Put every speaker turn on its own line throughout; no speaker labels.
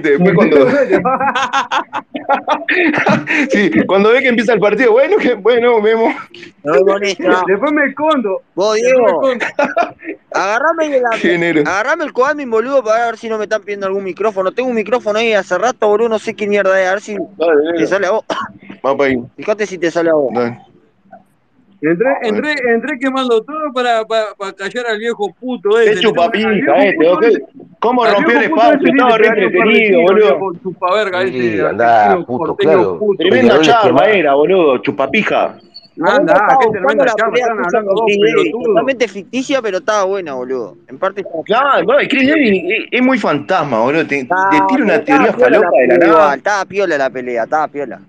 Después cuando... sí, cuando ve que empieza el partido, bueno, que, bueno, Memo.
No voy con esta.
Después me escondo.
Vos, Diego. Agarrame, la,
¿Quién eres?
agarrame el coadmin, boludo, para ver si no me están pidiendo algún micrófono. Tengo un micrófono ahí hace rato, boludo, no sé qué mierda es. A ver si
Dale,
te
Leo.
sale a vos.
Va pa' ahí.
Fíjate si te sale a vos.
Dale.
Entré, entré, entré quemando todo para, para, para callar al viejo puto ese.
Qué chupapinca este, ¿ok? ¿Cómo
Al
rompió el
viejo puto
espacio?
ese sí le
Estaba re
pegaría un par de
entretenido,
tiros,
boludo.
viejo, Chupaverga ese.
Sí, andá,
argentino,
puto,
porteño
claro.
puto.
Tremenda
Pegadores
charla
quemados.
era, boludo. Chupapija.
Anda,
Estaba
qué
buscando
tremenda
la
charla,
pelea
están
tuya
hablando
con
dos
Chris Davis,
pelotudos.
Totalmente ficticia, pero estaba buena, boludo. En parte estaba-
Claro, no, y Chris Davis es- es muy fantasma, boludo. Te, te tira
Ah, pero
una
estaba
teoría falopa
piola la
de la
pelea
nada.
igual, Estaba piola la pelea, estaba piola.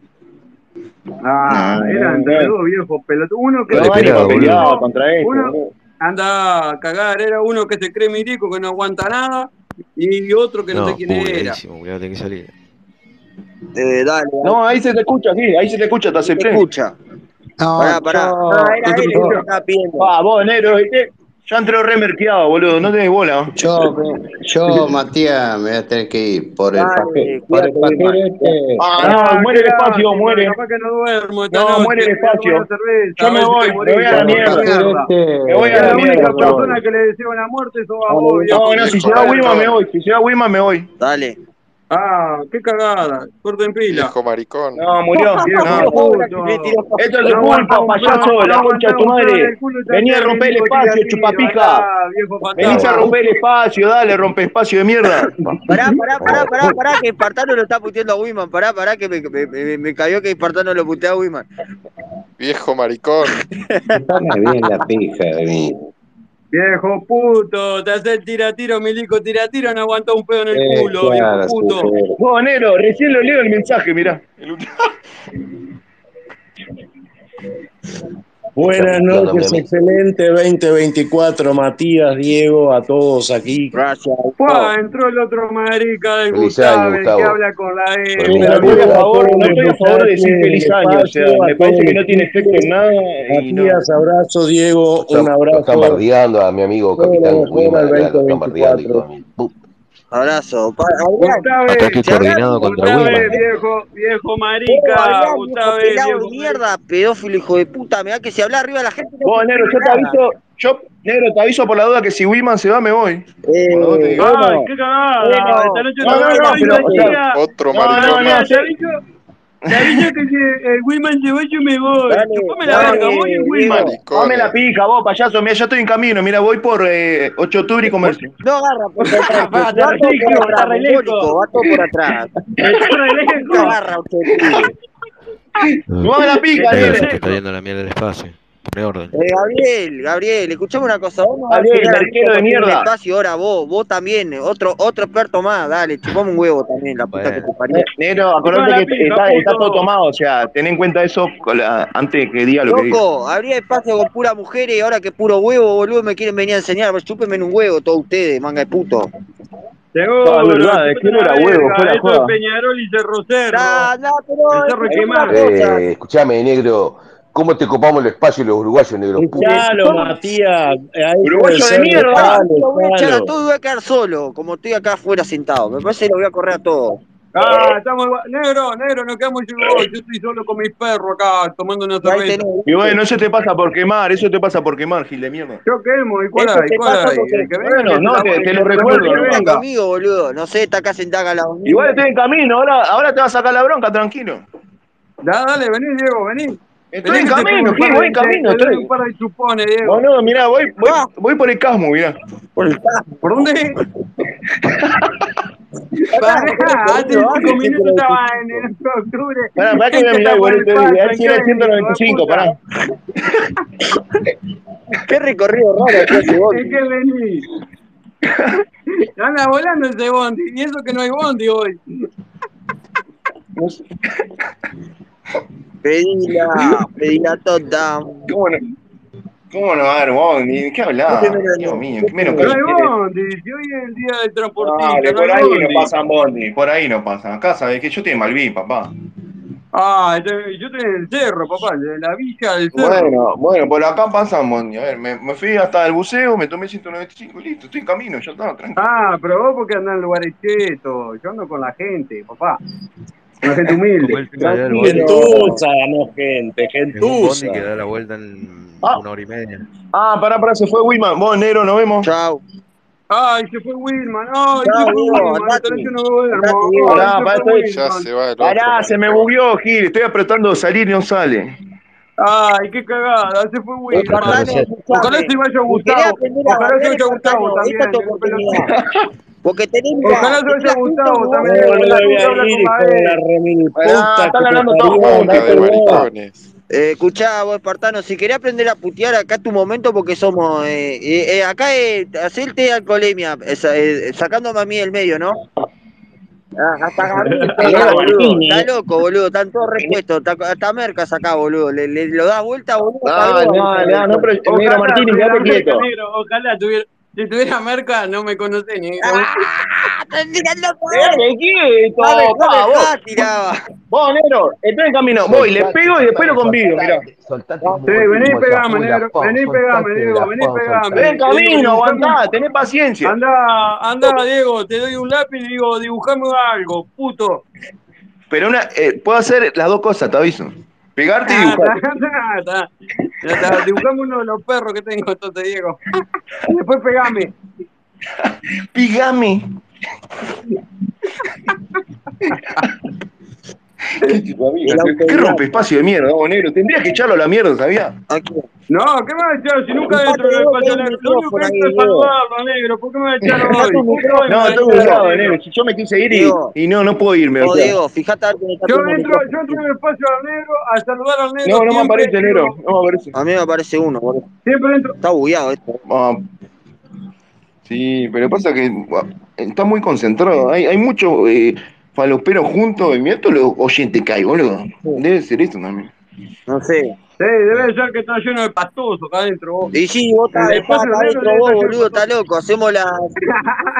Ah,
No,
eran
no,
entre
no.
dos viejos pelotudos. Uno que
No,
Pero
Dale,
Mari
pelado,
no peleaba
boludo.
contra esto,
Uno-
boludo.
anda a cagar, era uno que se cree milico, que no aguanta nada, y otro que no, sé quién era.
culeadísimo, culeado, tiene que salir.
Eh, dale, dale,
No, ahí se te escucha, sí, ahí se te escucha, te
te
acepté.
escucha.
No,
Pará, pará.
chao.
Ah, era
No te
él el
preocupes.
que estaba pidiendo.
Ah, vos, negro, ¿viste? Ya entró re merqueado, boludo, no tenés bola.
yo, yo, Matías, me voy a tener que ir por el
Dale,
papel.
cuídate,
Por el papel
hermano.
este.
Ah, no, muere el
qué
espacio,
lástima,
muere.
Capaz que no duermo esta
No,
noche,
muere el
me voy a tomar
espacio.
una cerveza,
Yo
a
me
ver si
voy,
te
me
morís,
voy a la
anda,
mierda. Este, Me voy a
Era
este,
la
la
eh,
única
mierda, boludo.
persona que le desea una muerte, sos a
No,
vos, viejo.
No, no, si se da Wima me voy, si se da Wima me voy.
Dale.
Ah, qué cagada, corto en pila.
Viejo maricón.
No, murió,
Viejo
no.
puto.
Esto es tu culpa, payaso, la concha de tu madre. Vení a romper el espacio, chupapija.
Ah,
Venís a romper el espacio, dale, rompe espacio de mierda.
Pará, pará, pará, pará, pará, que Espartano lo está puteando a Wiman. Pará, pará, que me, me, me, me cayó que Espartano lo putea a Wiman.
Viejo maricón.
Dame bien la pija de mí.
Viejo puto, te hace el tira tiro, milico, tira tiro, no aguanta un pedo en el
Eh,
culo,
claro,
viejo puto.
sí, sí.
Vos, negro, recién lo leo el mensaje, mirá.
Buenas
Estamos
noches,
hablando,
excelente 2024, Matías, Diego, a todos aquí.
Gracias.
Fua, entró el otro marica del
Feliz
Gustavo,
año,
el que
Gustavo.
habla con la
Feliz
E.
año.
No estoy a
Saludos
favor,
todos
no estoy a
los
favor de decir
muchachos,
feliz año, o sea,
espacio,
me
a
parece que
todos.
no tiene efecto en nada y no.
Matías, abrazos, Diego,
Están-
un
Lo están
abrazo.
bardeando a mi amigo
Todo lo
Capitán
mejor
Wima,
al
lo están
2024.
bardeando, hijo de mí. Pum.
Abrazo. Pa- Adrián,
Gustavo,
Ataque
se habla-
coordinado contra
Gustavo,
Wiman.
viejo, viejo
Adrián,
marica,
viejo
Gustavo,
pelado de
viejo
mierda, pedófilo, hijo de puta. Mirá que si habla arriba la gente. no
Vos,
te
negro, yo te
nada.
aviso, yo, negro, te aviso por la duda que si Wiman se va, me voy.
Eh,
Por la duda te digo.
Ay, qué cagada,
Bueno.
esta noche
No,
no,
no, no,
no,
pero, o sea,
Otro
No,
maricón
Ah,
no, no.
más.
Te aviso, te aviso que si el Wiman se va, yo me voy.
Dale,
Chupame la
dale,
verga, voy y el Wiman.
Diego.
Maricón.
Dame
eh.
la pija, vos, payaso, mira, ya estoy en camino, mira, voy por eh, 8 de octubre y comercio.
No agarra, por atrás.
Va,
Va
está
todo
re
por
lejos,
atrás,
está re lejos.
mongólico, va todo por atrás.
Está re
Nunca
lejos.
agarra usted, pibe.
No la pica,
Dale,
Pero
Daniel.
se
dale.
te está yendo la mierda del espacio. Poné orden.
Eh, Gabriel, Gabriel, escuchame una cosa. Vos no vas a
Gabriel,
llegar al
arquero
mismo
de
nivel
mierda.
espacio ahora vos, vos también. Otro, otro experto más, dale, chupame un huevo también, la puta
Bueno.
que te parió.
Negro,
Dame
acordate
la
que
pija,
está,
puto.
está todo tomado, o sea, ten en cuenta eso con la- antes que diga lo que diga.
Loco, habría espacio con puras mujeres y ahora que puro huevo, boludo, me quieren venir a enseñar. Pues chúpenme en un huevo todos ustedes, manga de puto.
Seguro,
No, es verdad,
chupame
es que no
la
era huevo,
verga,
fue la
esto
joda.
es Peñarol y Cerro Cerro.
Nah, nah, pero
El cerro
escuchame
quemado.
una cosa.
Eh, escuchame, negro. ¿cómo te copamos el espacio los uruguayos, negro?
Escuchalo, Matías. ahí
Uruguayo
puede
de
ser,
mierda.
dale,
Lo voy a echar a
dale.
todos y voy a quedar solo, como estoy acá afuera sentado. Me parece que lo voy a correr a todos.
Ah, estamos igual. Negro, negro, nos quedamos yo, yo estoy solo con mis perros acá, tomando una
Y Ahí
cerveza.
tenés.
Y bueno, eso te pasa por quemar, eso te pasa por quemar, Gil de mierda.
Yo quemo, ¿y cuál
Eso
hay?
te
¿Cuál
pasa
hay?
porque-
El que venga,
Bueno,
que se
no,
la
te-
pone,
te lo
el que
recuerdo,
venga,
¿no?
que
Está
venga.
conmigo, boludo. No sé, está acá sentada al lado mío.
Igual estoy en camino, ahora, ahora te vas a sacar la bronca, tranquilo.
Da, dale, vení, Diego, vení.
Estoy en
Vení que te
camino,
como un par
Gil,
de-
voy en camino,
te doy
estoy.
un par de chupones, Diego.
No, no, mirá, voy, voy,
Ah.
voy por el casmo, mirá.
¿Por dónde? Pará, hace cinco minutos estaba en el 8 de octubre.
Pará, pará que voy a mirar el boleto, a ver si era el 195, pará.
Qué recorrido raro que hace vos.
¿De qué venís? Anda volando ese bondi, y eso que no hay bondi hoy.
Pedila, pedila toda.
¿Cómo no? ¿Cómo no va a haber bondi? ¿Qué hablás? Dios mío, qué menos que...
No hay bondi, si hoy es el día del transportista.
Dale,
no hay
por ahí
bondi.
no pasan bondi, por ahí no pasan. Acá sabes que yo estoy en Malvin, papá.
Ah, este- yo estoy en el cerro, papá, en la villa del cerro.
Bueno, bueno, por acá pasamos. A ver, me, me fui hasta el buceo, me tomé 195 y listo, estoy en camino, ya está, tranquilo.
Ah, pero vos porque andás en lugares chetos. Yo ando con la gente, papá. Con la gente
Como
humilde.
el que da la vuelta-
Gentuza ganó gente,
en un bondi
gentuza.
que da la vuelta en
Ah.
una hora y media.
Ah, pará, pará, se fue Wiman. Vos, negro, nos vemos.
Chau.
Ay, se fue Wilman. Ay,
Ya,
se fue
Hugo,
Wilman.
andate.
Esta noche no duermo.
Andate,
Ay,
Pará,
se fue
pará, estoy-
Ya
Wilman.
se va el otro.
Pará, se me bugueó, Gil. Estoy apretando de salir y no sale.
Ay, qué cagada. Se fue Wilman.
Ojalá
Partano,
sea-
Ojalá
escuchame.
se vaya
Querés
Gustavo.
aprender a
Ojalá se
barrer,
vaya Gustavo
Partano,
también. eh,
Esta es tu oportunidad. Porque tenés mirá,
Ojalá se
tenés
vaya
la
Gustavo
puta
también. eh,
No, no
Hola,
le voy a
habla
ir
con
con
Baez.
la remil puta
Ah,
que
están hablando
te
todos
parió,
juntos,
andate
de
pero-
vos.
maricones.
Eh, escuchá vos, Espartano, si querés aprender a putear, acá es tu momento porque somos. eh, eh, eh, acá es hacerte alcoholemia, eh, sa- eh, sacándome a mí del medio, ¿no? Ah, hasta Gabriel,
Ah,
boludo.
Martínez.
Está loco, boludo. Están todos repuestos. Está, hasta Mercas acá, boludo. Le, le- lo das vuelta, boludo.
Ah,
está loco.
no, no, no, pero negro Martínez,
tuviera
quédate
merca,
quieto.
negro, Ojalá tuviera. Si tuviera merca, no me conocés, negro.
¡Ah! ¡Estás tirando poder!
Quédate quieto,
¡Dame,
pa,
dame,
vos.
ah, tiraba!
Vos, negro, estoy en camino. Voy, le pego y después lo convido, mirá.
Soltate
Sí, vení y pegame, negro. Vení y pegame, Diego.
Diego,
Vení y pegame.
Estoy en camino, aguantá, tenés paciencia.
Anda,
Oh.
anda, Diego, te doy un lápiz y digo, dibujame algo, puto.
Pero una, eh, puedo hacer las dos cosas, te aviso. Pegarte y
Ah,
dibujar.
ta, ta, ta. Ya está, Dibujame uno de los perros que tengo, entonces, Diego. Y después pegame.
Pigame. Qué rompe espacio de mierda, vos, negro. Tendrías que echarlo a la mierda, ¿sabías?
Aquí.
No, ¿qué me va a echar? Si nunca dentro
Diego,
del
que hay un
espacio, lo único que hizo es
micrófono ahí, Diego.
saludarlo, negro. ¿Por qué me va a echar hoy?
un micrófono.
Me va
No,
a
estoy
echar
obligado,
hoy.
negro. Si yo me quise ir y,
Diego.
y no, no puedo irme. o
No,
sea.
Diego, fijate a ver cómo está
Yo
tu
entro, yo
micrófono.
entro en el espacio al negro a saludar al negro.
No, no me
siempre,
aparece, negro. No me aparece.
A mí me aparece uno, boludo.
Siempre entro.
Está bugueado esto. eh.
Ah, sí, pero pasa que ah, está muy concentrado. Hay, hay muchos eh, faloperos juntos. Y mira todos los oyentes que hay, boludo. Debe ser eso también.
No sé.
Sí, debe ser que está lleno de pastoso acá adentro. vos.
Y sí, vos estás
El
estás
espacio
acá
negro
adentro,
le
vos,
está
boludo,
haciendo
está loco. Hacemos la.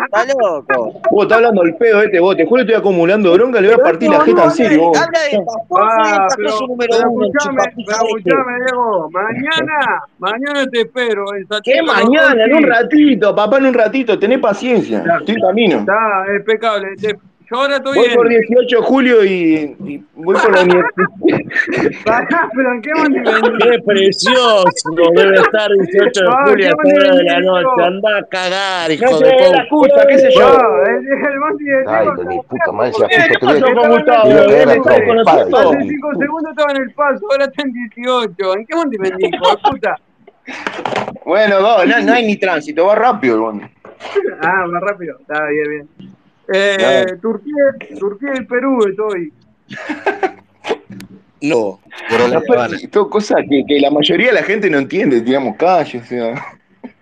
Está loco.
Vos estás hablando el pedo este, vos. Te juro que estoy acumulando bronca. Le voy a partir la jeta en serio, vos.
Habla de
Ah,
Pastoso,
pero,
es número
pero
uno.
escuchame,
chupapija
pero
este.
escuchame, Diego. Mañana, mañana te espero. En
¿Qué
Santiago
mañana? En un
Rotondi.
ratito, papá, en un ratito. Tenés paciencia. Estoy en camino.
Está impecable. Te- yo ahora estoy
Voy
bien.
por 18 de julio y, y voy por la universidad.
Pará, pero ¿en qué manera?
Qué precioso debe estar 18 de
Ah,
julio a
qué
las 9 de
bonito.
la noche. Andá a cagar, hijo
No
de
sé, la
puta.
excusa, qué sé yo.
Ah, el, el bondi de
Ay,
Diego
hijo de
estaba
puta madre,
flaco,
ya
¿Qué
puto,
porque-
te
pasó con Gustavo?
voy a
Él
pegar a
está con
trompada,
nosotros.
Hace 5 segundos estaba en el paso, ahora está en 18. ¿En qué bondi vendí, hijo de puta?
Bueno, no, no, no hay ni tránsito, va rápido el bondi.
Ah, más rápido. Está bien, bien. Eh, Turquía, Turquía y Perú estoy.
No.
Por la
Aparte, todo cosa que, que la mayoría de la gente no entiende, tiramos calles, o sea.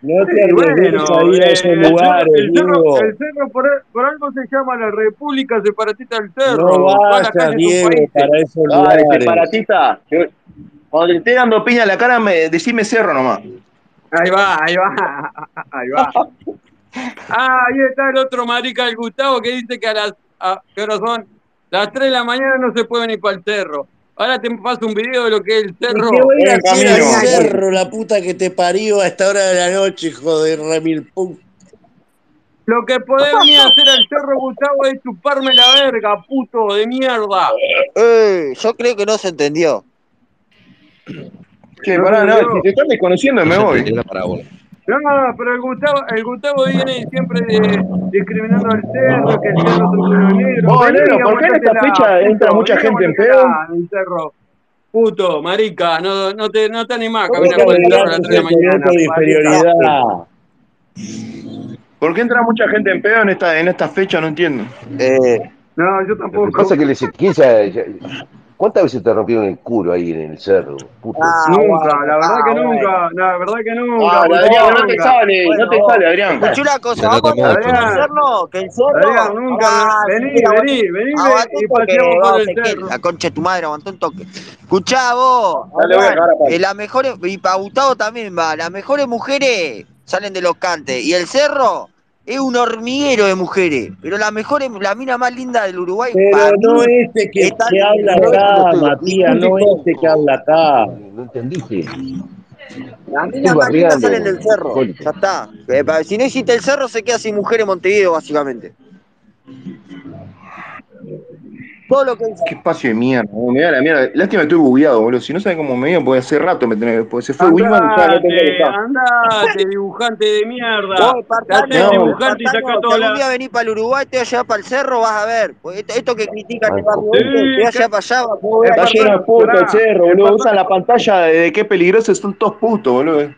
No te
Y
arriesgues a ir a
eh,
esos
el cerro-
lugares,
el cerro,
Diego.
el cerro por, por algo se llama la República Separatista del Cerro.
No
Todas las
vayas,
calles son
Diego,
países.
para esos
Dale,
lugares.
separatista. yo- Cuando te esté dando piña en la cara, me, decime cerro nomás.
Ahí va, ahí va, ahí va. Ah, ahí está el otro marica, el Gustavo, que dice que a las, a, ¿qué horas son? Las 3 de la mañana no se puede venir para el cerro. Ahora te paso un video de lo que es el cerro.
¿Qué voy a ir a
Buen
hacer al
camino.
cerro, la puta que te parió a esta hora de la noche, hijo de remil puta?
Lo que podés venir a hacer al cerro, Gustavo, es chuparme la verga, puto de mierda.
Eh, yo creo que no se entendió.
Che,
No,
pará, no,
no, no.
si te están desconociendo, me voy.
la parábola.
No, no, pero el Gustavo, el Gustavo viene siempre de- discriminando al cerro, que el cerro es un pueblo negro.
Vos,
Vení,
negro, ¿por qué en esta
aguantatela,
fecha
puto,
entra mucha
vení,
gente en
aguantatela, el cerro. Puto, marica, no, no, te, no te animás, caminar por el cerro a las 3 de la mañana.
de inferioridad.
¿Por qué entra mucha gente en pedo en esta, en esta fecha? No entiendo.
Eh,
No, yo
Lo que
tampoco.
pasa es que les quiesa. ¿Cuántas veces te rompieron el culo ahí en el cerro? Puto.
Ah,
Nunca,
bueno,
la verdad
ah,
que
bueno.
nunca, la verdad que nunca.
Ah,
puto,
Adrián, no te
nunca.
sale, no te sale, Adrián.
Escuchá una cosa,
Se nota
vamos a
mucho.
hacer el cerno, que el cerno.
Adrián, nunca.
Ah,
vení,
sí, aguantá-
vení, vení,
aguantá
y
un toque,
paseamos por
vamos,
el
Ezequiel,
cerro.
La concha de tu madre, aguantó un toque. Escuchá vos,
Dale, voy a
Adrián,
cagar a palo.
eh, las mejores, y para Gustavo también va, las mejores mujeres salen de los cantes. Y el cerro es un hormiguero de mujeres. Pero la mejor, la mina más linda del Uruguay. para
Pero no
mí,
este que,
está
que
bien,
habla
no,
acá,
no, no,
Matías,
no,
no
no,
este que habla acá.
¿No entendiste?
la mina
estoy
más linda
barriando,
salen del cerro.
Hipólito.
Ya está. Eh, pa- si no hiciste el cerro, se queda sin mujeres en Montevideo, básicamente. Todo lo que
Qué espacio de mierda, boludo, me da la mierda. Lástima que estoy bugueado, boludo. Si no saben cómo me dio, porque hace rato me tenés. Porque se fue Wilman y estaba en otro lugar que
Andate,
estaba.
andate, dibujante de mierda.
Vos,
Date
Espartano,
de
no,
dibujante y saca
Espartano,
toda
si algún
la.
día venís para el Uruguay, te vas a llevar para el cerro, vas a ver. Pues Esto, esto que critican el
Banco.
barrio, este,
Sí,
te vas a
que-
llevar para allá, vas a
Eh,
ver.
Está lleno de putos el cerro, boludo.
Pará.
Usan la pantalla de, de qué peligrosos son todos putos, boludo.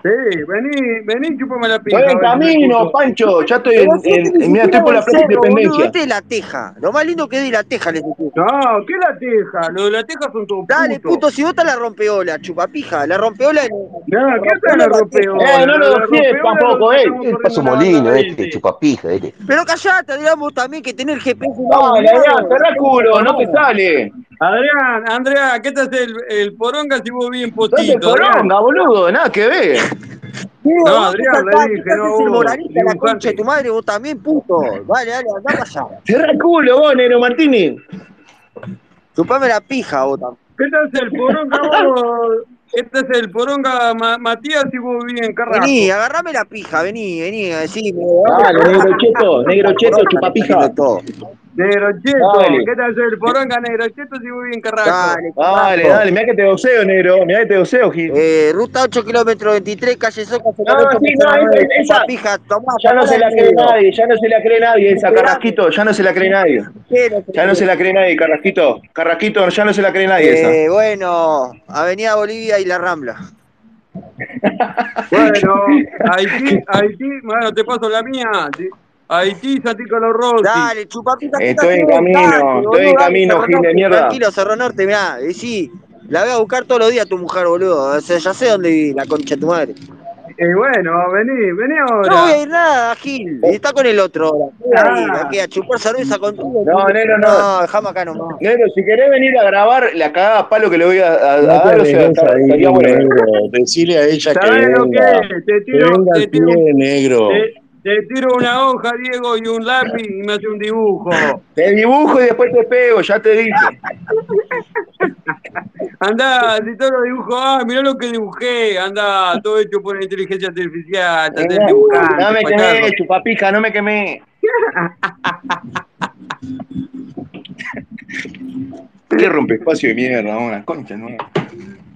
Sí, vení, vení, chupame la pinta.
Estoy en
a ver si me
camino,
escucho.
Pancho. Ya estoy en.
Pero si este
en-
ni
en- mira, estoy
siquiera
por la
va
Plaza
al cerro, boludo,
Independencia.
Este es la teja. Lo más lindo que es de la teja, les digo.
No, ¿qué la teja? Lo de la teja son todos
Dale,
putos.
puto, si vos estás la rompeola, chupapija. La rompeola es.
No, ¿qué tal la rompeola?
Eh, no lo
La
decís
rompeola
tampoco,
es
eh.
lo que
El
estamos
paso
corriendo
molino,
la
este,
gente.
chupapija, este.
Pero callate, digamos también que tener GPS.
No, la idea,
boludo.
cerrá el culo, no te sale.
Adrián, Andrea, ¿qué te hace el, el poronga si vos bien
No te
potito? Adrián?
poronga, boludo, nada que ver.
Digo,
No,
vos
Adrián,
que
le
saltás,
dije,
que
no,
haces el
vos,
moralista, la
dibujante.
concha de tu madre, vos también, puto. Dale, dale, andá para allá.
Cerrá el culo, vos, Nero Martini.
Chupame la pija, vos también.
¿Qué te hace el poronga vos? ¿Qué te hace el poronga Ma- Matías si vos bien carrasco?
Vení, agarrame la pija, vení, vení, decime.
Dale, Negro Cheto, Negro Cheto, chupapija.
Negrocheto,
Dale.
¿qué te hace el poronga Negrocheto si vos bien carrasco?
Dale,
Dale, dale, mirá que te doceo, Negro. Mirá que te doceo, Gil.
Eh, ruta 8 kilómetro 23, calle Soca,
No, sí, no, esa- esa-
pija, tomá,
Ya no
tomá
se la cree
mierda.
nadie, ya no se la cree nadie esa, Carrasquito, ya no se la cree nadie. Ya no se la cree nadie, Carrasquito. Carrasquito, ya no se la cree nadie esa.
Eh, bueno, Avenida Bolivia y La Rambla.
Bueno, Haití, Haití, bueno, te paso la mía. Haití, Santi Color Rossi.
Dale, chupapita.
Estoy
que
en
te
camino,
gustaste,
estoy
boludo,
en
dale,
camino,
Cerro
Gil de
Norte,
mierda.
Tranquilo, Cerro Norte, mirá, decí. La voy a buscar todos los días tu mujer, boludo. O sea, ya sé dónde vive la concha de tu madre.
Y Eh, bueno, vení, vení ahora.
No voy a ir nada, Gil. Está con el otro ahora. Ahí, aquí, a chupar cerveza contigo.
Ah. No, negro, no.
No, dejame acá nomás.
Negro, si querés venir a grabar la cagada a palo que le voy a, a- a
No te
dar, o sea,
arriesgues
está-
ahí,
estaría bueno.
negro. Decile a ella que
¿Sabés lo que
venga.
es? Te
Que
tiro,
venga
te
al
tiro,
pie, negro.
te, te tiro una hoja, Diego, y un lápiz y me hace un dibujo.
Te dibujo y después te pego, ya te dije.
Andá, si todos los dibujos, ah, mirá lo que dibujé, andá, todo hecho por inteligencia artificial, te haces dibujante,
No me
payaso.
quemé, chupapija, no me quemé. Qué rompe espacio de mierda, una concha, no.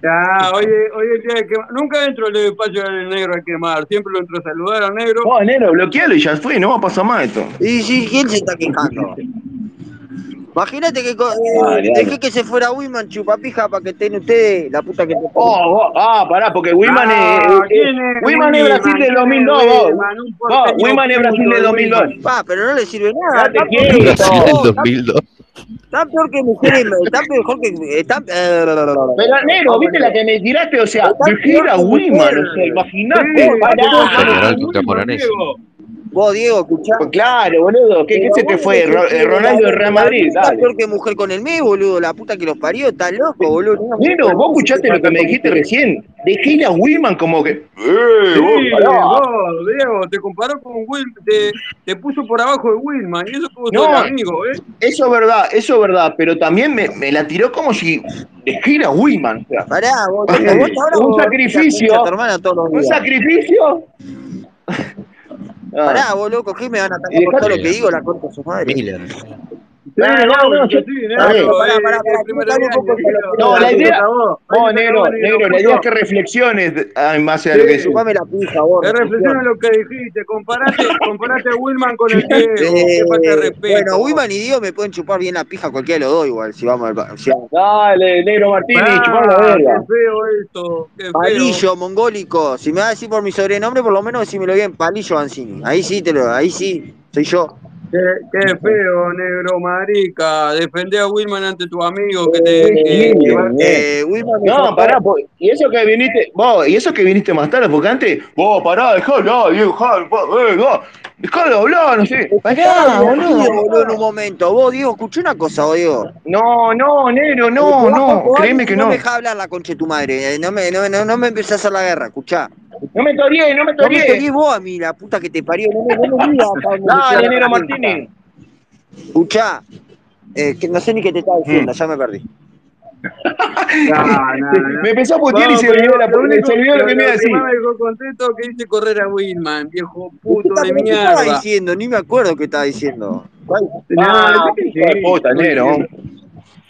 Ya, oye, oye, tiene que- nunca entro al despacho del negro a quemar, siempre lo entro a saludar al negro.
No, negro, bloquealo y ya fue, no va a pasar más esto.
Y sí, ¿quién se está quejando? Imagínate que co- eh,
Dale, dale.
dejé que se fuera Wiman chupapija para que estén ustedes la puta que te
Oh, vos- ah, pará, porque Wiman
Ah,
es, es-
¿quién es
Wiman es eh, Brasil del 2002, vos.
Wiman, un
Vos,
porteño
Wiman es Brasil
puto,
del 2002.
Pa, pero no le sirve nada.
Date
Está peor,
quieto.
que-
Brasil del
no, está-
2002.
está peor que mujeres, está peor que... Está, eh,
Pero negro, viste la que me tiraste, o sea,
Está
dijera a
peor que
Wiman,
mujer.
o sea,
Sí,
imaginate.
pará,
pará.
General
muy
Contemporáneo.
Diego.
vos, Diego, escuchá.
Pues Claro, boludo, ¿qué, qué se te fue? Ro- eh, Ronaldo de Real Madrid,
Está
dale.
peor que mujer con el mes, boludo. La puta que los parió, está loco, boludo.
Nero, vos escuchaste lo que me dijiste recién. Dejé ir a Wiman como que. ¡Eh,
Sí,
vos, pará!
vos, Diego, te comparó con Will, te, te puso por abajo de Wilman, y eso como
No.
sos amigo, ¿eh?
Eso es verdad, eso es verdad, pero también me, me la tiró como si dejé ir a Wiman. O sea,
Pará, vos,
Un
vos ahora vos-
sacrificio.
la concha de tu hermana todos los
¿Un
días.
sacrificio? Ah,
Pará, vos loco, que me van a atacar
Y
por todo lo
dejate-
que digo, la concha de su madre.
Miller.
Sí,
No, no, no, yo-
sí, Diego,
ver,
eh,
pará, pará,
eh,
pará,
el primer
pará,
día,
un poco
Diego.
que lo-
No, la idea-
Ahí está,
Vos,
ahí está,
negro,
bueno, Diego,
negro, la idea es
puto.
que reflexiones ah, en base a lo que decís.
Chupame la pija, vos.
Que
reflexión.
reflexiones lo que dijiste, comparate, comparate a Wilman con el Diego, qué
Eh,
falta de respeto.
bueno, Wiman y Dios me pueden chupar bien la pija cualquiera de los dos igual, si vamos al ba- si vamos.
Dale, negro Martini,
Ah,
chupá la verga.
Qué feo esto, qué feo.
Palillo, mongólico. Si me vas a decir por mi sobrenombre, por lo menos decímelo bien, Palillo Banzini. Ahí sí te lo, ahí sí, soy yo.
Qué, qué feo, negro marica. Defendé a Wilman ante tu amigo que te... que- que va-
Eh, Wiman me
No,
chupó-
pará, po- y eso que viniste, vos, y eso que viniste más tarde, porque antes, vos, pará, dejalo, Diego, dejalo, pa- eh, no, dejalo hablar, no sé. Pará,
Diego,
boludo.
boludo, en un momento. Vos, Diego, escuché una cosa, vos, Diego.
No, no, negro, no,
Vos,
no,
vos,
créeme que
No
no.
me deja hablar la concha de tu madre. eh, No me, no, no, no me empecé a hacer la guerra, escuchá.
No me toreé, no me
No me
toreé.
pegues vos a mí, la puta que te parió. No me, no me digas acá donde
Dale,
está la
Nero
pregunta.
Martínez.
Escuchá, eh, que no sé ni qué te estaba diciendo,
Mm.
ya me perdí.
No, no, no.
Me empezó a putear y
Vamos,
se olvidó,
pero
la,
lo único-
se olvidó lo que me iba a
que
decir.
más me dejó contento que hice correr a Wilman, viejo puto de
¿Qué estaba
mierda.
diciendo? Ni me acuerdo qué estaba diciendo.
Ah,
No,
hijo de puta, Nero.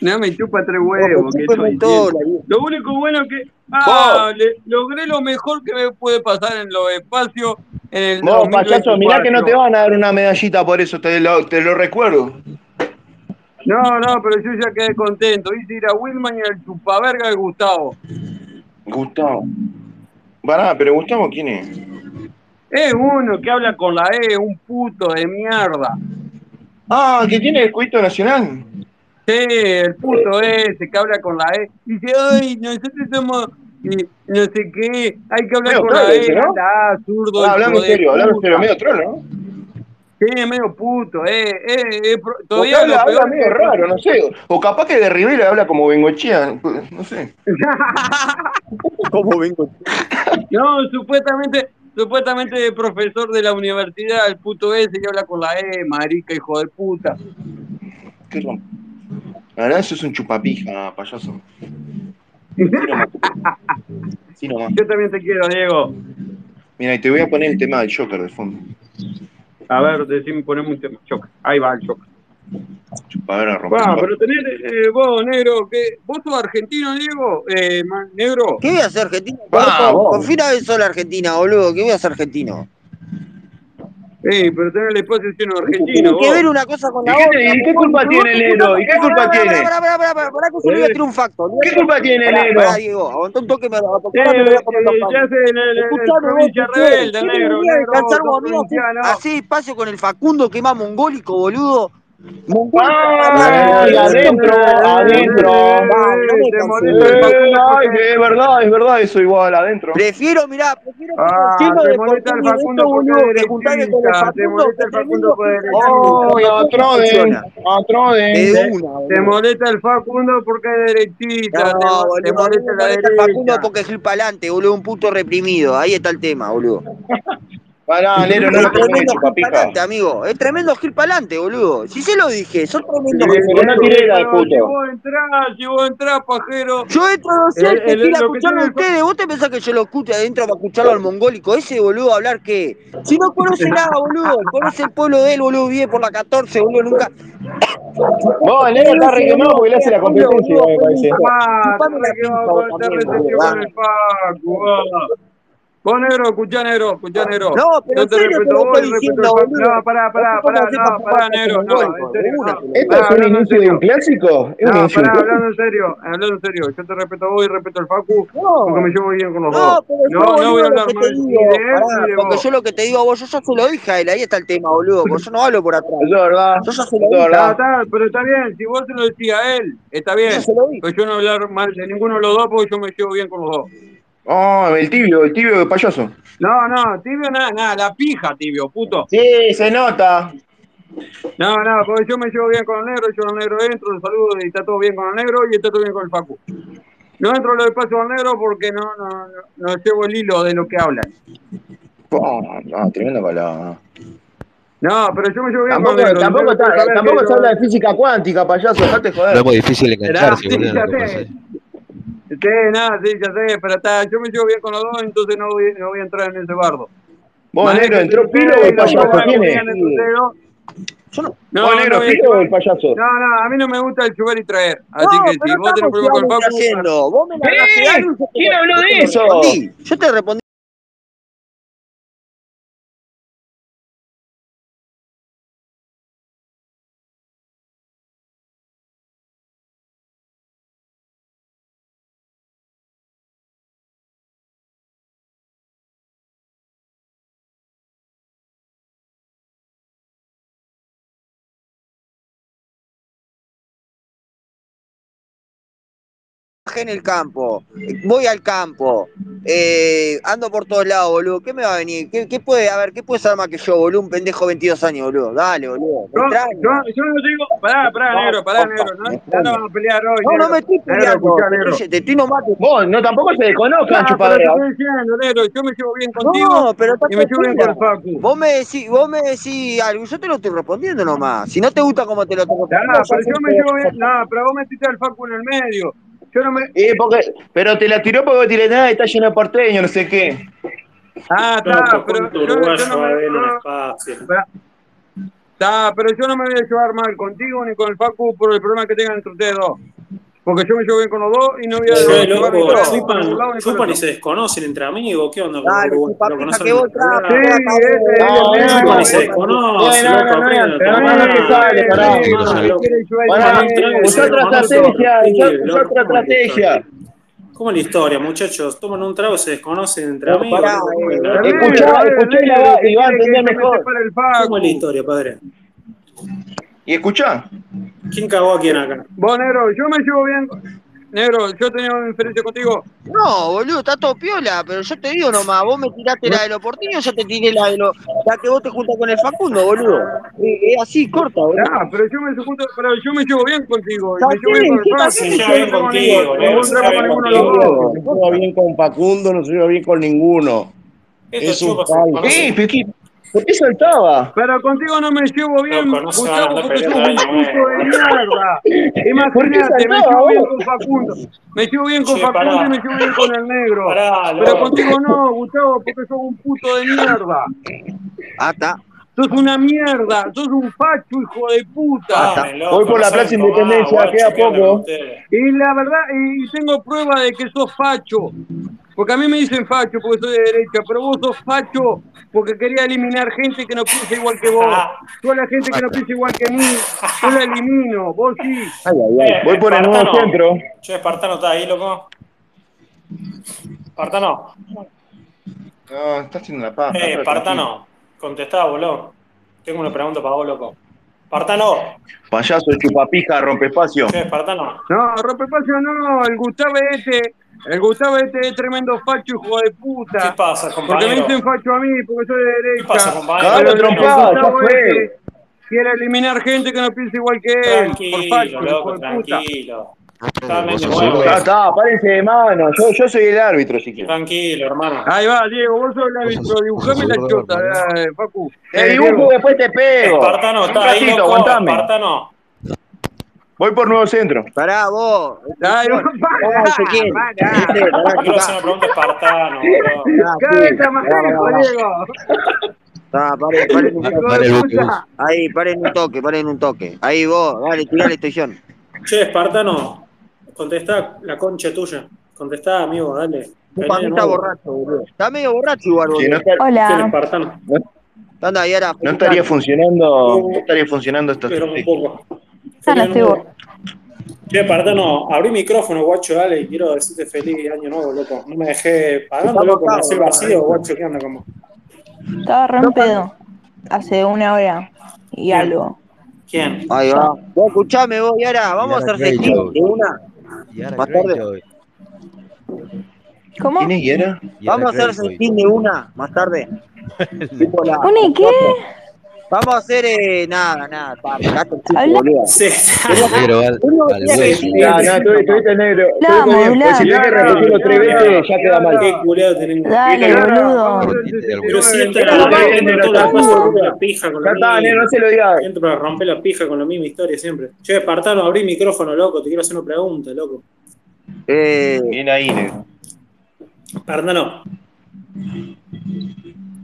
No, me chupa tres huevos. que
Siempre
no
me
entiendo.
tola, viejo.
Lo único bueno que. Ah, le- logré lo mejor que me puede pasar en los espacios. En el
Vos, muchachos, mirá que no te
2024.
van a dar una medallita por eso, te lo, te lo recuerdo.
No, no, pero yo ya quedé contento. Hice ir a Wilman y al chupaverga de Gustavo.
Gustavo. Pará, pero Gustavo, ¿quién es?
Es uno que habla con la E, un puto de mierda.
Ah, que tiene el cuito nacional.
Sí, el puto ese que habla con la E. Dice, ay, nosotros somos. y No sé qué, hay que hablar
Medio
con
troll
la
ese,
E,
¿no?
anda, zurdo.
Ah, hablando
hijo
en
de
serio, hablando en
puta.
serio, medio troll, ¿no?
Sí, medio puto, eh, eh, eh, pro-
Porque
todavía
habla,
lo
habla
peor
medio
que-
raro, no sé. O capaz que de Rivera habla como Bengochea, no sé.
¿Cómo vengo?
No, supuestamente, supuestamente el profesor de la universidad, el puto ese, que habla con la E, marica, hijo de puta.
Qué rom- La verdad, eso es un chupapija, payaso. Sí, nomás.
Yo también te quiero, Diego.
Mira, y te voy a poner el tema del Joker de fondo.
A ver, decime, ponemos un tema. Choca. Ahí va el choca.
Chupadora
Bueno,
rompe.
pero tenés eh, vos, negro, que vos sos argentino, Diego, eh, ma- negro.
¿Qué voy a hacer argentino?
Vamos.
Confina vez sola Argentina, boludo. ¿Qué voy a hacer argentino?
Eh, pero tenés el espacio lleno de argentinos.
Tiene que
vos.
ver una cosa con
¿Y
la
qué,
otra.
te- y qué culpa tiene el negro? ¿Y qué culpa tiene? Eh,
Pará, pará, pará, pará, pará, que yo le voy a tirar un facto.
¿Qué culpa tiene el
Pará,
negro?
pará, Diego, aguantá un toque, me lo
Eh,
ahora me lo voy a poner
eh,
los
ya
pantalones.
sé, en el- en el
Escuchame, vos,
provincia
¿qué querés?
rebelde,
¿Querés
negro,
venir a
negro, sos
descansar vos Ah, a mí,
provinciano.
así- Así espacio con el Facundo que más mongólico, boludo.
Ah,
Mongólico.
Ah, y adentro, adentro.
ah, Te
Eh,
molesta el Facundo
ay,
porque-
es verdad, es verdad, eso igual adentro.
Prefiero, mirá, prefiero
Ah,
que
te
de
molesta el
contenido
Facundo
esto,
porque
boludo,
eres
que juntarme con el
hincha, te
Facundo,
molesta el
que
Facundo
termino
porque eres
con-
Oh, a Troden,
funciona. Eh,
a Troden.
De
Te-
una, boludo.
Te molesta el Facundo porque es derechita.
No,
te,
boludo,
te
a mí
molesta
me
la
molesta el
derecha.
Facundo porque es el pa'lante, boludo, un puto reprimido. Ahí está el tema, boludo.
Pará, Nero, no
Es
lo pongas de
tremendo gil
chupapija.
pa'lante, amigo. Es tremendo gil pa'lante, boludo. Si se lo dije, son tremendos
Sí,
gil
pero no tiré la
Pero Si
puto.
vos entrás, si vos entrás, pajero.
Yo entro a los
El- el-
estoy la
Eh, lo que
escuchando a
tiene-
ustedes. ¿Vos te pensás que yo lo escucho adentro para escucharlo al mongólico? Ese boludo hablar que. Si no conoce nada, boludo. Conoce el pueblo de él, boludo. Vive por la 14, boludo. Nunca.
eh,
No, el negro está re quemado porque le hace la competencia, me parece.
Ah,
Chupame la
te
pinza,
quedo
vos
con este
también,
resentido
boludo.
con el Facu. va. Vos, negro, escuchá, negro, escuchá, negro.
No, pero en
te
serio te
respeto
lo
vos,
estoy
respeto
diciendo,
el Facu.
boludo.
No, pará, pará,
Vos
pará,
cómo hacés
no,
pa
pará,
jugar
negro,
con
no,
mongólico,
en serio,
de una,
no.
eh,
pero-
¿Esto
Ah,
es un
hablando en
inicio de un
serio.
clásico? Es un
No, pará,
insulto.
hablando en serio, hablando en serio, yo te respeto a vos y respeto al Facu,
No.
porque me llevo bien con los
No,
dos.
pero yo,
No, no
boludo,
voy a
lo
hablar
que te
mal ni
digo,
de él
pará,
ni de
porque
vos.
yo lo que te digo a vos, yo ya se lo dije a él, ahí está el tema, boludo, porque yo no hablo por atrás.
Eso es verdad.
Yo ya
Eso
se lo
es
dije,
Ah, Está,
verdad.
está, pero está bien, si vos se lo decís a él, está
yo
bien.
se lo dije.
Pues yo no voy a hablar mal de ninguno de los dos porque yo me llevo bien con los dos.
Oh, el tibio, el tibio de payaso.
No, no, tibio nada, nada, la pija tibio, puto.
Sí, se nota.
No, no, porque yo me llevo bien con el negro, yo al negro entro, lo saludo y está todo bien con el negro y está todo bien con el Facu. No entro a los espacios al negro porque no, no, no, no llevo el hilo de lo que hablan.
Oh, no, tremenda palabra.
No, pero yo me llevo bien
Tampoco,
con el negro.
tampoco,
Ustedes
está-
saben
tampoco
que
se
yo-
habla de física cuántica, payaso, dejate
No es
joder.
muy difícil
Esperá,
engancharse,
sí, ya
boludo. lo que pasa
sé.
es.
Sí, nada, sí, ya sé, pero está, yo me llevo bien con los dos, entonces no voy, no voy a entrar en ese bardo.
Vos,
Manejen
negro, entró
ustedes
pilo o el
la
payaso,
bola
¿quién
que
es?
tengan en sus dedos. No,
Vos, negro,
no,
pilo o
no,
el payaso.
no, no, a mí no me gusta el chupar y traer. Así
no,
que
pero
si vos tenés
estamos
problema con el Facu,
haciendo. Vos me la
¡Eh!
hablaste de algo y yo te-
¿Quién habló
yo
de
te lo
eso?
respondí. Yo te respondí. trabajé en el campo, voy al campo, eh, ando por todos lados, boludo. ¿Qué me va a venir? ¿Qué, qué puede, a ver, qué puede ser más que yo, boludo? Un pendejo de 22 años, boludo. Dale, boludo. Me
No,
extraña.
yo, yo no digo, pará, pará, negro, pará, negro. No, ya no vamos a pelear hoy.
No, no me estoy
Negro,
peleando.
escuchá, negro.
Te estoy nombrando.
Vos, no, tampoco se desconozcan,
Ah, pero te
chupadera.
estoy diciendo, negro, yo me llevo bien contigo
No, pero
y me llevo bien
tranquila.
con Facu.
Vos me decís, vos me decís algo, yo te lo estoy respondiendo nomás. Si no te gusta como te lo estoy
Ya,
respondiendo.
pero yo me llevo bien. No, pero vos metiste al Facu en el medio. Yo no me.
Eh, porque, pero te la tiró porque tiré nada, está lleno de porteño, no sé qué.
Ah, está, pero yo, yo no me. no, pará. Está, pero yo no me voy a llevar mal contigo ni con el Facu por el problema que tengan entre ustedes dos. Porque yo me llevo bien con los dos y no voy a.
Che,
llevar ni
loco,
para- ni para un lado
chupan,
ni para
chupan
el
y
otro.
se desconocen entre amigos. ¿Qué onda?
Dale,
Lo- lo
chupa pija
conocen-
que vos trapo,
Sí, ese es el
No, no,
negro.
Chupan y
no,
se desconocen,
no, no,
loco,
no,
aprendan a
pero no,
tomar,
no, no, sale, pará.
aprendan a tomar, loco.
Pará,
Pará, ustedes
usá
se
otra
conocen,
estrategia,
sí,
usá-
loco,
usá otra
¿cómo es la
estrategia.
historia? ¿Cómo es la historia, muchachos? Toman un trago, se desconocen entre
No,
amigos.
pará,
¿Cómo es
eh,
la-
escuchá, escuchá y la va- y va a entender mejor.
¿Cómo es la historia, padre?
Y escuchá,
¿Quién cagó a quién acá?
Vos, negro, yo me llevo bien. con- Negro, yo tenía una diferencia contigo.
No, boludo, está todo piola, pero yo te digo nomás, vos me tiraste la de los portiños, yo te tiré la de los. La que vos te juntas con el Facundo, boludo. Eh, Es así, corta, boludo.
Ah, pero yo me, junto- pero yo me llevo bien contigo. y
Está
me llevo bien
bien,
con el
sí,
Facu,
está
bien,
y
está
yo
bien
no tengo
contigo,
ningún-
negro,
ningún drama con
está bien
ninguno de los
contigo.
dos.
No se lleva bien con Facundo, no se lleva bien con ninguno.
Estos
Es un
chupas se
palo.
Eh,
conocen.
Pequi, ¿por qué saltaba?
Pero contigo no me llevo bien,
Loco, no se
Gustavo,
hagan, no
porque sos
peleen
un
daño,
puto de
eh.
mierda.
¿Por qué
Imagínate, me
saltaba,
llevo bien
vos?
con Facundo. Me llevo bien con
Che,
Facundo
pará.
y me llevo bien con el negro.
Pará,
Pero
loco.
contigo no, Gustavo, porque sos un puto de mierda.
Ah, está.
Sos una mierda, sos un facho, hijo de puta.
Tomen, loco,
Voy por la
no saben
Plaza
tomar,
Independencia,
guacho,
queda
¿qué andan
poco.
con ustedes?
Y la verdad, y tengo prueba de que sos facho. Porque a mí me dicen facho porque soy de derecha, pero vos sos facho porque quería eliminar gente que no piensa igual que vos. Yo a la gente que no piensa igual que mí, yo la elimino, vos sí.
Eh,
Voy por el nuevo
Espartano.
centro.
Che, Espartano está ahí, loco. Espartano,
no, está haciendo la paja.
eh, Espartano, contestá, boludo. Tengo una pregunta para vos, loco. Espartano,
Payaso de chupapija, rompe espacio.
che, Espartano.
No, rompepacio no, el Gustavo este, el Gustavo este es tremendo facho, hijo de
¿Qué
puta.
pasa,
Porque me
compañero?
dicen facho a mí porque soy de
¿Qué
derecha.
pasa,
Cagalo,
compañero?
Pero el
trompada, ya
Gustavo
fue.
este Quiere eliminar gente que no piensa igual que él. Por facho,
Tranquilo,
hijo
loco,
de puta.
tranquilo. Totalmente
Este Vos sos
nuevo,
un
Ya
eh.
está, párense de mano. Yo, yo soy el árbitro, si quieren.
Tranquilo, hermano.
Ahí va, Diego, vos sos el árbitro, dibujame la chota, eh, Facu.
Te
Eh,
dibujo,
Diego,
después te pego.
Espartano,
Un
está ahí,
ratito,
loco.
aguantame.
Espartano.
Voy por nuevo centro.
Pará, vos.
Dale,
Pará,
pará,
Ezequiel.
pará.
Viste, pará,
Quiero hacer
pará.
una pregunta a Espartano, boludo.
Cada vez está más lejos, Diego.
Está, paren, paren Ah, un toque.
Hijo de puta.
Ahí, paren un toque, paren un toque. Ahí vos, dale, tirale, Toyón.
Che, Espartano, contestá la concha tuya. Contestá, amigo, dale.
Para mí está borracho, boludo. Está medio borracho igual,
Si no,
boludo.
está-
¿Quién es
Hola.
Espartano?
Anda, ahí ahora.
no estaría funcionando, no estaría funcionando esta
Pero un
estrategia.
poco.
Ya no estoy borracho.
Che, Espartano, abrí micrófono, guacho, dale, y quiero decirte feliz año nuevo, loco. No me dejé pagando, loco, me hacé el vacío, guacho, ¿qué onda como?
Estaba re en pedo. Hace una hora y algo.
¿Quién?
Ahí va. Vos escuchame vos, Yara, vamos a
Yara
hacer festivo
Greyjoy.
de una. Más tarde.
¿Cómo?
¿Quién es Yara?
Vamos a hacer festín de una más tarde. Tipo la-
¿Una y qué?
Vamos a hacer eh, nada, nada, pa, gato chico,
Habla-
boludo.
Sí,
Negro va
Uno
al
tiene que-
hueso.
Ya, no, tú estuviste negro. Tú
Vamos,
estás bien, pues si
vamos.
tenés que repetirlo tres veces, ya queda mal.
qué culiado tenemos.
Dale, boludo.
Pero
Pero siento la
la
verdad,
Negro,
todos los
está
días se
duro.
rompe la pija con
Ya
la
está, negro,
misma.
no se lo digas.
Siento para romper la pija con la misma historia siempre. Che, Espartano, abrí micrófono, loco, te quiero hacer una pregunta, loco.
Eh,
Bien ahí, negro.
Espartano,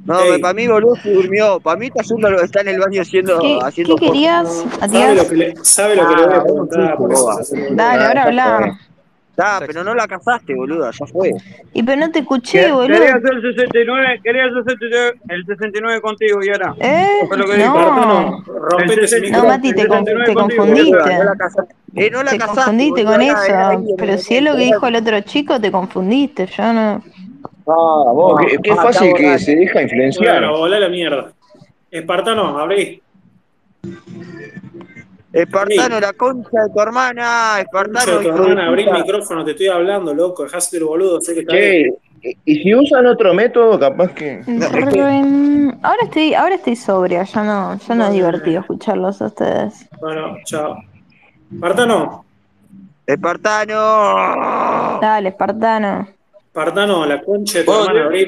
no,
Ey.
para mí, boludo, se durmió. Para mí está, haciendo, está en el baño haciendo.
¿Qué,
haciendo
qué querías, Ah,
¿sabe lo
Matías?
que le, sabe lo que le voy
Ah,
a preguntar? Por eso se hace el boludo.
Dale, ahora habla.
Está, pero no la casaste, boludo, ya fue.
Y pero no te escuché,
Quería
boludo.
hacer el 69, quería hacer el 69 el 69 contigo, Yara.
¿Eh?
Fue lo que dijo
No.
Espartano, rompete ese
No,
micrófono.
Mati, te, con- te
No
confundiste.
la casaste. Eh, no la
Te
casaste,
confundiste
boludo,
con
era- era ahí,
eso. Pero
en-
si es lo que dijo el otro chico, te confundiste. Yo no.
Ah, vos,
Qué, qué
Ah, está
fácil que
borracho.
se deja
Bueno,
influenciar.
volá la mierda. Espartano, abrí.
Espartano, la concha de tu hermana,
Concha
Espartano.
de tu
hijo de
hermana, abrí el
puta.
micrófono, te estoy hablando, loco. Dejás de ser boludo, sé que está
Che,
bien.
y- y si usan otro método, capaz que.
Rubén, Ahora estoy, ahora estoy sobria, ya no, ya no es divertido escucharlos a ustedes.
Bueno, chao. Partano,
Espartano.
Dale, Espartano.
Partano, la concha de tu
Vos,
hermana, abrí el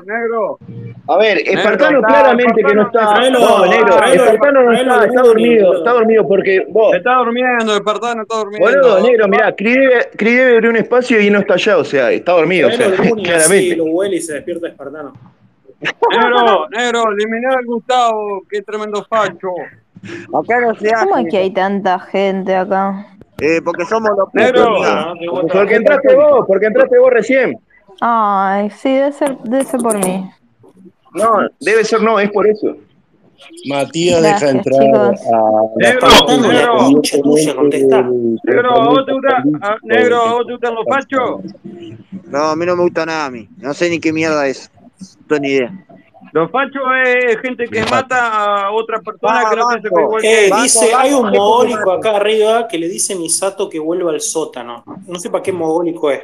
negro, negro.
A ver, Espartano
está,
claramente que no
Espartano,
está.
tráelo,
No, negro,
tráelo,
Espartano no
tráelo,
está, está
tráelo,
dormido,
boludo.
está dormido porque vos.
Está durmiendo, Espartano, está durmiendo.
Boludo, negro, mirá, Cris debe, Cris debe abrir un espacio y no está allá, o sea, está dormido, o sea,
Traelo el lunes, así
claramente.
lo huele y se despierta Espartano.
Negro, negro, eliminá al Gustavo, qué tremendo facho.
Acá no se hace.
¿Cómo es que hay tanta gente acá?
Eh, porque somos los
Negro.
putos, mira.
Ah, qué bueno.
Porque entraste vos, porque entraste vos recién.
Ay, sí, debe ser, debe ser por mí.
No, debe ser no, es por eso.
Matías
Gracias,
deja entrar
chicos.
a
Negro,
Partano, la
negro.
concha tuya, contestá.
Negro, ¿a vos te gusta, a- negro, ¿a vos te gustan los fachos?
No, a mí no me gusta nada a mí. No sé ni qué mierda es. No tengo ni idea.
Los fachos es gente que mata a otra persona que no piensa que igual que
Eh,
él.
dice, hay un mogólico acá arriba que le dice Misato que vuelva al sótano. No sé para qué mogólico es.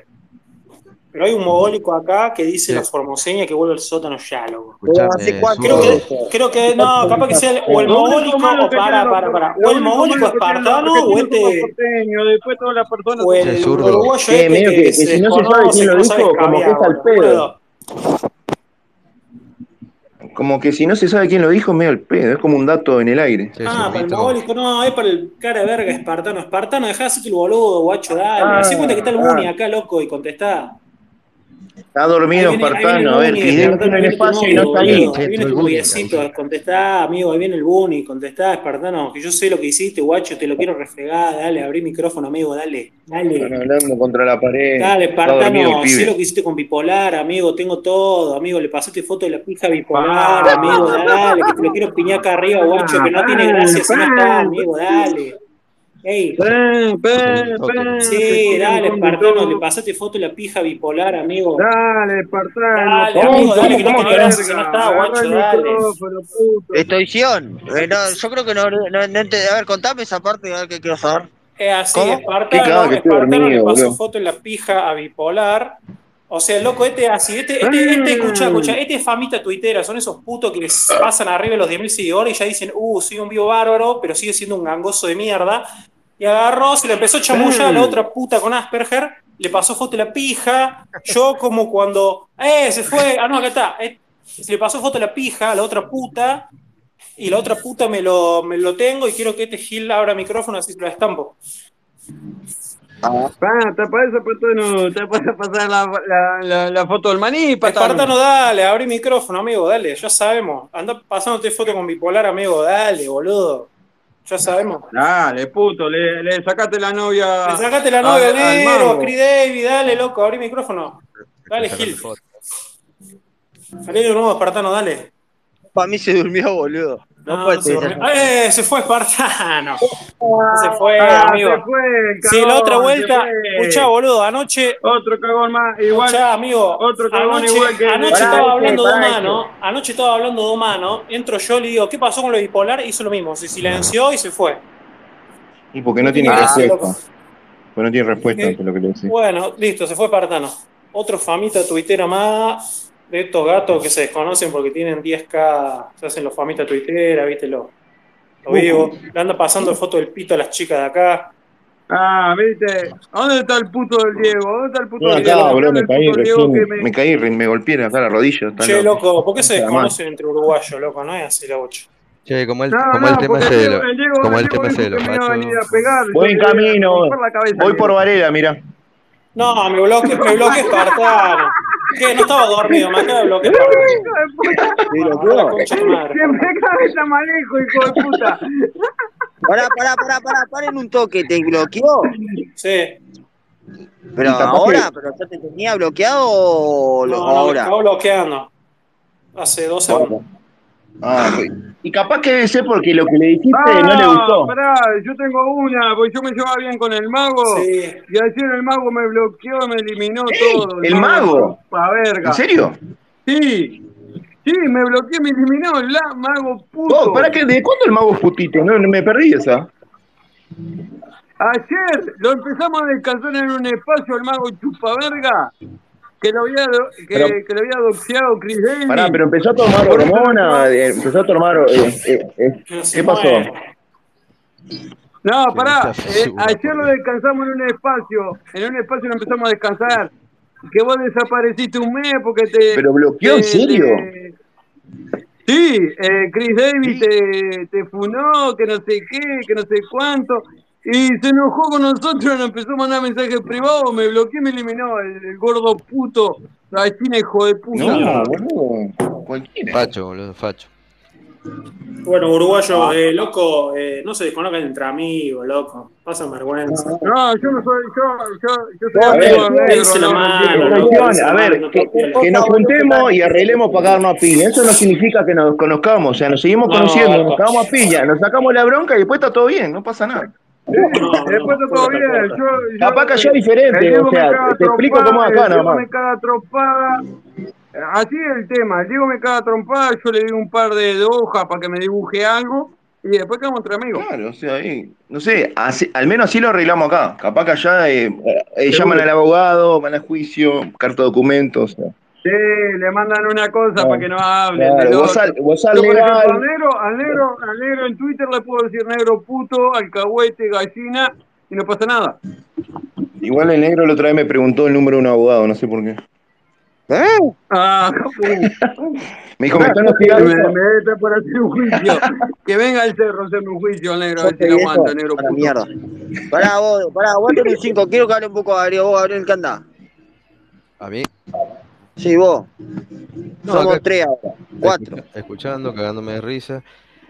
Pero hay un mogólico acá que dice la formoseña que vuelve al sótano ya, loco.
Eh, Hace cuatro.
Creo que, creo que, no, capaz que sea el, o el mogólico, o para, para, para. O el mogólico espartano, o este,
Después todas las personas.
o el uruguayo
Sí,
este
medio
que,
que- que
se
si no se sabe
desconoce,
quién lo
que no sabe
dijo, como que es
escabear,
al pedo.
boludo.
Como que si no se sabe quién lo dijo, medio el pedo, es como un dato en el aire.
Ah, para el mogólico, no, es para el cara de verga espartano. Espartano, dejá de hacerte el boludo, guacho, dale.
Ah,
Hacé cuenta que está el Muni acá, loco, y contestá.
Está dormido
Ahí viene- ahí viene
Espartano, a ver,
Muni,
Cris debe
Espartano,
estar en el
viene
espacio
tu
y no
novio,
está ahí.
boludo. Ahí viene tu noviecito, contestá, amigo, ahí viene el Buni, contestá, Espartano, que yo sé lo que hiciste, guacho, te lo quiero refregar, dale, abrí micrófono, amigo, dale,
Están
dale.
hablando contra la pared.
Dale,
está dormido
Espartano,
el
sé lo
pibe.
que hiciste con bipolar, amigo, tengo todo, amigo, le pasaste foto de la pija bipolar,
Ah.
amigo, dale, que te lo quiero piñar acá arriba, guacho, que no tiene gracia si no está, amigo, dale. Ey,
Ah,
Ven, ven, ven.
Sí, dale, Espartano, le pasaste foto de la pija bipolar, amigo.
Dale, Espartano.
Dale, amigo, dale, que no
¿Cómo
tiene gracia si no
verga?
está,
Agarrá
guacho,
el
dale.
micrófono, puto.
Estoición. Eh, no, yo creo que no, no, no ente- A ver, contame esa parte, a ver qué quiero saber.
Es Eh, así,
¿Cómo?
Espartano,
Qué cagada que estoy
Espartano le
dormido,
pasó
boludo.
foto en la pija a bipolar. O sea, loco, este es así, este, este, este,
Mm.
escucha, escucha, este es famita tuitera, son esos putos que les pasan arriba de los 10.000 seguidores y ya dicen, uh, soy un vivo bárbaro, pero sigue siendo un gangoso de mierda. Y agarró, se le empezó a chamullar a
Mm.
la otra puta con Asperger, le pasó foto de la pija, yo como cuando, eh, se fue, ah, no, acá está, eh, se le pasó foto de la pija a la otra puta, y la otra puta me lo, me lo tengo y quiero que este Gil abra micrófono así se lo estampo.
Pa, tapa Ah, eso, Espartano. Te puedes pasar la, la, la, la foto del maní, Espartano.
Espartano, dale, abrí micrófono, amigo, dale, ya sabemos. Anda pasándote foto con bipolar, amigo, dale, boludo. Ya sabemos.
Dale, puto, le, le sacaste la novia.
Le sacaste la novia
Ah, al- al
negro,
mango.
Cri David, dale, loco, abrí micrófono. Dale, Gil. Salí de nuevo, Espartano, dale.
Para mí se durmió, boludo. No, puede ser.
se, durmió. ¡Eh! Se fue Espartano. Se fue, amigo.
Ah, Se fue, el
Sí, la
cagón,
otra
se
vuelta.
fue.
Escuchá, boludo, anoche
Otro cagón más, igual.
Escuchá, amigo,
otro cagón
anoche,
igual que-
anoche
Pará,
estaba
este,
hablando de
pará,
humano, anoche estaba hablando de humano, entro yo, le digo, ¿qué pasó con lo bipolar? Hizo lo mismo, se silenció y se fue.
Y porque no tiene
Ah,
respuesta.
loco.
Porque no tiene respuesta
Eh,
ante lo que le decís.
Bueno, listo, se fue Partano. Otro famita tuitera más de estos gatos que se desconocen porque tienen 10k, se hacen los famitas tuitera, viste lo,
Uh.
lo vivo. Le anda pasando foto del pito a las chicas de acá.
Ah, viste. ¿Dónde está el puto del Diego? ¿Dónde está el puto
No,
del Diego?
acá, boludo,
¿Dónde
me
está
caí
el puto Diego
recién.
que
Me caí, re- me golpeé acá la rodilla. está
Che, loco, ¿por qué se
Está mal.
desconocen entre uruguayos, loco? No es así la bocha.
Che, como el,
No,
como
no,
el tema
porque
ese de lo-
el Diego-
como
Diego
el tema
dijo
ese de
que
los
me iba a
machos.
venir a pegar,
Buen
yo le iba a
camino.
romper la cabeza.
Voy por Varela, mira.
No, me bloqueé, me bloqueé Espartano. Que no estaba dormido, me acaba de bloquear Espartano.
Hijo de puta,
Ah, la concha de tu madre.
Siempre cabeza manejo, hijo de puta.
Pará, pará, pará, pará, paren un toque, te bloqueó.
Sí.
Pero
Capaz
ahora, pero ya te tenía bloqueado o
No,
lo-
no, me
ahora.
acabo bloqueando. Hace dos años.
Ah, sí. y capaz que debe ser porque lo que le dijiste no
Ah.
le gustó.
Pará, yo tengo una, porque yo me llevaba bien con el mago.
Sí.
Y ayer el mago me bloqueó, me eliminó
Ey,
todo.
¿el mago?
Pa verga.
¿En serio?
Sí. Sí, me bloqueó, me eliminó el la- mago puto.
Oh, Vos, ¿para qué? ¿De cuándo el mago es putito? No, no, me perdí esa.
Ayer lo empezamos a descansar en un espacio el mago Chupaverga, que lo había, do- que,
Pero-
que lo había doxeado Chris Denny.
Pará, pero empezó a tomar
Por-
hormona, eh, empezó a tomar. eh, eh, eh, ¿Qué pasó?
No, pará,
Sí,
eh,
seguro,
ayer lo descansamos en un espacio, en un espacio lo empezamos a descansar, que vos desapareciste un mes porque te...
¿Pero bloqueó, en
te-
serio?
te- Eh, Sí, eh, Chris Davis te, te funó, que no sé qué, que no sé cuánto, y se enojó con nosotros, nos empezó a mandar mensajes privados, me bloqueó y me eliminó, el, el gordo puto, gallina hijo de puta.
boludo.
Facho, boludo, facho.
Bueno, uruguayo, eh, loco, eh, no se desconozcan entre amigos, loco. Pasan vergüenza.
No, yo no soy, yo, yo, yo
A
soy
ver,
amigo de Negro,
dense la
no,
mano,
no, no,
loco,
no,
dense la
A ver,
mano,
que,
loco.
que nos juntemos y arreglemos para cagarnos a piña. Eso no significa que nos conozcamos, o sea, nos seguimos
No,
conociendo,
loco.
nos cagamos a piña, nos sacamos la bronca y después está todo bien, no pasa nada.
Después está todo bien. Yo, yo-
Capaz que allá es diferente,
el Diego
o sea,
me caga
te explico
trompada,
cómo es acá,
el
nada
Diego
más.
me caga trompada. Así es el tema. El Diego me caga trompada, yo le di un par de hojas para que me dibuje algo y después quedamos entre amigos.
Claro, o sea, ahí, no sé, así- al menos así lo arreglamos acá. Capaz que allá eh, eh, llaman al abogado, van a juicio, carta de documentos. o sea.
Sí, le mandan una cosa para que no hablen.
Claro,
del
vos
otro.
al- vos al
Yo, por
legal.
ejemplo, al negro, al, negro, al negro en Twitter le puedo decir negro puto, alcahuete, gallina y no pasa nada.
Igual el negro la otra vez me preguntó el número de un abogado, no sé por qué.
Ah,
Me dijo, me están
me,
hostigando.
me está por hacer un juicio. que venga el cerro a hacerme un juicio al negro, a ver si
Corte,
lo
viejo,
aguanta, negro
para
puto.
mierda. Pará, vos, pará, vos tenés cinco. Quiero que hable un poco a Gabriel. Vos, Gabriel, ¿qué andás?
A mí.
Sí, vos.
No,
Somos
acá-
tres ahora. Cuatro.
Escuchando, cagándome de risa.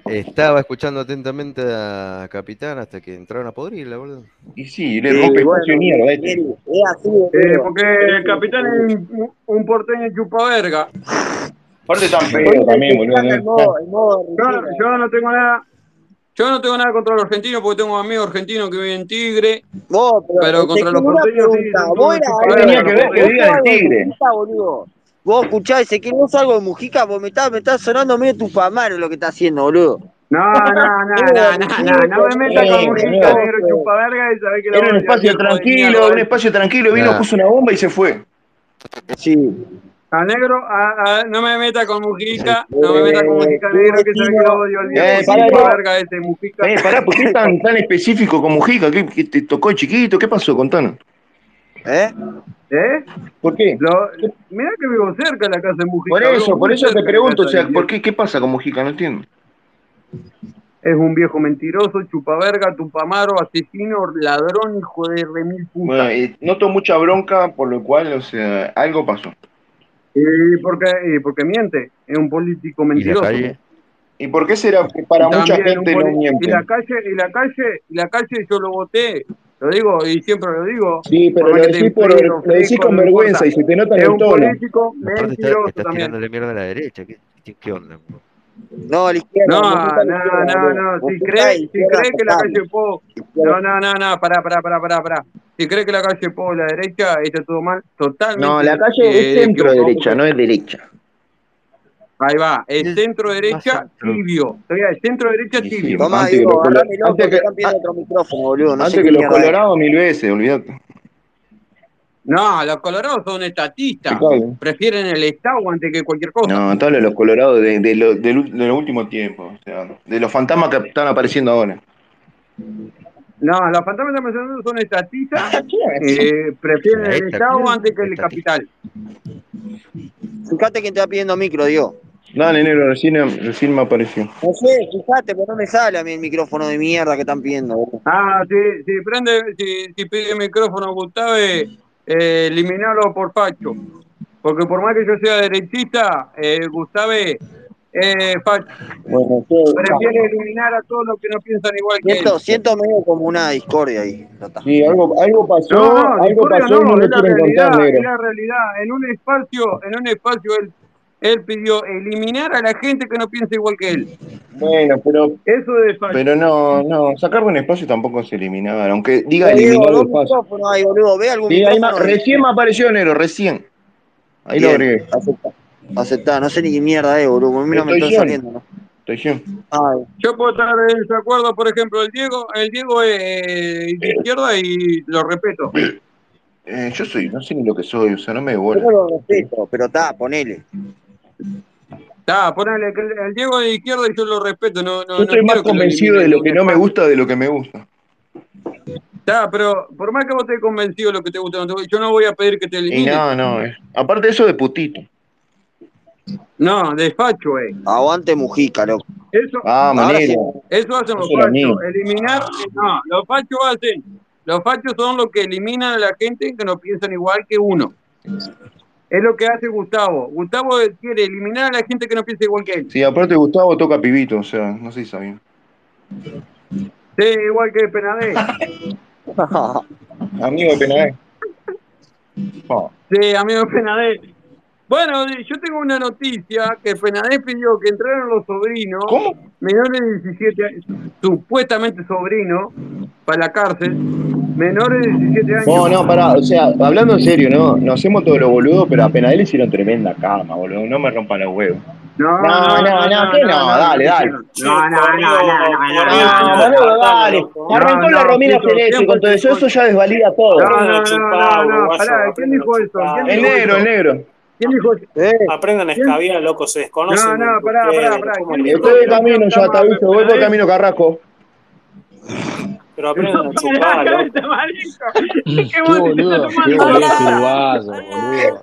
Estaba escuchando atentamente a Capitán hasta que entraron a podrirla, boludo.
Y sí,
Eh,
le rompe espacio de mierda, este.
Eh, porque el capitán es un, un porteño chupaverga.
Aparte tan feo también, boludo.
Yo, yo no tengo nada. Yo no tengo nada contra los argentinos porque tengo amigos argentinos que viven en Tigre.
Vos, pero,
pero
te
contra los
tengo una
porteños sí,
pregunta.
son todos
Vos era-
chupaverga.
tenía que ver que
Vos
diga el
algo de
tigre.
Mujica, boludo. Vos escuchá, ese que vos algo de Mujica, vos me estás, me estás sonando medio tu famaro lo que está haciendo, boludo.
No, no, no, no, no, no, no me metas con Mujica negro chupaverga y sabés que lo
Era un
voy a
espacio
hacer, hijo de
tranquilo,
mierda.
un espacio tranquilo, vino,
Nah.
puso una bomba y se fue.
Sí.
A negro, a- a- no me meta con Mujica, no me meta con Mujica negro que sabés que lo odio al
Eh,
viejo
pará,
chupaverga ese Mujica.
Eh, pará, ¿por qué tan, tan específico con Mujica? ¿Qué, qué te tocó de chiquito? ¿Qué pasó? Contanos.
¿Eh?
¿Eh?
¿Por qué?
Lo, mirá que vivo cerca de la casa de Mujica.
Por
vivo
eso, por
muy
eso
cerca
te
de la
pregunto, o
casa
sea,
de
¿por qué, qué pasa con Mujica? No entiendo.
Es un viejo mentiroso, chupaverga, tupamaro, asesino, ladrón, hijo de remil puta.
Bueno, eh, noto mucha bronca, por lo cual, o sea, algo pasó.
Y porque, y Eh, porque miente, es un político
Y la
mentiroso.
calle.
¿Y por qué será que para
También
mucha
un
gente no
poli- Y
miente?
la calle, y la calle, y la calle yo lo voté, lo digo y siempre lo digo.
Sí, pero
por
lo
más que te
decís, por,
implique,
lo decís
ofrezco,
con
no
vergüenza
importa.
y se te nota en
Es
el
un
tono.
político
Aparte, estás,
mentiroso
estás
también.
tirándole mierda a la derecha. ¿Qué, qué, qué onda? boludo?
No, a la izquierda.
No,
Mujica a
no,
la izquierda,
no,
boludo.
no. Si
Mujica
crees
y
si cree que la
total.
calle Po. No, no, no, no. Pará, pará, pará, pará. pará. Si crees que la calle Po es la derecha, ahí está todo mal. Totalmente.
No, la calle
eh,
es centro-derecha,
equivocado.
no es derecha.
Ahí va.
Es
El centro-derecha
más centro.
tibio. El centro-derecha
Sí, sí.
tibio.
Tomá,
Antes que
Diego,
los colo-
agarrámelo
antes
porque
que-
están pidiendo otro micrófono, boludo. No sé
Antes
qué
que los
mierda es.
colorados, mil veces, olvídate.
No, los colorados son estatistas.
Impecable.
Prefieren el Estado antes que cualquier cosa.
No, todos los colorados de, de, lo- del ul- de los últimos tiempos, o sea, de los fantasmas que están apareciendo ahora.
No, los fantasmas de Amazonas son
Ah,
estatistas. eh, prefieren el
Esta-
Estado antes que el
estatista.
capital.
Fijate quién te va pidiendo micro, Diego.
Dale, negro, recién, recién me apareció.
No sé, fijate, pero no me sale a mí el micrófono de mierda que están pidiendo, boludo.
Ah, si, si prende, si, si pide el micrófono Gustave, eh, eliminalo por facho. Porque por más que yo sea derechista, eh, Gustave, eh, facho.
Bueno, yo-
Prefiere eliminar a todos los que no piensan igual que él.
siento, siento medio como una discordia ahí. no está.
Sí, algo, algo pasó,
No, no,
algo
discordia
pasó y no
no,
lo
es la
quieren contar,
realidad, es
negro.
la realidad. En un espacio, en un espacio él, él pidió eliminar a la gente que no piensa igual que él.
Bueno, pero
Eso de facho.
Pero no, no, sacar un espacio tampoco es eliminar, aunque diga
Diego,
eliminar
dos
el espacio.
micrófonos ahí, boludo. Ve algún
Sí, ahí ma-
micrófono.
recién me apareció Nero, recién. Ahí lo
Bien,
agregué.
Aceptá, aceptá, no sé ni qué mierda es, boludo. A mí no me
Estoy
están
yo.
saliendo, ¿no?
Yo puedo estar en desacuerdo, por ejemplo, el Diego, el Diego es eh, de izquierda y lo respeto.
Eh, yo soy, no sé ni lo que soy, o sea, no me devuelvo.
Yo lo respeto, pero está, ponele.
Está, ponele que el el Diego es de izquierda y yo lo respeto. No, no,
Yo estoy
no
más
quiero que
convencido de
eliminen
lo que no me gusta de lo que me gusta.
Está, pero por más que vos estés convencido de lo que te gusta, no te gusta, yo no voy a pedir que te
Y
eliminen.
no, no. eh. Aparte de eso de putito.
No, despacho, eh.
Aguante Mujica, loco.
Eso,
Ah,
Ahora
manera.
sí.
eso hacen los
Eso es lo
fachos.
mismo.
Eliminar, no, los fachos hacen. Los fachos son los que eliminan a la gente que no piensan igual que uno. Es lo que hace Gustavo. Gustavo quiere eliminar a la gente que no piensa igual que él.
Sí, aparte Gustavo toca pibito, o sea, no sé si sabían.
Sí, igual que Penadé.
Amigo de Penagé.
Sí, amigo Penadé. Bueno, yo tengo una noticia que Penadé pidió que entraran los sobrinos, menores de 17 años, supuestamente sobrinos, para la cárcel, menores de 17 años.
No, no, pará, o sea, hablando en serio, ¿no? Nos hacemos todos los boludos, pero a Penadel hicieron tremenda cama, boludo. No me rompan los huevos.
No,
no, no, ¿qué no? Dale, dale.
No, no, no, no, no, no, no, no,
Boludo, dale.
no,
Arrancó
no,
la Romina
chicos,
Celeste,
siempre
con todo eso, eso ya desvalida todo.
No, no, no, no, no, pará, ¿quién dijo eso? ¿Quién
El
dijo
negro,
eso?
el negro.
¿Quién dijo eso?
Aprendan a
¿Quién?
escabiar, loco, se
No,
desconocen.
no, pará,
ustedes,
pará, pará.
¿cómo
¿Quién
no?
dijo
Estoy de
que no
camino, ya
está
está
mal,
visto, voy por
Penadé?
camino Carrasco.
Pero aprendan a
Pará,
chupar, loco.
cabeza, marico. ¿Qué vos te estás
Qué
tomando?
boludo uruguayo, boludo.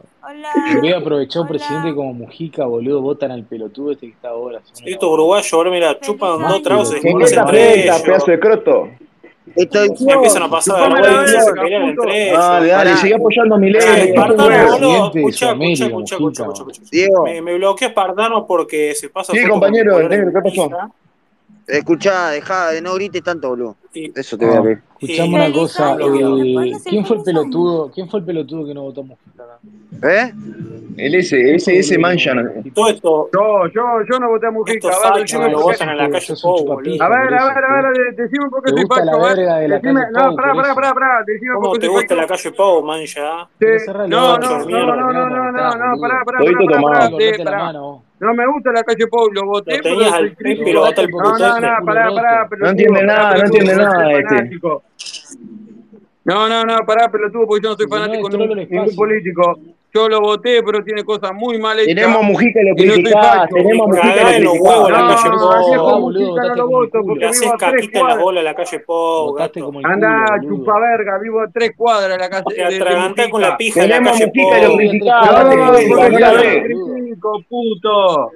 Hubiera aprovechado un presidente como Mujica, boludo. Votan al pelotudo este que está ahora.
Estos uruguayos, ahora mira, chupan dos tragos, se desconocen
Chingueta
entre
preta,
ellos.
pedazo de croto.
Empiezan a pasar de
Chupame
vuelta,
la
se
verga,
pelean entre ellos.
Dale, dale, seguí apoyando a mi
Eh,
ley.
Espartano, boludo,
Presidente Ah, de
escuchá, escuchá,
Sudamérica,
escuchá,
Mujica,
escuchá, escuchá.
Diego.
Me, me bloqueé Espartano porque se pasa
Sí,
foto con
compañero,
mi color
negro,
en
¿qué pasó?
camisa.
Escuchá, dejá, de no grites tanto, boludo.
Sí.
Eso
Ah.
te voy a ver.
Escuchame una cosa. eh, ¿Quién fue el pelotudo? ¿Quién fue el pelotudo que no votó a Mujica? acá?
¿Eh?
El ese, ese, ese mancha.
Todo esto.
No, yo, yo no voté a Mujica.
Estos
A ver,
fachos
Ah,
decime
que lo
por qué.
votan a la calle
Sos
Pou,
un
boludo.
chupapija,
A ver, a ver, a
por
ver, decime por qué
Te
soy
gusta la
facho, a ver.
verga de la
Decime,
calle
no,
Pou,
pará,
por
pará,
eso.
pará, pará, decime
¿Cómo
por
te
qué
gusta
soy
la
facho.
calle Pou, man, ya?
Sí, No, no, no, no, no, no, no, no, no, pará, pará, pará, pará, pará,
Digo,
sí,
andate la
pará.
mano, vos.
No me gusta la calle Pou, lo voté,
Lo tenías al
soy crítico.
Pepe, lo voté al
No, no,
Pepe.
no, pará, pará, pero
No entiende nada, no entiende nada este.
No, no, no, pará, pelotudo, porque yo no soy fanático de ningún, ningún político. Yo lo voté, pero tiene cosas muy mal hechas.
Tenemos a Mujica y lo
Y no soy
criticás,
facho.
tenemos a Mujica y lo criticás.
la
No,
calle
no,
Pou.
así es como
boludo,
Mujica, no
votaste
lo
como el
voto,
culo.
porque
Le haces
vivo a tres
caquita en las
cuadras.
bolas a la calle Pou,
Votaste
gato.
como el
Andá,
culo, boludo.
chupa verga, vivo a tres cuadras de la casa
Te
de, de
atragantás con la
Mujica.
pija en la
Tenemos a
calle
Mujica y lo
Pou.
criticás,
No,
date
porque yo
cuenta, mirá,
no
ve.
lo critico, puto.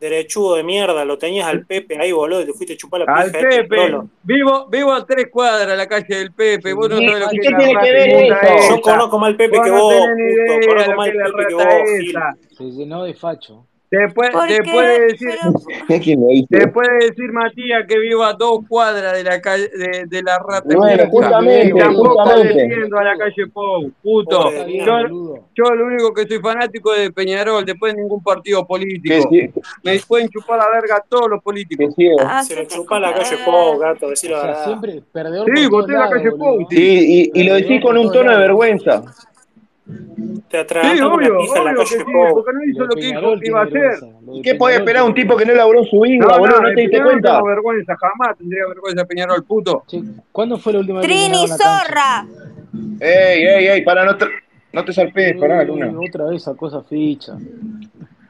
Derechudo de mierda, lo tenías al Pepe ahí, boludo, y te fuiste a chupar la pija.
Al
a este
Pepe,
trolo.
vivo, vivo a tres cuadras de la calle del Pepe, vos no
¿Y-
sabés lo
y
que
qué
es la
tiene que
rata
ver
inmunda
eso?
esa.
Yo conozco más al Pepe
Vos
que
no
vos,
tenés ni
puto.
idea
Conozco
lo
más
que es
al
la
Pepe que
rata
vos, Gil.
esa.
Se llenó de facho.
Te puede,
¿Por
te
qué?
puede decir,
Mirá quién lo
te
dice.
puede decir Matías que vivo a dos cuadras de la calle de, de la rata
Bueno,
inmunda.
justamente,
Y tampoco
justamente.
defiendo a la calle Pou, puto.
Pobre
Está bien,
Yo,
boludo.
yo lo único que soy fanático es de Peñarol, después de ningún partido
Que
político.
sí,
Me pueden chupar la verga a todos los políticos.
que sí.
Se lo chupa la calle Pou, gato, decir
O
la
sea,
verdad.
siempre perdedor
Sí,
por todos
voté la
lados,
calle Pou,
boludo.
sí.
Sí, y, y lo decís con un tono de vergüenza.
Te
Sí,
atragantás con la
obvio,
pija en la
obvio que
calle
sí,
Pou.
porque no
Lo
hizo
de
lo que dijo
Peñarol
que iba a
tiene
hacer.
vergüenza. lo
¿Y
de
qué podés
Peñarol
esperar un
tiene
tipo que no laburó en su vida,
No,
boludo?
no,
¿No
de
te diste
Peñarol no
cuenta?
tengo vergüenza, jamás tendría vergüenza de Peñarol, puto.
Che, ¿cuándo fue la última vez que
Trini
llenaron la cancha?
zorra.
Ey, ey, ey, para, no te, no te zarpees, pará, Luna.
Eh, otra vez sacó esa ficha.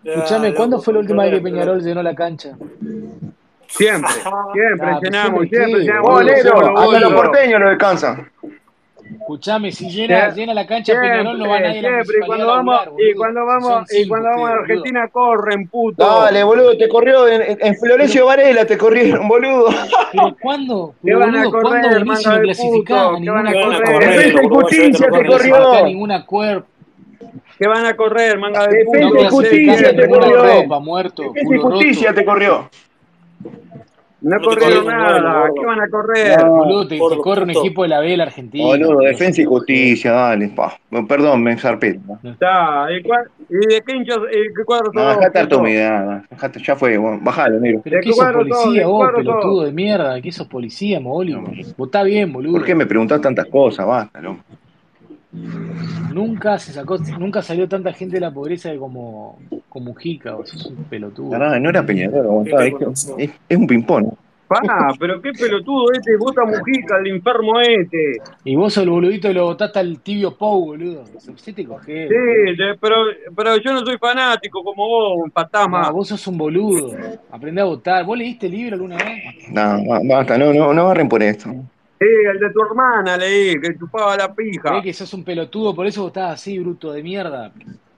Ya,
Escuchame, ¿cuándo
loco,
fue la última vez que
controla,
Peñarol llenó la cancha?
Siempre, siempre,
Ah, pero
llenamos,
siempre
siempre
qué,
llenamos.
Vos,
boludo,
los
negro,
bolos,
hasta los
boludo.
porteños lo descansan.
Escuchame, si llena,
Sie-
llena la cancha Peñarol no va
Siempre,
nadie a
siempre,
la
y
municipalidad
cuando
a
vamos,
laburar,
y
boludo.
cuando
Si son
vamos, y
cinco
cuando vamos a
ustedes, boludo.
Argentina corren, puto.
Dale, boludo, te corrió en, en Florencio Varela, te corrieron, boludo.
Pero ¿cuándo?
¿Qué
Pero
van a
boludo, ¿cuándo
correr,
venís y
manga
no
de
clasificás
puto?
a
¿Qué van
ninguna
a
Te van a
corte?
correr,
correr?
Defensa y justicia
uruguayo, te van a
te
No
correr.
clasificás a
corrió.
ninguna cuerpo.
¿Qué van a correr, manga de
Defensa
No
y
puto? Ustedes
clasificás a
justicia te
siempre
ninguna
corrió.
corren.
copa, muerto,
Defensa y
culo
justicia
roto.
te corrió.
No
No te corren
corrieron
un duelo,
nada. ¿Qué
gordo.
van a correr?
Boludo, te, te
Gordo,
corre un
puto.
equipo de la B, la Argentina.
Boludo,
no
defensa y
seas boludo.
justicia, dale, pa. Bueno, Perdón, me zarpé. No,
Está, ¿y, cuál- y de qué hinchas, y qué cuadro
Ah,
sos?
dejate harta
puto?
humedad, dejate, ya fue, bueno, bajalo, negro.
Pero
Te
que sos
cuadro todo,
policía,
te
vos,
cuadro todo.
pelotudo de mierda, que sos policía, mogolio. Votá bien, boludo.
¿Por qué me preguntás tantas cosas? Basta, loco.
Nunca se sacó, nunca salió tanta gente de la pobreza que como, como Mujica, o sea, es un pelotudo.
Pará, no era Peñarol, aguantá, es, que- es- es un ping-pong.
Pará, pero qué pelotudo este, vota Mujica, el enfermo este.
Y vos el boludito lo botaste al tibio Pou, boludo. Sí te cogés.
Sí, de- pero, pero yo no soy fanático como vos, un fantasma.
No, vos sos un boludo. Aprende a votar. ¿Vos leíste el libro alguna vez?
No, ba- basta, no, no, no barren por esto.
Sí, el de tu hermana leí, que chupaba la pija.
Crees que sos un pelotudo, por eso votás así, bruto de mierda.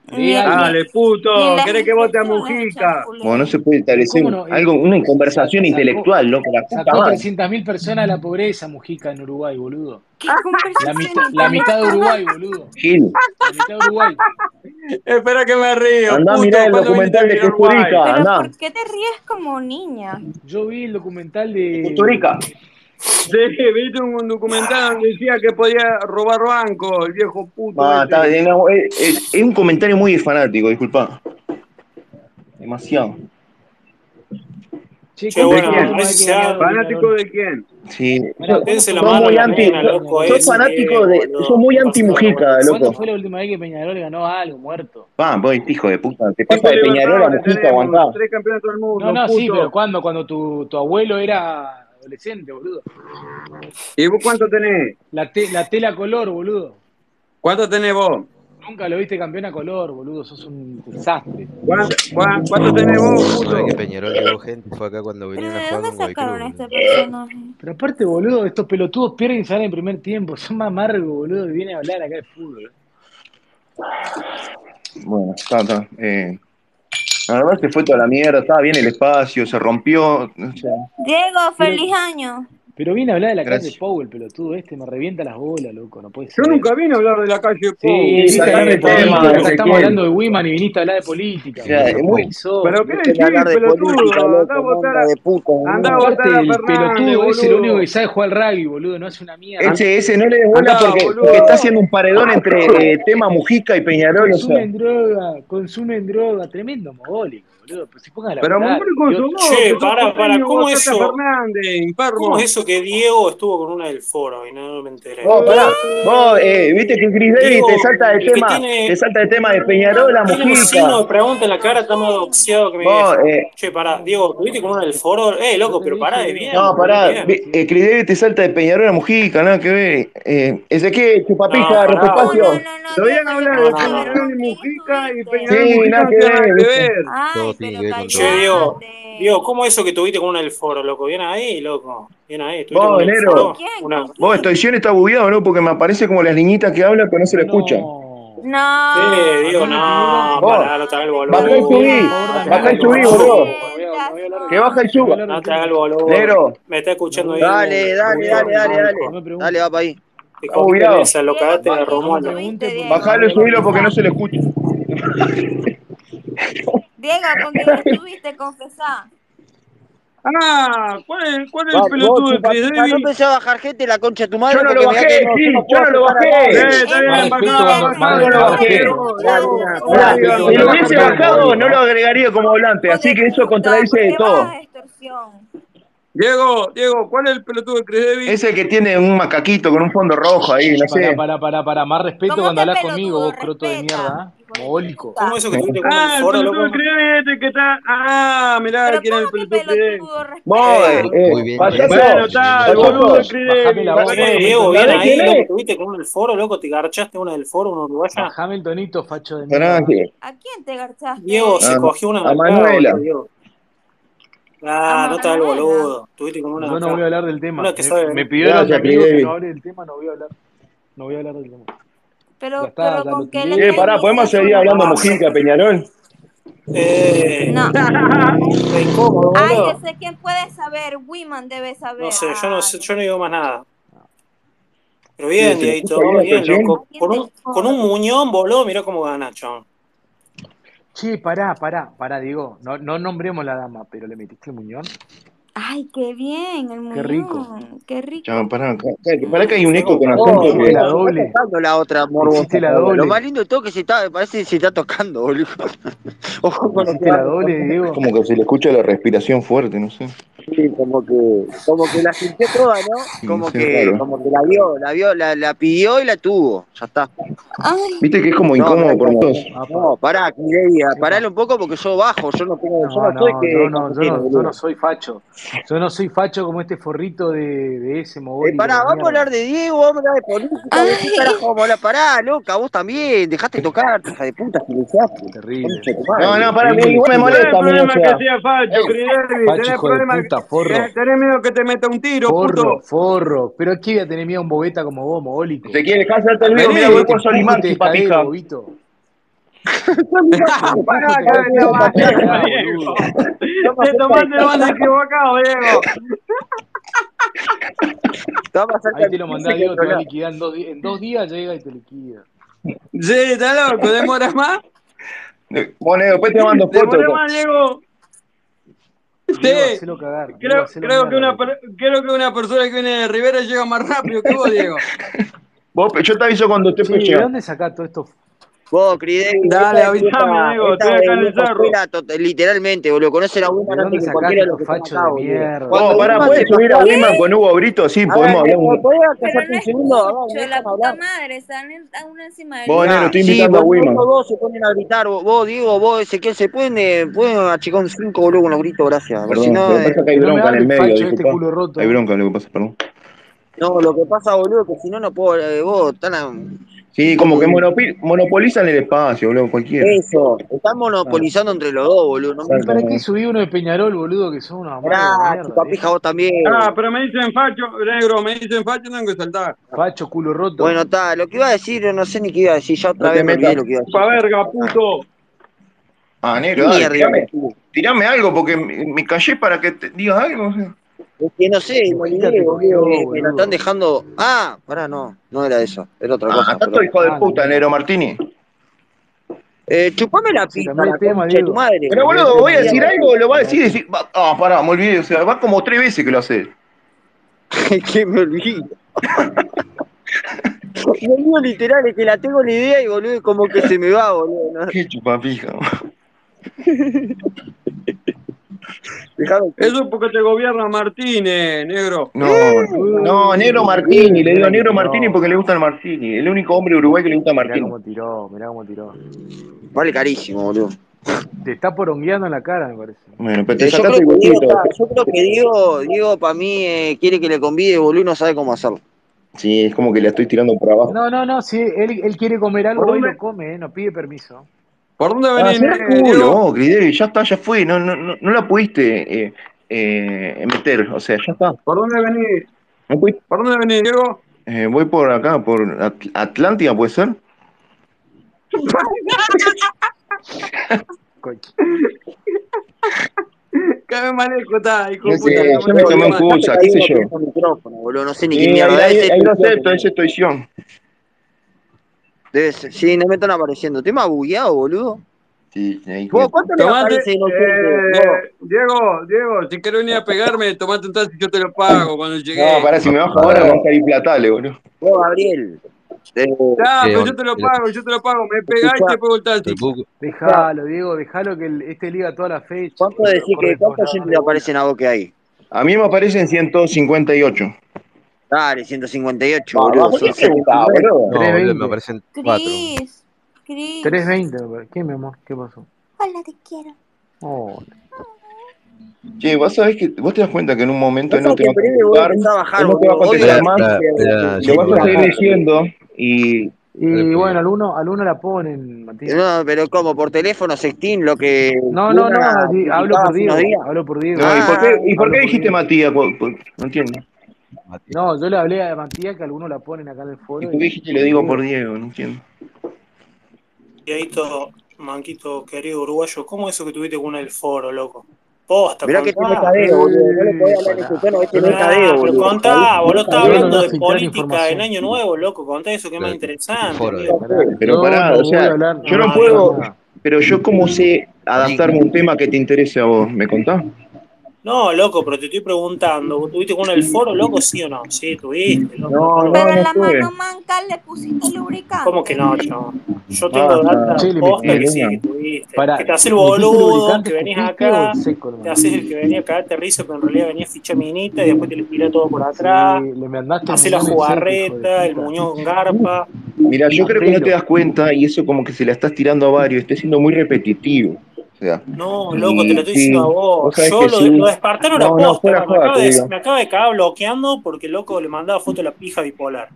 Dale, puto, querés que vote a
Mujica.
Bueno, no se puede establecer
¿Cómo no?
algo, una conversación
Sacó-
intelectual, loco, la puta
Sacó
madre.
300.000 personas de la pobreza, Mujica, en Uruguay, boludo. La
conversación
mitad, la mitad de Uruguay, boludo.
Gil.
La mitad de Uruguay.
Espera que me río.
Andá a mirar el documental de Custurica,
Ah,
Custurica,
andá.
¿Por qué te ríes como niña?
Yo vi el documental de.
Custurica. Sí, viste un documental donde decía que podía robar banco, el viejo puto. este.
Ah,
ese.
está bien, no, es, es- es un comentario muy fanático, disculpa. Demasiado.
Che,
¿de quién?
¿Fanático de quién?
Sí.
Pará,
Yo-
¿cómo fue-
sos muy anti,
eh.
sos fanático de, sos muy anti Mujica,
¿Cuándo
loco.
fue la última vez que Peñarol ganó algo, muerto?
Va, vos, hijo de puta, te pasa de Peñarol a Mujica, aguantá.
Tres campeonatos del mundo.
No, no, sí,
puto.
pero ¿cuándo? Cuando tu, tu abuelo era adolescente, boludo.
¿Y vos cuánto tenés?
La, te- la tela color, boludo.
¿Cuánto tenés vos?
Nunca lo viste campeón a color, boludo. Sos un desastre.
¿Cuánto, cuánto tenés vos, puto?
¿Sabés que Peñarol llevó gente? Fue acá cuando vinieron a jugar con Guaycruz. boludo.
Pero aparte, boludo, estos pelotudos pierden y salen en primer tiempo. Son más amargos, boludo, y vienen a hablar acá de fútbol.
Bueno, está, está. eh, la verdad se fue toda la mierda, estaba bien el espacio, se rompió. o sea,
Diego, feliz año.
Pero viene a hablar de la
Gracias.
calle Powell, pelotudo este, me revienta las bolas, loco, no puede
Yo
ser.
nunca vine a hablar de la calle
Sí,
Pou.
viniste a hablar de política,
Ezequiel.
estamos hablando de Wiman y viniste a hablar de política.
O sea,
boludo,
es muy-
¿qué sos?
Pero qué decís, pelotudo, andá a votar a- andá a votar
Aparte,
a
el
Fernández,
pelotudo ese, lo único
boludo.
que sabe es jugar al rugby, boludo, no hace una mierda.
Ese, ese no le des bola
Andá,
porque,
boludo.
porque está haciendo un paredón entre eh, tema Mujica y Peñarol. O sea.
Consumen droga, consumen droga, tremendo mogólico, boludo. Pues si pongan la
Pero
verdad,
mogólico con su
idiota.
voz, Che, que sos pará, pará, costeño, ¿cómo Batata eso? ¿Cómo es
Fernández,
eso que Diego estuvo con una del foro y no me enteré?
Vos, pará, vos, eh, viste que Chris Davis
Digo,
te salta de
el que
tema,
tiene-
te salta de tema de Peñarol a
Tiene un signo de
Mujica.
pregunta en la cara, está más doxiado que mi
Vos,
vieja.
eh.
Che, pará, Diego, ¿tuviste con una del foro? Eh, loco, pero pará de bien.
No, pará,
bien.
vi- eh, Chris Davis te salta de Peñarol a Mujica, nada que ver. Eh, Ezequiel,
No,
chupapija,
pará.
rompe espacio.
Todavía no hablar de
no, no, no. Ah,
Peñarol y Mujica y Peñarol y
Sí,
Mujica
nada
no
que
tiene nada que
ver.
ver.
Todo tiene que ver con
Che,
todo.
Diego, Diego, ¿cómo eso que tuviste con una del foro, loco? Bien ahí, loco. Bien ahí, ¿tuviste
Vos,
con el
Nero.
foro? Una...
Vos, Estación está bugueado, ¿no? Porque me aparece como las niñitas que hablan, pero no se la escucha.
No.
Ah,
Sí, Diego, no,
Vos.
pará, no te hagas el boludo.
Bajá y subí, bajá y subí, boludo. Que baja y suba.
No te hagas el boludo.
Nero.
Me está escuchando ahí.
Dale, dale, dale, dale, dale. Dale, va para ahí.
Te
Oh,
cogiste
mirá.
esa, lo cagaste de Romualdo.
Bajalo y subilo porque no se le escucha.
Diego, ¿con quién estuviste? Confesá.
Ah, ¿cuál es, cuál es
Va,
el pelotudo
vos,
de Chris
chupapija, No
Davis?
empecé a bajar gente la concha de tu madre.
Yo no lo
porque me da
bajé,
que no-
sí,
no
yo
puedo
no lo
apretar
bajé.
a vos.
Eh, está bien,
Respeto,
bajá,
respeto,
bajá,
respeto,
no lo bajé.
respeto, respeto.
Mirá, Si lo hubiese bajado, no lo agregaría como volante, así que eso contradice de todo.
Diego, Diego, ¿cuál es el pelotudo de Chris Davis?
Ese que tiene un macaquito con un fondo rojo ahí, no sé.
Pará, pará, pará, pará, más respeto
¿Cómo
cuando
te
hablas
pelotudo?
conmigo, vos croto de mierda, ¿eh? mogólico.
¿Cómo eso que tuviste con
Ah,
el
el
foro,
pelotudo de
loco?
Chris Davis este que está. Ah, mirá, ¿quién es el pelotudo de Chris Davis?
Vos, eh,
Muy bien,
payaso.
Bueno, está, el
Payaso.
boludo de Chris
Bajame
Davis.
la voz.
Eh, Diego, bien
¿Sabés
ahí,
quién
loco,
es?
tuviste con una del foro, loco, te garchaste una del foro, una uruguaya.
Bajame el tonito, facho de mierda.
Pará, que-
¿A quién te garchaste?
Diego se
Ah,
cogió una
a
de acá,
Manuela.
boludo, Diego. Ah, no te hagas el boludo. Tuviste con una de
Yo no
acá.
voy a hablar del tema.
Una que
Me-
sabe.
Me pidió el
Gracias,
otro amigo
Chris
que
Davis.
no hable del tema, no voy a hablar. No voy a hablar del tema.
Pero,
Ya está,
pero
ya
¿con
lo
qué
tiré.
le
Eh, pará, ¿podemos seguir hablando Mujica, Peñarol?
Eh,
No.
re incómodo,
Ay,
boludo.
yo sé quién puede saber. Wiman debe saber. Ah,
No sé, yo no sé, yo no digo más nada. Pero
Sí,
bien,
se le
Dieguito,
escucha bien la
bien,
presión.
loco. Con un, con un muñón, boludo, mirá cómo gana, chabón.
Che, pará, pará, pará, Diego. No, no nombremos la dama, pero le metiste el muñón.
Ay, qué bien, el muñón.
rico.
Qué rico.
Ya, pará, acá- acá- pará que hay un eco con
Oh,
acento que-
la doble. la otra, morbo.
Hiciste la doble.
Lo más lindo de todo es que se está, parece que se está tocando, boludo. Ojo con lo que hago.
Como que se le escucha la respiración fuerte, no sé.
Sí, como que, como que la sintió toda, ¿no? Como
Sí,
que,
claro.
como que la vio, la vio, la, la pidió y la tuvo. Ya está.
Viste que es como incómodo
pará,
por
pará.
todos.
No, pará, Mireia, parale un poco porque yo bajo, yo no tengo, yo
No,
no,
no,
soy que. Eh,
no, no, yo no, yo no soy facho. Yo no soy facho como este forrito de, de ese mogol.
Eh, pará, vamos a hablar de Diego, vamos a hablar de política, de qué carajo vamos a hablar. Pará, loca, vos también, dejate tocar, hija de puta, silenciaste.
Terrible.
este
No, no, pará,
Tenés
igual me molesta,
el problema
o sea.
que sea Facho, Cridarvi,
Facho,
tenés
hijo de
problema
puta,
que-
forro.
tenés- tenés miedo que te meta un tiro,
Forro,
puto.
forro. Pero aquí voy a tener miedo a un bobeta como vos, mogólico.
Te quiere dejar hacerte el video,
Vení,
mira, voy
te
por
empujo,
Solimar,
te
chupa
escalé,
pija.
bobito.
Pará, que no va a ser, Diego. Te tomaste el bando equivocado, Diego.
Ahí te lo mandá
mandás,
Diego, te va a liquidar en dos, di- en dos días, llega y te liquida.
Sí, está loco, demora más.
Eh, Bueno, después te mando fotos.
Demora más, Diego. Sí,
Hacelo cagar.
creo, creo, que una, per- creo que una persona que viene de Rivera llega más rápido que vos, Diego.
Vos, pero yo te aviso cuando esté
Sí, ¿de
pecho.
dónde sacás todo esto?
Vos, Cridel,
Dale,
esta-
avísame, Diego,
esta
estoy acá en
de
el cerro.
Lucosera, to- Literalmente, boludo, conoce la Wilma
dónde
antes que
sacaste
cualquiera de los
estos
que están
fachos
acá,
de
boludo.
mierda?
Vos, Oh, pará,
Wilma
¿puedes
se
subir a
tocó-
Wiman con Hugo Brito? Sí,
A ver,
podemos hablar.
Diego,
un-
¿podés
Pero
casarte
no
un segundo? A
escucho,
ver,
la
déjame
puta
hablar.
madre, están en- a una encima de
Vos,
la
nene,
otra.
estoy
Sí,
invitando a
boludo,
Wiman.
estos dos se ponen a gritar, vos, vos, Diego, vos, Ezequiel, se pueden, eh, pueden achicar un 5, boludo, con los gritos, gracias. Porque
Perdón,
si
lo
no,
que
eh,
pasa es que hay
que no me
bronca en el
hable,
medio,
facho, este
disculpa.
culo roto.
Hay bronca lo que pasa, perdón.
no, lo que pasa, boludo, que si no, no puedo, eh, vos, están a-
Sí, como que monopi- monopolizan el espacio, boludo, cualquiera.
eso, están monopolizando entre los dos, boludo. No me
¿Y para qué subí uno de Peñarol, boludo, que son unos amargos de
Pará,
mierda?
chupapija, vos también.
Ah, pero me dicen facho, negro, me dicen facho, tengo que saltar.
Facho, culo roto.
Bueno, está, lo que iba a decir, no sé ni qué iba a decir, ya otra
No te
vez me olvidé
metas.
lo que iba a decir.
Pa' verga, puto.
Ah, negro, dale,
Mierda.
tirame, tirame algo porque me me callé para que te digas algo. o sea.
Es que no sé, me olvidé,
Imagínate
boludo,
cómo quedó,
me- me la
boludo.
están dejando. Ah, pará, no, no era eso, era otra
Ah,
cosa.
tanto
perdón.
hijo de
Ah,
puta, negro Martini.
Eh, chupame la
Se
pita,
cambió el
la
tema,
concha de tu
Diego.
madre.
Pero boludo, voy a decir algo, lo va a decir, decir va- ah, pará, me olvidé, o sea, va como tres veces que lo hace.
que me olvido. Lo digo literal, es que la tengo la idea y boludo, como que se me va, boludo. ¿no?
Qué chupapija.
Dejame-
Eso es porque te gobierna Martínez, negro.
No, Eh, no, negro Martini, le digo negro Martini porque le gusta el Martini, el único hombre uruguay que le gusta el
Mirá
Martini.
cómo tiró, mirá cómo tiró.
Vale carísimo, boludo.
Te está porongueando en la cara, me parece.
Bueno, pero
Eh,
te
yo,
sacaste el
creo que Diego,
huequito.
está- yo creo que Diego, Diego para mí eh, quiere que le convide, boludo, y no sabe cómo hacerlo.
Sí, es como que la estoy tirando por abajo.
No, no, no, si él, él quiere comer algo,
¿Por
él
dónde?
lo come, eh, no pide permiso.
¿Por dónde
Ah,
venís,
será
eh,
culo,
Diego?
vos, Gridel, ya está, ya fue, no, no, no, no la pudiste eh, eh, meter, o sea, ya está.
¿Por dónde venís?
No pudiste-
¿Por dónde venís, Diego?
eh, voy por acá, por At- Atlántida, ¿puede ser?
Coche.
Que me manejo, está, hijo de
No sé,
puta.
yo me tomé un
culo.
culo. Pucha, qué sé yo.
Con micrófono, boludo, no sé ni qué
Sí, ahí,
mierda
Eh, ahí,
es. este,
ahí lo acepto, esa es tu edición.
Debe ser- Sí, no me están apareciendo. Estoy más bugueado, boludo.
Sí, ahí-
Vos, ¿cuánto le
Tomate,
aparece inocente? Vos.
eh, Diego, Diego, si querés venir a pegarme, tomate un taxi y yo te lo pago cuando llegue.
No, pará, si me vas ahora me vas a ir platales, boludo.
Vos, Gabriel.
Ya,
Eh,
Sí,
pero
bueno,
yo te lo
mira.
pago, yo te lo pago. Me pegás y te pego el taxi.
Tampoco-
Dejalo, Diego, dejalo que el- este liga toda la fecha.
¿Cuánto
Los
decís que
corre todos
cuántos
lados,
gente le aparecen a vos que hay?
A mí me aparecen 158.
Dale, 158,
Ah,
boludo.
¿por qué
Son
se gusta,
79.
boludo?
No,
3.20.
boludo, me aparecen cuatro.
Cris, Cris.
3.20, me parece. ¿Qué, mi amor? ¿Qué pasó?
Hola, te quiero.
Oh,
Che, vos sabés que vos te das cuenta que en un momento
Vos
no te va a
sos que breve,
contestar,
vos empezás a bajar,
no te va a
boludo.
contestar
Odio
más,
Espera, espera,
eh,
lo vas a
espera.
seguir diciendo y
Y bueno, al uno, al uno la ponen, Matías.
No, pero como por teléfono, sextín, lo que.
No, no, no,
Luna
di- hablo
criticaba
por
hace unos
Diego.
días.
Hablo por Diego.
No, ¿y por qué, y por
Hablo
qué
por
dijiste
Diego.
Matías? Cu- cu- No entiendo.
Matías.
No, yo le hablé a Matías que algunos la ponen acá en el foro.
¿Y por qué dijiste le digo por Diego? No entiendo.
Dieguito, manquito querido uruguayo, ¿cómo es eso que tuviste con el foro, loco? Posta,
Mirá que
contá.
tiene cadeo, boludo. No le podés hablar en ese tono, este no es
Nah,
cadeo,
pero
boludo.
contá, vos no estás
Yo no voy
hablando
a
de
filtrar
política
información.
en Año Nuevo, loco, contá eso que es más
Claro,
interesante,
foro,
amigo.
Pero pará, o sea, yo no puedo- Pero yo cómo sé adaptarme a un tema que te interese a vos, ¿me contás?
No, loco, pero te estoy preguntando, ¿vos tuviste con el foro, loco, sí o no? Sí, tuviste, loco.
No, Pero en la mano manca le pusiste lubricante.
¿Cómo que no, chavo? Yo tengo data
Chile,
posta
me-
que sí,
me-
que tuviste.
Pará,
que te haces el
¿me dijiste
boludo,
lubricante,
que venís
escupiste o
acá,
el seco, nomás?
te haces el que venía acá, aterrizo, pero en realidad venía ficha minita y después te le piró todo por atrás.
Le mandaste
Hace la
muñón en seco,
jugarreta, el muñón con garpa.
Mira, yo creo que no te das cuenta y eso como que se la estás tirando a varios, está siendo muy repetitivo. O sea,
No, loco, te lo estoy
Sí,
diciendo a
vos
vos.
sabés
Yo
que
lo,
sí.
lo despertaron
No,
a
no,
posta.
fuera
me,
joda,
acaba
te
de,
digo.
me acaba de cagar bloqueando porque, loco, le mandaba foto a la pija bipolar.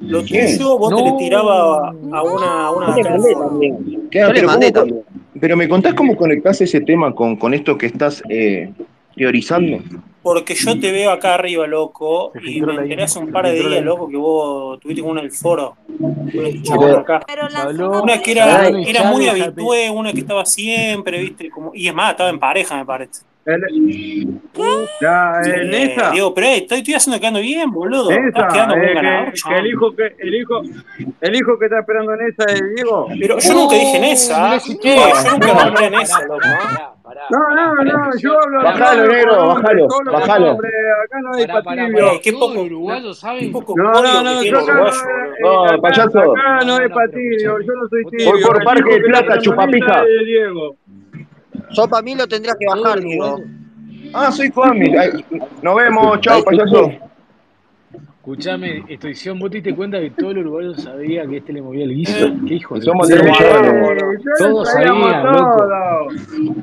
Lo
¿Quién?
tuyo, vos te le tiraba a una, a una
Yo le
acá.
mandé también.
Claro,
Yo le
pero
mandé
¿cómo-
también.
Pero me contás cómo conectás ese tema con, con esto que estás eh, teorizando.
Porque yo te veo acá arriba, loco, y me enteré hace un par de días, loco, que vos tuviste con una del foro. Una chabona acá. Una que era,
Habló
era muy
Chávez,
habitué, una que estaba siempre, viste, como, y es más, estaba en pareja, me parece.
La, en
Eh,
esa.
Digo, pero eh, estoy, estoy haciendo quedando bien, boludo.
Esa,
Estás quedando como
eh,
un ganador,
que, que
chabón.
el hijo que el hijo el hijo que está esperando en esa de Diego.
Pero yo nunca dije en esa. Eh, yo nunca nombré en esa, loco.
No, no, no, yo hablo
Bajalo,
hablo
negro,
por nombre,
bajalo,
solo por
bajalo.
nombre, acá no hay
pará.
patillo.
Qué poco
uruguayo, ¿saben?
poco
No,
código
Ah, no,
que
no,
tiene
yo
el
acá,
uruguayo,
eh,
boludo.
acá- Acá no hay patillo, yo no soy tibio.
Voy por
el
Parque
hijo
de
que está esperando
Plata,
en esa
chupapija.
es de Diego.
Yo para mí lo tendrías que bajar, Diego.
Ah, soy Juanmi. Ay, Nos vemos, chao, payaso.
Escuchame, Estoición, ¿vos te diste cuenta que todo el uruguayo sabía que este le movía el guiso?
Eh,
¿Qué hijo de
Somos
puta?
de Millán.
Eh,
Todos sabían, loco.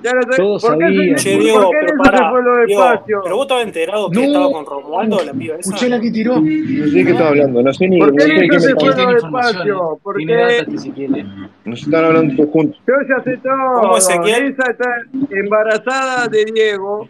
Ya lo sé.
Todos
¿Por qué se-
sabían.
Che,
¿Por
Diego,
qué en
pero
eso se
pará.
fue lo de
Diego,
Facio?
pero vos estabas enterado que
No.
estaba con Romualdo, la piba esa.
Escuché la que tiró.
No sé de qué estás hablando, no sé ni
¿Por
no
qué
sé
en
de qué
eso
me
se
están
fue lo
hablando.
de Facio? ¿Por qué?
Nos están hablando todos juntos.
Yo ya sé todo.
¿Cómo Ezequiel?
Esa está embarazada de Diego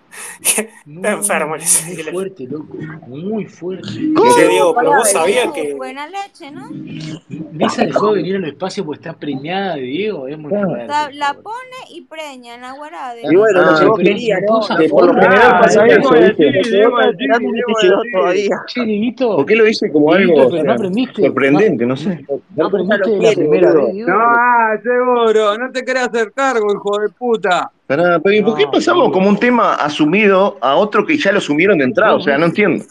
Está enfermo.
Muy fuerte, loco. Muy fuerte.
Che, Diego, pero
Pará,
vos
Diego,
sabías que.
Buena leche, ¿no?
Lisa dejó de venir al espacio porque está preñada de Diego. Es
Ah.
muy
O
fuerte.
sea, la pone y preña en la guarade.
Y bueno, lo
Ah,
que vos
pero
querías,
en
¿no?
todas
Que
por lo
formas-
general pasa
Diego,
eso, ¿viste?
Diego,
Diego,
Diego,
esperando y no te llegó todavía.
Che, Dieguito.
¿Por qué lo dice como
Dieguito,
algo o
pero
sea,
no aprendiste.
sorprendente? No sé.
No aprendiste
lo
de la
quiere,
primera
boludo.
vez, Diego.
No, ah, seguro, no te querés hacer cargo, hijo de puta.
Pará, pero ¿y por qué pasamos como un tema asumido a otro que ya lo asumieron de entrada? O sea, no entiendo.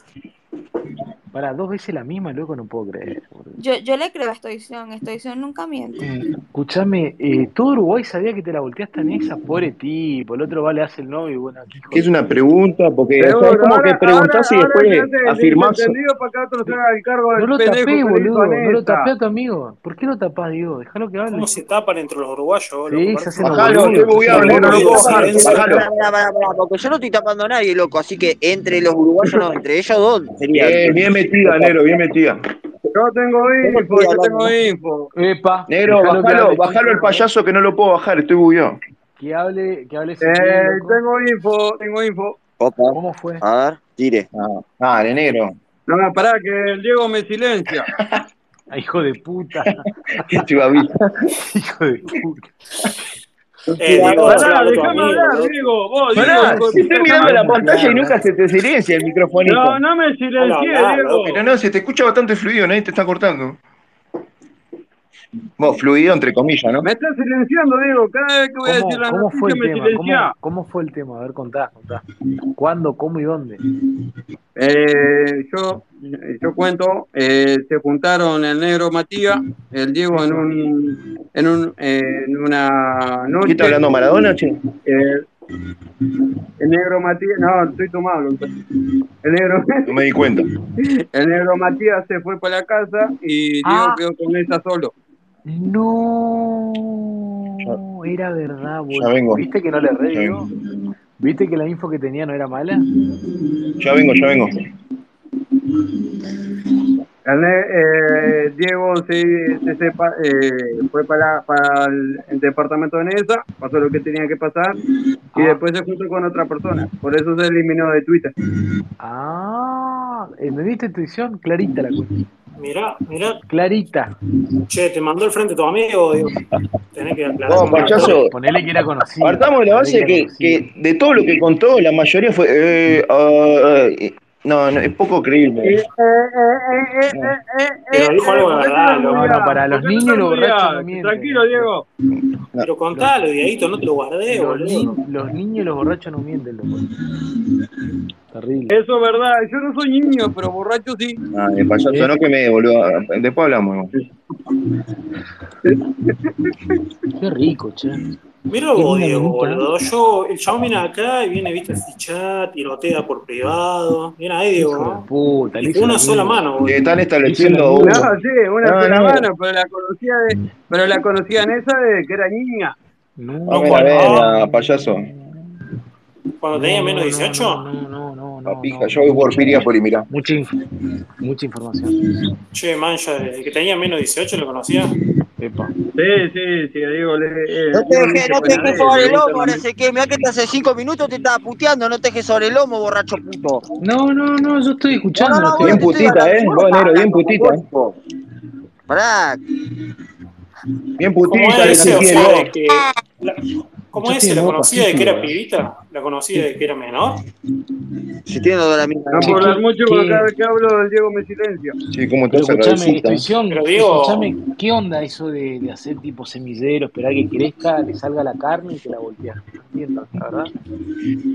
Para dos veces la misma, loco, no puedo creer. boludo.
Yo, yo le creo a Estoición, Estoición nunca miente.
Mm.
Escuchame, eh, todo Uruguay sabía que te la volteaste en esa, pobre tipo. El otro va, le hace el novio y bueno, aquí
Que es una pregunta,
Eh,
porque o sea, es
Seguro,
como que
ahora, ahora,
preguntás y
ahora se
después
hace el
afirmás.
desentendido para que otro se haga el cargo
No
del
lo
pendejo que
tapé,
le hizo
boludo. No lo
Anessa.
tapé a tu amigo. ¿Por qué lo tapás, Diego? Déjalo que hable.
¿Cómo se tapan entre los uruguayos, loco?
Sí, se
Parece
hacen los
una-
Bajalo, estoy bugueado,
Pará,
negro, no
pará,
puedo
pará,
bajar.
pará,
Bajalo.
Pará, pará, pará, pará, porque yo no estoy tapando a nadie, loco. Así que entre los uruguayos, no, entre ellos dos sería.
Bien, bien metida, negro, bien metida.
Yo tengo info, yo tengo info.
Epa.
Negro,
Dejalo que
bajalo,
hable,
bajalo el
chico.
payaso que no lo puedo bajar, estoy bugueado.
Que hable, que hable Ezequiel,
Eh,
loco.
tengo info, tengo info.
Opa.
¿Cómo fue?
A ver, tire.
Ah, dale, negro.
No, no, pará, que el Diego me silencia.
Ah, hijo de puta.
Qué chivavita.
hijo de puta.
Eh, Diego,
Pará,
habla tu
déjame
amigo,
hablar,
loco.
Diego, vos,
Pará,
Diego, hijo
si estoy
de puta,
mirando la
llamame.
pantalla y nunca se te silencia el microfonito.
No, no me silencié,
Habla, habla,
Diego.
Pero no, se te escucha bastante fluido, nadie te está cortando. Vos, fluido entre comillas, ¿no?
Me estás silenciando, Diego. Cada vez que voy a decir
¿Cómo,
la
cómo fue
noticia
el
me
tema? ¿Cómo,
silencia.
cómo fue el tema? A ver, contá, contá. ¿Cuándo, cómo y dónde?
Eh, yo, yo cuento, eh, se juntaron el negro Matías, el Diego en un en un eh, en una
¿Qué está
noche.
hablando Maradona, che?
eh, el negro Matías, no, estoy tomado. entonces. El negro,
No me di cuenta.
el negro Matías se fue para la casa y Diego
Ah.
quedó con ella solo.
No, era verdad,
Ya
boludo.
vengo,
¿Viste que no le erré,
ya
Diego?
vengo.
¿Viste que la info que tenía no era mala?
Ya vengo, ya vengo.
El ne- eh, Diego se, se sepa- eh, fue para, para el, el departamento de Nesa, pasó lo que tenía que pasar y
Ah.
después se juntó con otra persona. Por eso se eliminó de Twitter.
Ah, ¿entendiste tu visión? Clarita la cuestión.
Mirá, mirá.
Clarita.
Che, te mandó el frente tu amigo, Diego. Tenés que aclarar.
No, payaso.
Ponele que era conocido.
Partamos de la
Ponele
base
que era
que,
conocido.
que de todo lo que contó, la mayoría fue. eh, ah, eh, No, no, es poco creíble.
Pero dijo algo de
Este,
verdad,
No, no, para los niños los borrachos no mienten.
Tranquilo, Diego.
Pero contalo, Dieguito, no te lo guardé,
Los,
boludo.
ni- los niños los borrachos no mienten, loco. Terrible.
Eso es verdad. Yo no soy niño, pero borracho sí.
Ah, el payaso, no que me boludo. Después hablamos.
Qué rico, che.
Mira vos, Diego, boludo. Yo, el chabón viene acá y viene, viste, el chat, tirotea por privado. Viene ahí, Diego, ¿no?
Puta,
le hizo Una la sola mierda. mano, boludo.
Le están
No,
estableciendo.
sí,
un-
una
No,
sola
no.
mano, pero la conocía de, pero la conocía en esa de que era niña.
Vamos a la verga, payaso.
Cuando tenía menos 18.
La pija, yo voy por Piriápolis, mirá.
Mucha, mucha información.
Che, man, yo desde que tenía menos 18 lo conocía.
Sí, sí, sí, Diego. Le,
No te dejes no te dejes sobre el lomo, ahora
ahora
sé que mirá que te hace cinco minutos te estaba puteando, no te dejes sobre el lomo, borracho puto.
No, no, no, yo estoy escuchando.
No, no, no,
estoy-
vos te estoy hablando, vos estás hablando,
vos.
Pará.
Bien
¿Cómo
putita,
es
le
ese? O sea,
quiero.
de que, la, ¿Cómo
Yo
ese?
tengo
¿La
dos
conocía de que
pasitos,
era pibita? ¿La conocía de que era menor?
Si tiene la misma.
No puedo hablar mucho porque
Sí.
cada vez que hablo del Diego me silencio.
Sí, como
Pero
estás
escuchame,
agradecida.
intuición,
Pero Diego-
escuchame, ¿qué onda eso de, de hacer tipo semillero, esperar que crezca, le salga la carne y te la volteas? No entiendo, la verdad.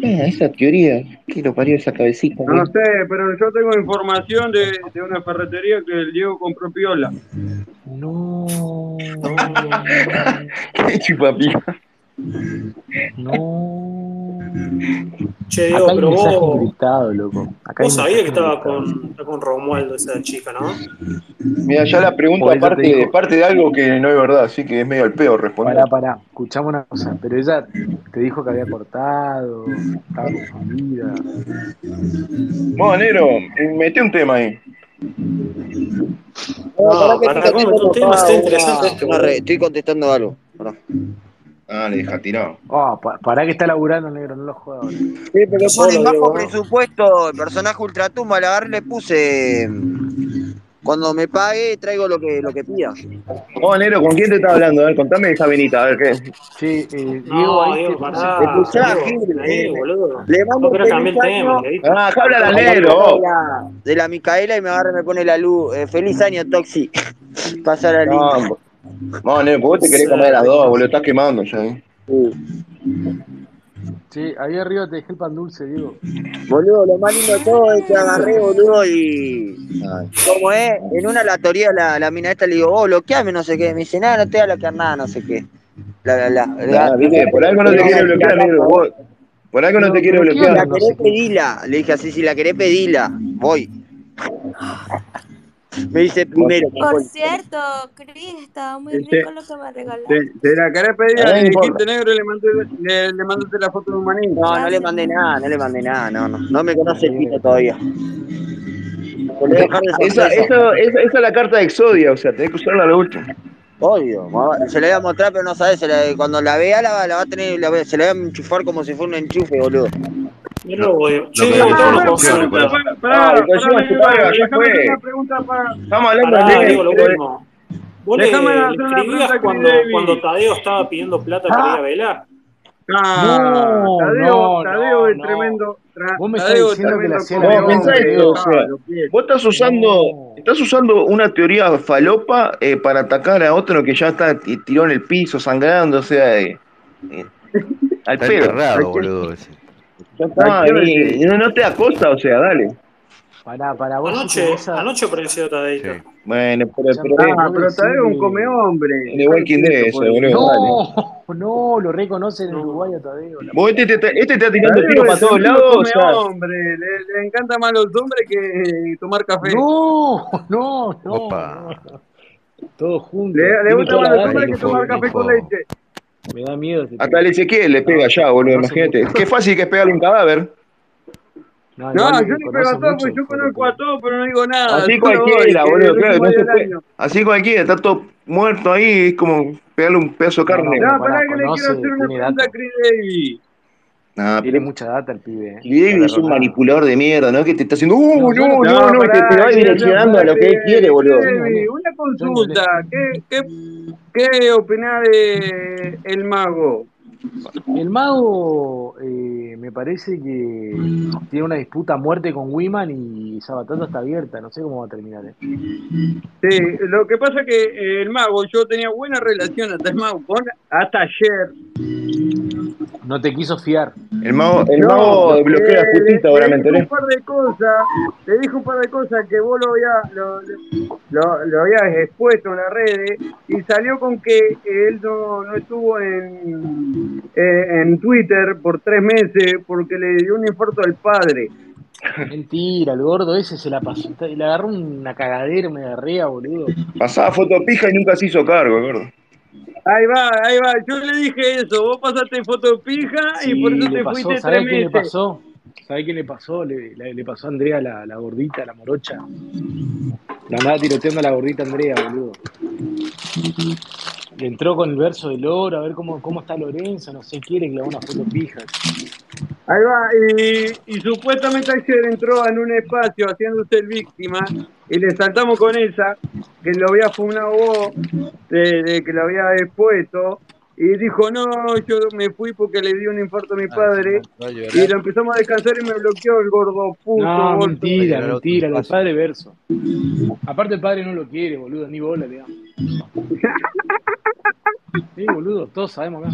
Ah, esa teoría, que lo parió esa cabecita.
No sé, pero yo tengo información de, de una ferretería que el Diego compró piola.
Qué chupapija.
Che, Diego,
Acá hay
pero
un mensaje
vos,
encriptado, loco. Acá hay
vos
un
sabías que
mensaje
estaba
encriptado.
con, está con Romualdo, esa chica, ¿no?
Mira, ya la pregunta
Por eso te
aparte,
digo.
parte de algo que no es verdad, así que es medio al pedo responder.
Pará, pará, escuchame una cosa, pero ella te dijo que había cortado, estaba confundida.
Vos, negro, metí un tema ahí.
No, pará, ¿cómo tu tema está interesante este esto?
Una re- Estoy contestando algo.
Ah, le deja tirado.
Ah, pa- pará que está laburando el negro, no lo juega. boludo.
pero son en
solo,
bajo
Diego, ¿no?
presupuesto. El personaje Ultratumba, la agarré, le puse. mm, Cuando me pague, traigo lo que, lo que pida.
Vos, negro, ¿con quién te estás hablando? A ver, contame esa venita, a ver qué.
Sí, eh,
No,
Diego, ahí
Diego,
te
pará.
puse-
Escuchá,
Diego,
Gil,
ahí,
eh,
boludo.
Le mando
No quiero
un
cambiar el
feliz
tema,
año.
Dieguito.
Ah, acá habla la
Habla de
negro, vos.
la- De la Micaela y me agarra y me pone la luz. Eh, feliz año, Toxi. Pasar la línea.
No, vos, negro, vos te querés comer a las dos, boludo, estás quemando ya, eh.
Sí, ahí arriba te dejé el pan dulce, Diego.
Boludo, lo más lindo de todo es que agarré, boludo, y. Como es, en una la teoría la, la mina esta le digo, oh, bloqueame, no sé qué. Me dice, nada, no te da la carnada, no sé qué. La, la, la,
Nah, Ah, viste, por algo no te quiere bloquear, negro, vos. Por algo no te quiere
Si la
bloquear.
querés, pedila. Le dije así, si la querés, pedila. Voy. Me dice primero. me
Por
voy.
cierto, Cris, estaba muy
Este-
rico lo que me regalaste.
¿Te, te la querés pedir
Ah, no
al
importa.
dijiste negro y le, mandé, le, le mandaste la foto de un maní?
No, no le mandé nada, no le mandé nada, no, no. No me conoce el pito todavía. Lo voy a dejar de
Esa,
sorpresa.
esa, esa, esa es la carta de Exodia, o sea, tenés que usarla a lo último.
Obvio, ma- se la voy a mostrar, pero no sabes, se la- cuando la vea la, va- la va a tener, la va- se la voy a enchufar como si fuera un enchufe, boludo.
Mira vos, Diego. Che,
me
Diego,
digas
tengo una
que no funciona,
consulta.
corazón. Ay, pero lleva su carga, ya
Déjame hacer
fue.
una pregunta para.
Estamos hablando
Pará,
de
Diego, lo último. ¿Vos le,
Déjame
le
hacer una
escribías
pregunta a Chris
cuando,
Davis.
cuando Tadeo estaba pidiendo plata para ir a velar?
Ah,
No,
Tadeo,
no,
Tadeo es
no.
tremendo. tra-
Vos me estás
Tadeo es
diciendo que la
tremendo
hacía
come
No, pensá
hombre,
esto, o
ah,
sea,
lo quiere.
vos estás usando, estás usando una teoría falopa eh, para atacar a otro que ya está ti- tirado en el piso, sangrando, o sea, eh, eh, al
Está
pedo.
enterrado, boludo. ese.
Ya está, y- y no, no te acosta, o sea, dale.
Pará, pará, vos
Anoche, anoche apareció Tadeito.
Bueno, pero, pero,
Ah, pero Tadeo es un
Sí.
come hombre.
de Walking Dead eso, boludo, dale.
No, no, lo reconocen en Uruguay a Tadeo. la
Vos este te está, este te está tirando
Tadeo
tiros
es
para todos
tremendo
lados, o
come
sea,
hombre. Le, le encanta más los hombres que tomar café.
No, no, no.
Opa.
Todos juntos.
Le, le
Tiene
gusta
toda
más
la
los
gana
hombres
del
que tomar
mundo.
café con leche.
Me da miedo este
hasta el
tipo.
Ezequiel le pega ya, boludo,
Conoce
imagínate.
mucho.
Qué fácil que es pegarle un cadáver.
No,
No, yo
igual que
le pego
conoce
a todos
mucho,
porque yo
pero-
conozco a todos, pero no digo nada.
Así
Yo no voy,
cualquiera,
que
boludo,
el
claro,
último
no
día
se
del
puede.
año.
Así cualquiera, está todo muerto ahí, es como pegarle un pedazo de
No,
carne.
no,
No,
pará,
pará que le
conoce,
quiero hacer una
tiene
pregunta a
datos.
Chris Davis.
Nah, Ah,
Tiene
pero
mucha data el pibe. eh.
Lee Davis
La
es un
verdad.
manipulador de mierda, ¿no? Que te está haciendo, uh, no,
yo
no,
no-
no, y te,
pará,
te va
quiero
direccionando a
hacer
lo que él quiere,
Chris
boludo.
Davis, Una consulta, ¿qué, qué, qué opinás de el mago?
El mago eh, eh, me parece que
Mm.
tiene una disputa a muerte con Wiman y Sabatata está abierta. No sé cómo va a terminar. eh.
Sí, lo que pasa es que eh, el mago, yo tenía buena relación hasta el mago, con- hasta ayer.
No te quiso fiar.
El mago, el mago bloquea
eh,
justita ahora,
le
me
dijo
enteré.
un par de cosas, le dijo un par de cosas que vos lo había, lo, lo- lo había expuesto en las redes y salió con que él no, no estuvo en, eh, en Twitter por tres meses porque le dio un infarto al padre.
Mentira, el gordo ese se la pasó. está- Le agarró una cagadera, una diarrea, boludo.
Pasaba foto pija y nunca se hizo cargo, gordo.
Ahí va, ahí va, yo le dije eso, vos pasaste foto pija y
Sí,
por eso
le
te
pasó,
fuiste
¿sabés
tres
qué le
meses.
pasó? ¿Sabés qué le pasó? Le, la- le pasó a Andrea la, la gordita, la morocha. La andaba tiroteando a la gordita Andrea, boludo. Le entró con el verso de Loro, a ver cómo, cómo está Lorenzo, no sé qué, le clavó una foto pija.
Ahí va, y, y supuestamente ayer entró en un espacio haciéndose el víctima y le saltamos con esa, que lo había funado vos, de, de que lo había expuesto, y dijo, no, yo me fui porque le di un infarto a mi padre,
va a llorar.
y lo empezamos a descansar y me bloqueó el gordo puto.
No,
gordo.
mentira, mentira, lo del padre verso. Aparte el padre no lo quiere, boludo, ni bola le da. Sí, boludo, todos sabemos acá.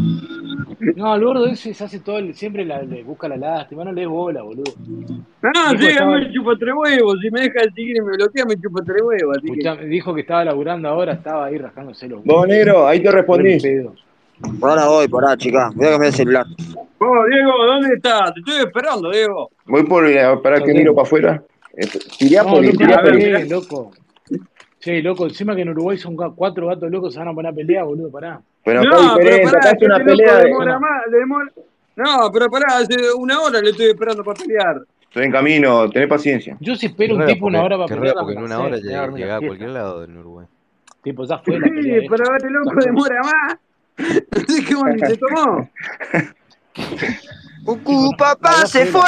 No, el gordo ese se hace todo, el- siempre la- le busca la lástima, no le des bola, boludo.
No,
Dijo
Ah, sí, a mí
estaba-
me chupa tres huevos, si me deja el tigre y me bloquea, me chupa tres huevos. Así que...
Escuchá, dijo que estaba laburando ahora, estaba ahí rascándose los
Vos, negro, ahí te respondí.
Re pedo.
Ahora voy, pará, chica. Voy a cambiar el celular.
Vos, Diego, ¿dónde estás? Te estoy esperando, Diego.
Voy por la, para que miro para afuera. Eh, Tiriápolis,
no, loco, no
Tiriápolis.
peleen, loco. Che, loco, encima que en Uruguay son ga- cuatro gatos locos, se van a poner a pelear, boludo, pará.
Pero
No, pero pará, que este loco demora más, demora- No, pero pará, hace una hora le estoy esperando para pelear.
Estoy en camino, tenés paciencia.
Yo si espero
Qué
un
raro
tipo una
porque-
hora para
qué
pelear.
raro porque en
la
una
conocés, me
hora
voy a
llega-
dormir la
llegaba a
siesta.
cualquier lado en Uruguay.
Tipo, ya fue la
Sí,
pelea. esta.
pero este loco
Ya fue.
demora más. No sé qué bueno se tomó.
Cucu, papá se fue.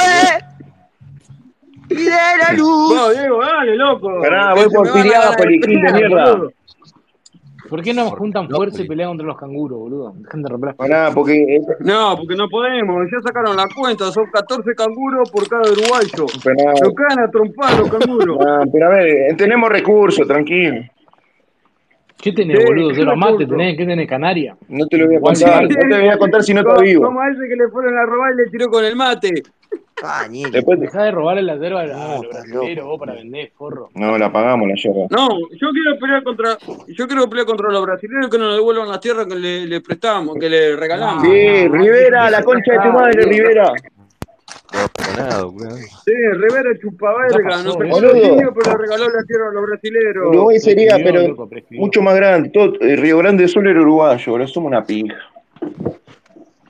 Y de la luz.
Vos, Diego, dale, loco.
Pará, voy por Piriápolis,
Pelear,
quince mierda.
boludo.
¿Por qué no juntan fuerza y pelean contra los canguros, boludo? Dejan de romper las
Pará, porque. eh,
No, porque no podemos. Ya sacaron la cuenta. Son 14 canguros por cada uruguayo.
Pará.
Lo cagan a trompar los canguros.
Ah, pero a ver, eh, tenemos recursos, tranquilo.
¿Qué tenés,
Sí,
boludo?
¿qué
Yo los mates
recurso?
tenés, ¿qué tenés Canaria?
No te lo voy a contar, no te voy a contar si no
Como-
te vivo.
Como a ese que le fueron a robar y le tiró con el mate.
Después te-
Dejá de robarle la yerba a a los brasileros vos para vender, forro.
No, la pagamos la yerba.
No, yo quiero pelear contra, yo quiero pelear contra los brasileños que nos devuelvan las tierras que le, le prestamos, que le regalamos.
Sí, Rivera, la concha de tu madre, Rivera.
Ganado, weón.
Sí, Rivera
Ya
chupaverga,
pasó,
no sé
boludo.
qué decidió, pero le regaló la tierra a los brasileros.
Uruguay sería, pero mucho más grande. Todo, eh, Río Grande del Sur era uruguayo, ahora somos una pija.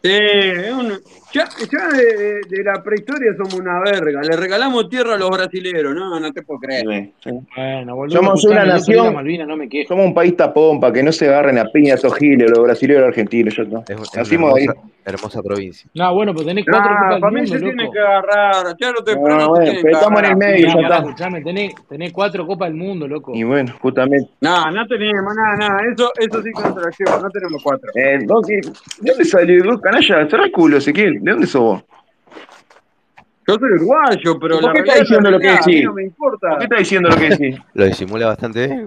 Sí, es un- ya, ya de, de- de la prehistoria somos una verga, le regalamos tierra a los brasileros, no, no te puedo
Eh.
creer.
Bueno, boludo.
Somos
escuchame,
una
no peleé la
nación.
Malvina, no me quejo.
Somos un país tapompa, que no se agarren a piña estos giles, los brasileños los argentinos. Yo, no.
Es, es una
Nacimos ahí. Ah,
hermosa, hermosa provincia.
No, bueno, pues tenés cuatro
Ah,
copas
para
del
mí se
mundo,
tiene
loco.
que agarrar, ya no te
No,
pero se
bueno, pero
tienen que
estamos en el
agarrar.
medio,
No,
ya
pará,
está.
escuchame, tenés, tenés cuatro copas del mundo, loco.
Y bueno, justamente.
No, no tenemos, nada, nada, eso, eso sí que no te lo llevo, no tenemos cuatro.
Eh, no, ¿qué- ¿De dónde salió vos, canalla? Cerrá el culo, Ezequiel. ¿De dónde sos vos?
Yo soy uruguayo, pero
¿Por
la
qué
realidad
estás diciendo
es la
lo que
realidad, a mí
decís?
no me importa.
¿Por qué estás diciendo lo que decís?
Lo disimula bastante. ¿eh?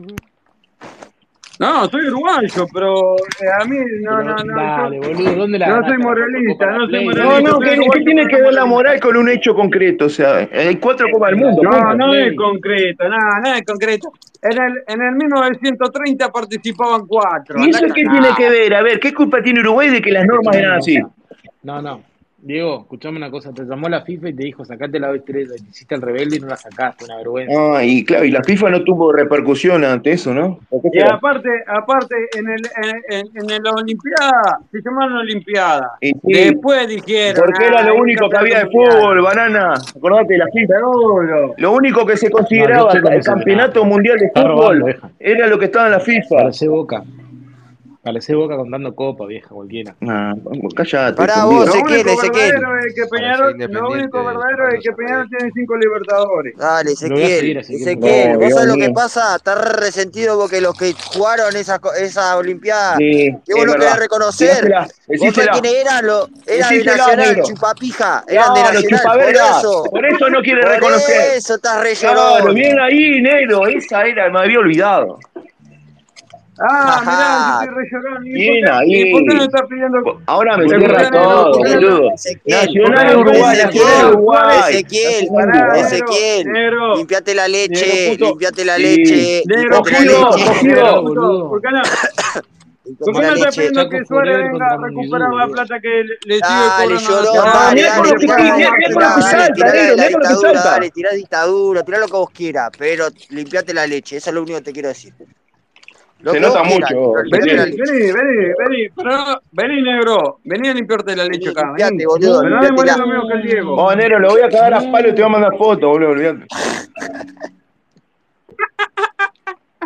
No, soy uruguayo, pero eh, a mí no, no, no.
Dale,
yo-
boludo, ¿dónde la
No
ganaste?
soy moralista, no soy moralista.
No, no, ¿qué,
soy
qué
uruguayo,
tiene
pero
que ver la moral con un hecho concreto? O sea, hay cuatro copas del mundo.
No,
punto.
no es concreto, nada, nada es concreto. En el, en el 1930 participaban cuatro.
¿Y eso
andá
qué
cagá.
tiene que ver? A ver, ¿qué culpa tiene Uruguay de que las normas
Escuchame
eran
una
así?
cosa. No, no. Diego, escuchame una cosa. Te llamó la FIFA y te dijo, sacate la B3. Te hiciste el rebelde y no la sacaste. Una vergüenza.
Ah, y claro, y la FIFA no tuvo repercusión ante eso, ¿no? ¿O qué
Y
será?
aparte, aparte en, el, en, en, en la Olimpiada, se llamaron Olimpiada.
Y sí.
Después dijeron.
Porque era
"Ah,
lo único
nunca
que había de
fue Olimpiada".
fútbol, banana. Acordate de la FIFA. Lo único que se
No, yo
consideraba
estoy con
el
ese
campeonato mundial de
Está robando,
fútbol
deja.
era lo que estaba en la FIFA.
Parece boca. Parece boca contando copa, vieja, cualquiera.
Ah, callate.
Pará,
conmigo.
vos,
No,
se
hombre,
quiere,
por-
se- Ezequiel.
verdadero es que Peñarol- lo único verdadero es que Peñarol tiene cinco libertadores.
Dale, Ezequiel, Ezequiel,
No,
¿vos
Dios
sabés lo
mío.
que pasa? Está re resentido porque los que jugaron esa, co- esa Olimpiada,
Sí,
que vos
es
lo
verdad.
querés reconocer.
Dígasela,
Vos sabés
decísela.
quiénes eran, los, eran de
Decísela,
Nacional,
negro.
chupapija, eran de
Claro,
Nacional, por
chupaverga.
eso.
Por eso no quiere
Por
reconocer.
eso estás re
Claro,
llorón.
bien ahí, negro. Esa era, me había olvidado.
Ah,
Ajá.
mirá, yo estoy re llorón. ¿Y
Bien
por qué-
ahí.
¿Y por qué no estás pidiendo?
Ahora me
¿Por
está
qué
acordando
no-
todo,
por qué no-
boludo. Nacional
Pará,
Uruguay,
Ezequiel,
Nacional Uruguay.
Ezequiel,
Pará,
pará, Ezequiel, limpiate la leche, limpiate la
Sí.
leche,
Negro,
limpiate la
cogido,
leche.
cogido.
Negro, puto, ¿Por qué no- por qué
la
no estás
leche.
pidiendo que
Chaco
Suárez
Forever
venga a recuperar la plata que le, le sigue
Dale,
cobrando?
llorón,
Nacional?
dale, dale, tirá la dictadura, dale, tirá la de la dictadura, dale, tirá dictadura, tirá lo que vos quieras, pero limpiate la leche, eso es lo único que te quiero decir. Lo
Se
que vos
nota
quieras,
mucho,
pero
Vení,
limpiate la leche.
vení, vení, vení, pará, vení, negro, vení a limpiarte la leche acá, vení.
Limpiate, boludo,
Pero no le molestes
limpiate
lo
la.
mismo que el Diego.
Oh, negro, lo voy a cagar a palo y te voy a mandar fotos, boludo, olvidate.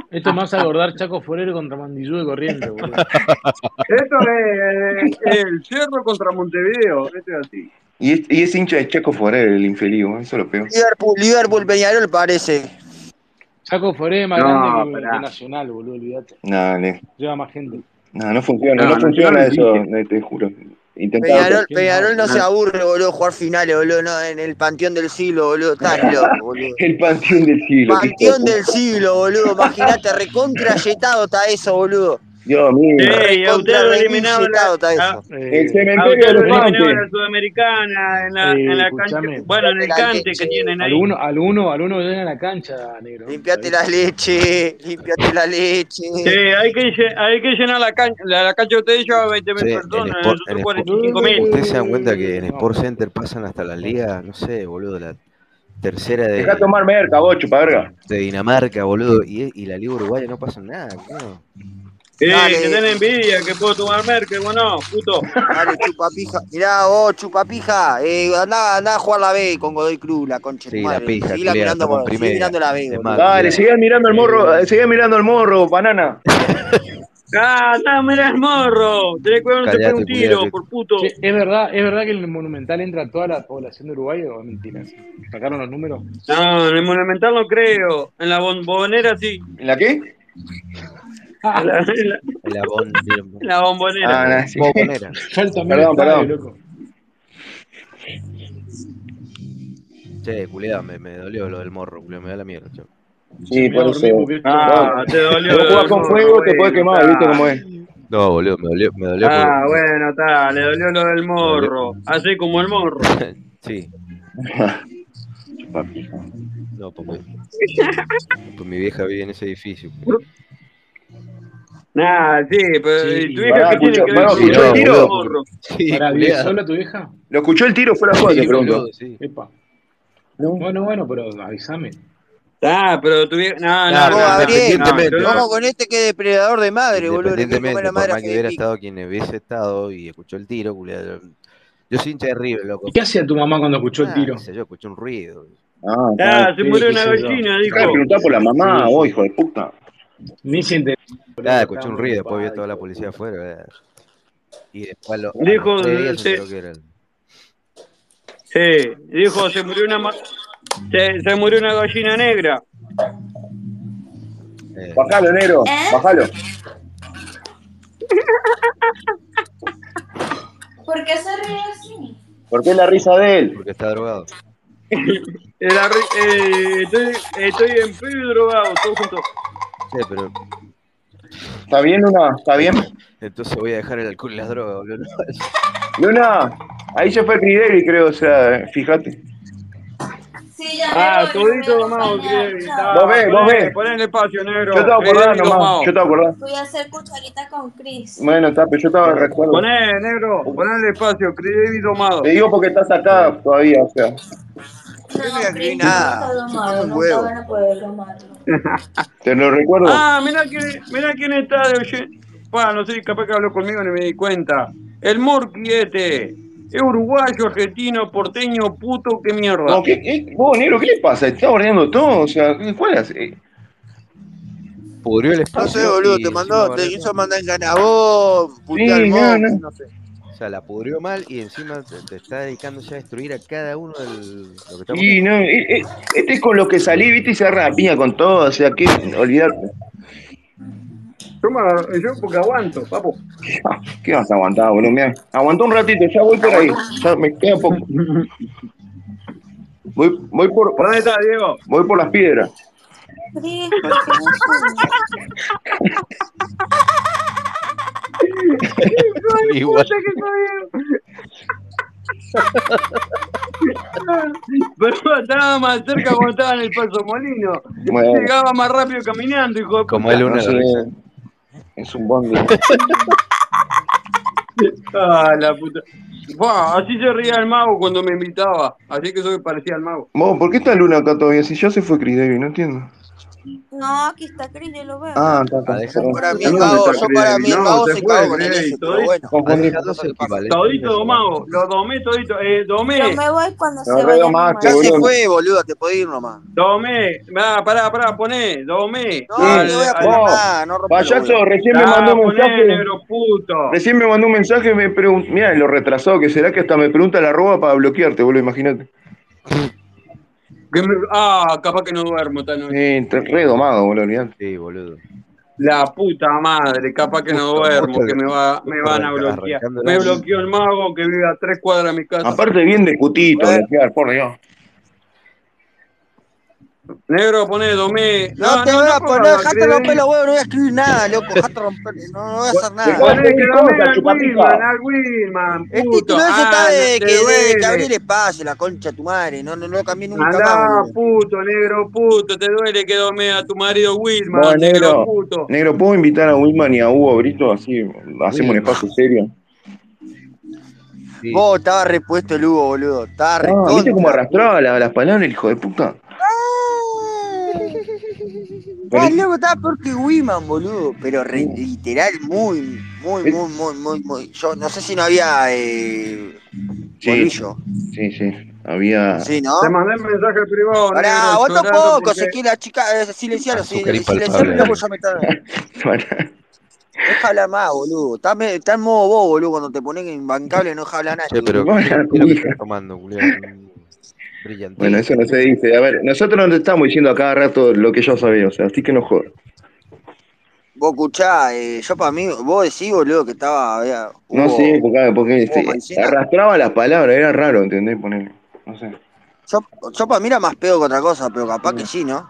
Esto me hace acordar Chaco Forero contra Mandillú de Corriente, boludo.
Esto es eh, el Cerro contra Montevideo, esto es así.
Y es, y es hincha de Chaco Forever, el infeliz, boludo, eso es lo peor.
Liverpool, Liverpool, Peñarol parece.
Chaco Forero es más
No,
grande que,
pará.
que Nacional, boludo, olvídate.
Dale.
Lleva más gente.
No, no funciona,
No,
no,
no,
funciona
no,
eso, eh, te juro. Intentado.
Peñarol, Peñarol no se aburre, boludo, jugar finales, boludo, no, en el panteón del siglo, boludo, estás loco, boludo.
El panteón del siglo. qué hijo de
Panteón
puta.
del siglo, boludo, imagínate, recontra yetado está eso, boludo.
Dios mío.
Sí, a usted lo
Recontra
eliminado la,
yetado está eso.
Eh, a usted lo eliminado en la Sudamericana, en la,
Eh,
en la cancha,
escuchame.
bueno, en el cante que tienen ahí.
Alguno, alguno, alguno llega a la cancha, negro.
Limpiate la leche, limpiate la leche.
Sí, hay que, lle- hay que llenar la cancha, la, la cancha de ustedes lleva 20.000
Sí, en
personas,
Sport, en
nosotros
Sport-
45.000.
¿Ustedes se dan cuenta que en Sport Center pasan hasta las ligas, no sé, boludo, la tercera
Deja
de,
tomar merca, vos, chupaverga.
de Dinamarca, boludo, y, y la Liga Uruguaya no pasa nada, boludo.
Sí,
Dale.
que tienen envidia, que puedo tomar merca, bueno, puto.
Dale, chupapija. Mirá, vos, chupapija. Eh, andá, andá a jugar la B con Godoy Cruz, la concha de
Sí,
tu
la
madre.
pija,
Seguí laburando
estamos en
por- seguí
primera.
mirando la B,
Es
boludo.
más,
Dale,
cuidado.
seguí mirando el morro, eh, seguí mirando el morro, banana.
Ah, está, mirá el morro, tenés cuidado, no te pegue
Callate,
un
culiao,
tiro,
que-
por puto.
Che, ¿es, verdad, ¿Es verdad que en el Monumental entra toda la población de Uruguay o es mentira? ¿Sacaron los números?
No, en el Monumental no creo, en la bombonera sí.
¿En la qué?
En Ah,
Ah,
la, en la-
La bon-
en la bombonera.
Ah, no, sí.
Bombonera.
Falta medio
Perdón,
estadio,
perdón.
loco.
Che, culiado, me, me dolió lo del morro, culiao, me da la mierda, che.
Sí, por eso.
Ah, te dolió
Vos jugás
el
con
morro,
fuego, te
bueno,
podés quemar,
está.
¿viste cómo es?
No, boludo, me dolió, me dolió
Ah,
porque-
bueno, está, le dolió lo del
me dolió-
morro, así como el morro.
Sí,
Chupapija.
no, porque, porque mi vieja vive en ese edificio. pues.
Nah, sí, pero
Sí,
¿y tu hija
pará,
qué tiene
escuchó-
que ver
pará,
con
escuchó el
el
tiro.
morro?
Sí,
¿Para vivir
culiao.
sola tu vieja?
¿Lo escuchó el tiro fuera de juego? Te
Sí,
pregunto.
boludo, sí.
Epa. Bueno, bueno, pero avísame.
Ah, pero tu vieja... No,
Nah,
no,
pero
no, no, no,
independientemente.
yo no-
Vamos con este que es depredador de madre, boludo. Le quiere comer
Independientemente,
la
por
madre a
más que hubiera
Federico.
estado quien hubiese estado y escuchó el tiro, culiao. Yo soy hincha de River, loco.
¿Y qué hacía tu mamá cuando escuchó el
Ah,
tiro?
qué sé yo, escuché un ruido.
Ah,
Ah, se
Sí,
murió
qué
una
sé yo.
gallina,
Acá de
dijo.
preguntar por la mamá, vos, hijo de puta.
Ni se enteró.
Nada, escuché
Estábamos
un ruido, después vio
ocupados,
toda la
hijo de
policía
puta.
afuera. eh. Y después a, lo- a los
Dijo,
tres días se
se,
enteró que era el-
sí, dijo, se murió una... ma- Se, se murió una gallina negra.
eh,
Bajalo, negro, bajalo.
¿Por qué se ríe así?
¿Por qué la risa de él?
porque está drogado.
Era re- eh, estoy, estoy en pedo y drogado, todo junto.
Sí, pero
¿Está bien, Luna? ¿Está bien?
entonces voy a dejar el alcohol y las drogas, boludo.
Luna, ahí se fue Crideli, creo, o sea, fíjate.
Sí, ya
Ah,
me voy, no me voy
todito
a
domado,
acompañar.
Cridelli.
Chao.
Vos ves, vos ves.
Ponle espacio, negro.
Yo estaba acordado
Cridelli
nomás,
domado.
yo estaba acordado.
Voy a hacer cucharita con Chris.
Bueno, está, pero yo estaba recuerdo.
Poné, negro, poné el espacio, Cridelli domado.
Te digo porque estás acá todavía, o sea.
No,
voy a escribir
Chris
nada.
nunca está domado,
Come un
nunca
huevo.
van a poder domarlo.
Te lo
Oh.
recuerdo.
Ah, mirá, que, mirá quién está de oyen- Pa, no sé, capaz que habló conmigo ni me di cuenta. El Morquiete. Es uruguayo, argentino, porteño, puto, qué mierda.
No, ¿qué, qué- vos, negro, ¿qué le pasa? Está ordenando todo, o sea, ¿cuál es? Eh,
pudrió el
No
espacio.
sé, boludo,
y
te mandó,
encima
te
Barreto-
hizo mandar en gana a vos, putear
Sí,
vos,
no, no.
no sé.
O sea, la pudrió mal y encima te, te está dedicando ya a destruir a cada uno del, lo que estamos
Y no, e- e- este es con los que salí, viste, y se agarra la piña con todo, o sea, que olvidarte.
Yo, me- yo porque aguanto, papo.
Ah, ¿Qué vas a aguantar, boludo? Mirá, aguantá un ratito, ya voy por ahí. Ya me queda poco. Voy, voy por.
¿Dónde está, eh. Diego?
Voy por las piedras.
Igual.
Pero estaba más cerca cuando estaba en el Paso Molino.
Bueno.
Llegaba más rápido caminando, hijo de
Como
puta.
el una
No sé, es un bondi.
Ah, la puta. Buah, así se reía el mago cuando me invitaba. Así que eso que parecía al mago.
Vos, ¿por qué está Luna acá todavía? Si ya se fue Chris Davis, no entiendo.
No, aquí está Cris, yo lo veo.
Ah, está, está. perdón.
Para mí, el
¿Dónde
mago,
está
yo
Chris
para
Davis?
mí, el
No,
mago
se
se
fue,
cagó con el
Chris
ese,
Davis,
pero bueno.
Confundí.
Todito mago, lo domé todito. Eh, domé.
Yo me voy cuando
Lo
se
veo
vaya mi
más,
madre.
Ya se
boludo.
fue, boludo, te podés ir nomás.
Domé. Va, pará, pará, poné. Domé. Ah,
No, no te voy a poner nada, no rompa los
Payaso,
huevos.
recién me mandó un mensaje.
negro puto.
Recién me mandó un mensaje, me preguntó. Mira, lo retrasado que será que hasta me pregunta la arroba para bloquearte, boludo, imagínate.
Que me- Ah, capaz que no duermo esta noche.
Eh, te- redomado, boludo, olvidate.
Sí, boludo.
La puta madre, capaz que no
Justo,
duermo,
justo
que
que-
me, va, me van a
arranca-
bloquear.
arrancando
Me
la-
bloqueó el mago que vive a tres cuadras de mi casa.
Aparte, bien de cutito,
Eh.
bloquear, por Dios.
Negro, pone domé.
No, te voy
pongas
a poner,
más,
jate
Cris.
romper los huevos, no voy a escribir nada, loco, jate romper, no, no voy a hacer nada.
Ponés que domé
Cosa,
al
chupapija.
Wilman, al Wilman,
El
puto.
título ese
Ah,
está de
te
que, de que
duele.
abrí el espacio, la concha de tu madre, no, no, no lo cambié nunca más,
Andá,
boludo.
puto, negro, puto. Te duele que domé a tu marido Wilman,
Vos,
negro,
negro,
puto.
negro, ¿puedo invitar a Wilman y a Hugo Brito? Así hacemos
Wilman.
un espacio serio.
Sí,
Vos estaba repuesto el Hugo, boludo, estaba
Ah, ¿viste cómo
recontra.
arrastraba la- las palabras, el hijo de puta?
Ah, loco, estaba peor que Wiman, boludo. Pero re-
Uh.
literal, muy, muy, muy, muy, muy, muy. Yo no sé si no había eh,
Sí, Ah.
bolillo.
sí, sí. Había.
Sí, ¿no?
Te mandé un mensaje privado,
Ahora,
negro,
vos
llorando
poco,
porque-
se quiere la chica, eh,
Ah,
silencialo, si-
Azúcar impalpable.
silencialo, loco, ya me está. Deja hablar más, boludo. Está, me- está en modo vos, boludo, cuando te ponen imbancable, no deja hablar a
Che,
nadie.
pero
boludo.
¿qué,
Hola,
qué es lo que
mija.
estás tomando, Julián? Brillante.
Bueno, eso no se dice. A ver, nosotros no te estamos diciendo a cada rato lo que yo sabía, o sea, así que no jodas.
Vos escuchá, eh, yo para mí, vos decís, boludo, que estaba. Había,
No
Hugo-
sé, porque, porque
Hugo
sí,
Mancina.
arrastraba las palabras, era raro, ¿entendés? Ponerle. No sé.
Yo, yo para mí era más pedo que otra cosa, pero capaz
Mm.
que sí, ¿no?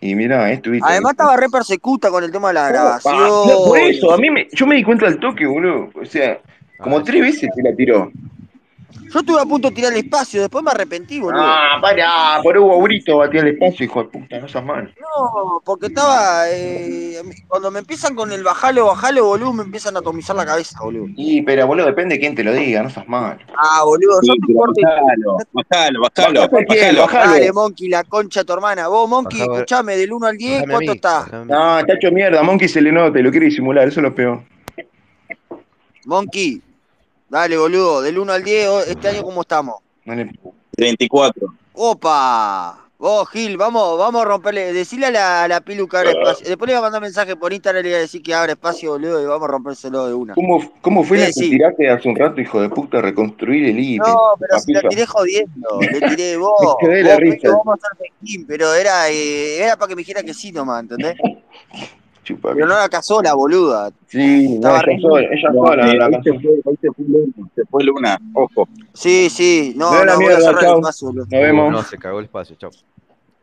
Y mira, estuviste.
Además estaba re persecuta con el tema de la
Ah,
grabación.
por eso, a mí me, yo me di cuenta al toque, boludo. O sea, como tres veces te la tiró.
Yo estuve a punto de tirar el espacio, después me arrepentí, boludo.
Ah, pará, por Hugo Brito batía el espacio, hijo de puta, no seas mal.
No, porque estaba... eh, cuando me empiezan con el bajalo, bajalo, boludo, me empiezan a atomizar la cabeza, boludo.
Y, pero boludo, depende de quién te lo diga, no seas mal.
Ah, boludo, yo
Sí,
me
pero
corto y...
bajalo, bajalo, bajalo,
Bajate quién,
bajalo.
Dale,
bajalo.
Monkey, la concha de tu hermana. Vos, Monkey,
Bajá,
escuchame, del 1 al 10,
bajame a
¿cuánto
mí.
estás?
bajame a mí.
No, está hecho mierda, Monkey se le nota, y lo quiere disimular, eso es lo peor.
Monkey, dale, boludo, del 1 al 10, o- este año cómo estamos.
No le-
34.
Opa, vos Gil, vamos, vamos a romperle, decile a la, a la Pilu que abra espacio. Después le voy a mandar mensaje por Instagram y le voy a decir que abra espacio, boludo, y vamos a rompérselo de una.
¿Cómo, cómo fue
¿Qué
la que
decís?
tiraste hace un rato, hijo de puta, reconstruir el IP?
No, pero si la tiré jodiendo, le tiré vos,
Me quedé la
vos
risa.
Pilu, vamos a hacer festín, pero era, eh, era para que me dijera que sí nomás, ¿entendés?
Chupa,
Pero no la casó la boluda,
Sí, no,
estaba
ella
re...
sola, ella
No,
sola
eh,
la
hoy se
canción.
fue, hoy se fue Luna, se fue Luna, ojo.
Sí, sí,
Me da
no,
la
no, voy a
mierda,
cerrar el
chao.
espacio, boludo.
Nos
Uh, no,
vemos.
se cagó el espacio, chao.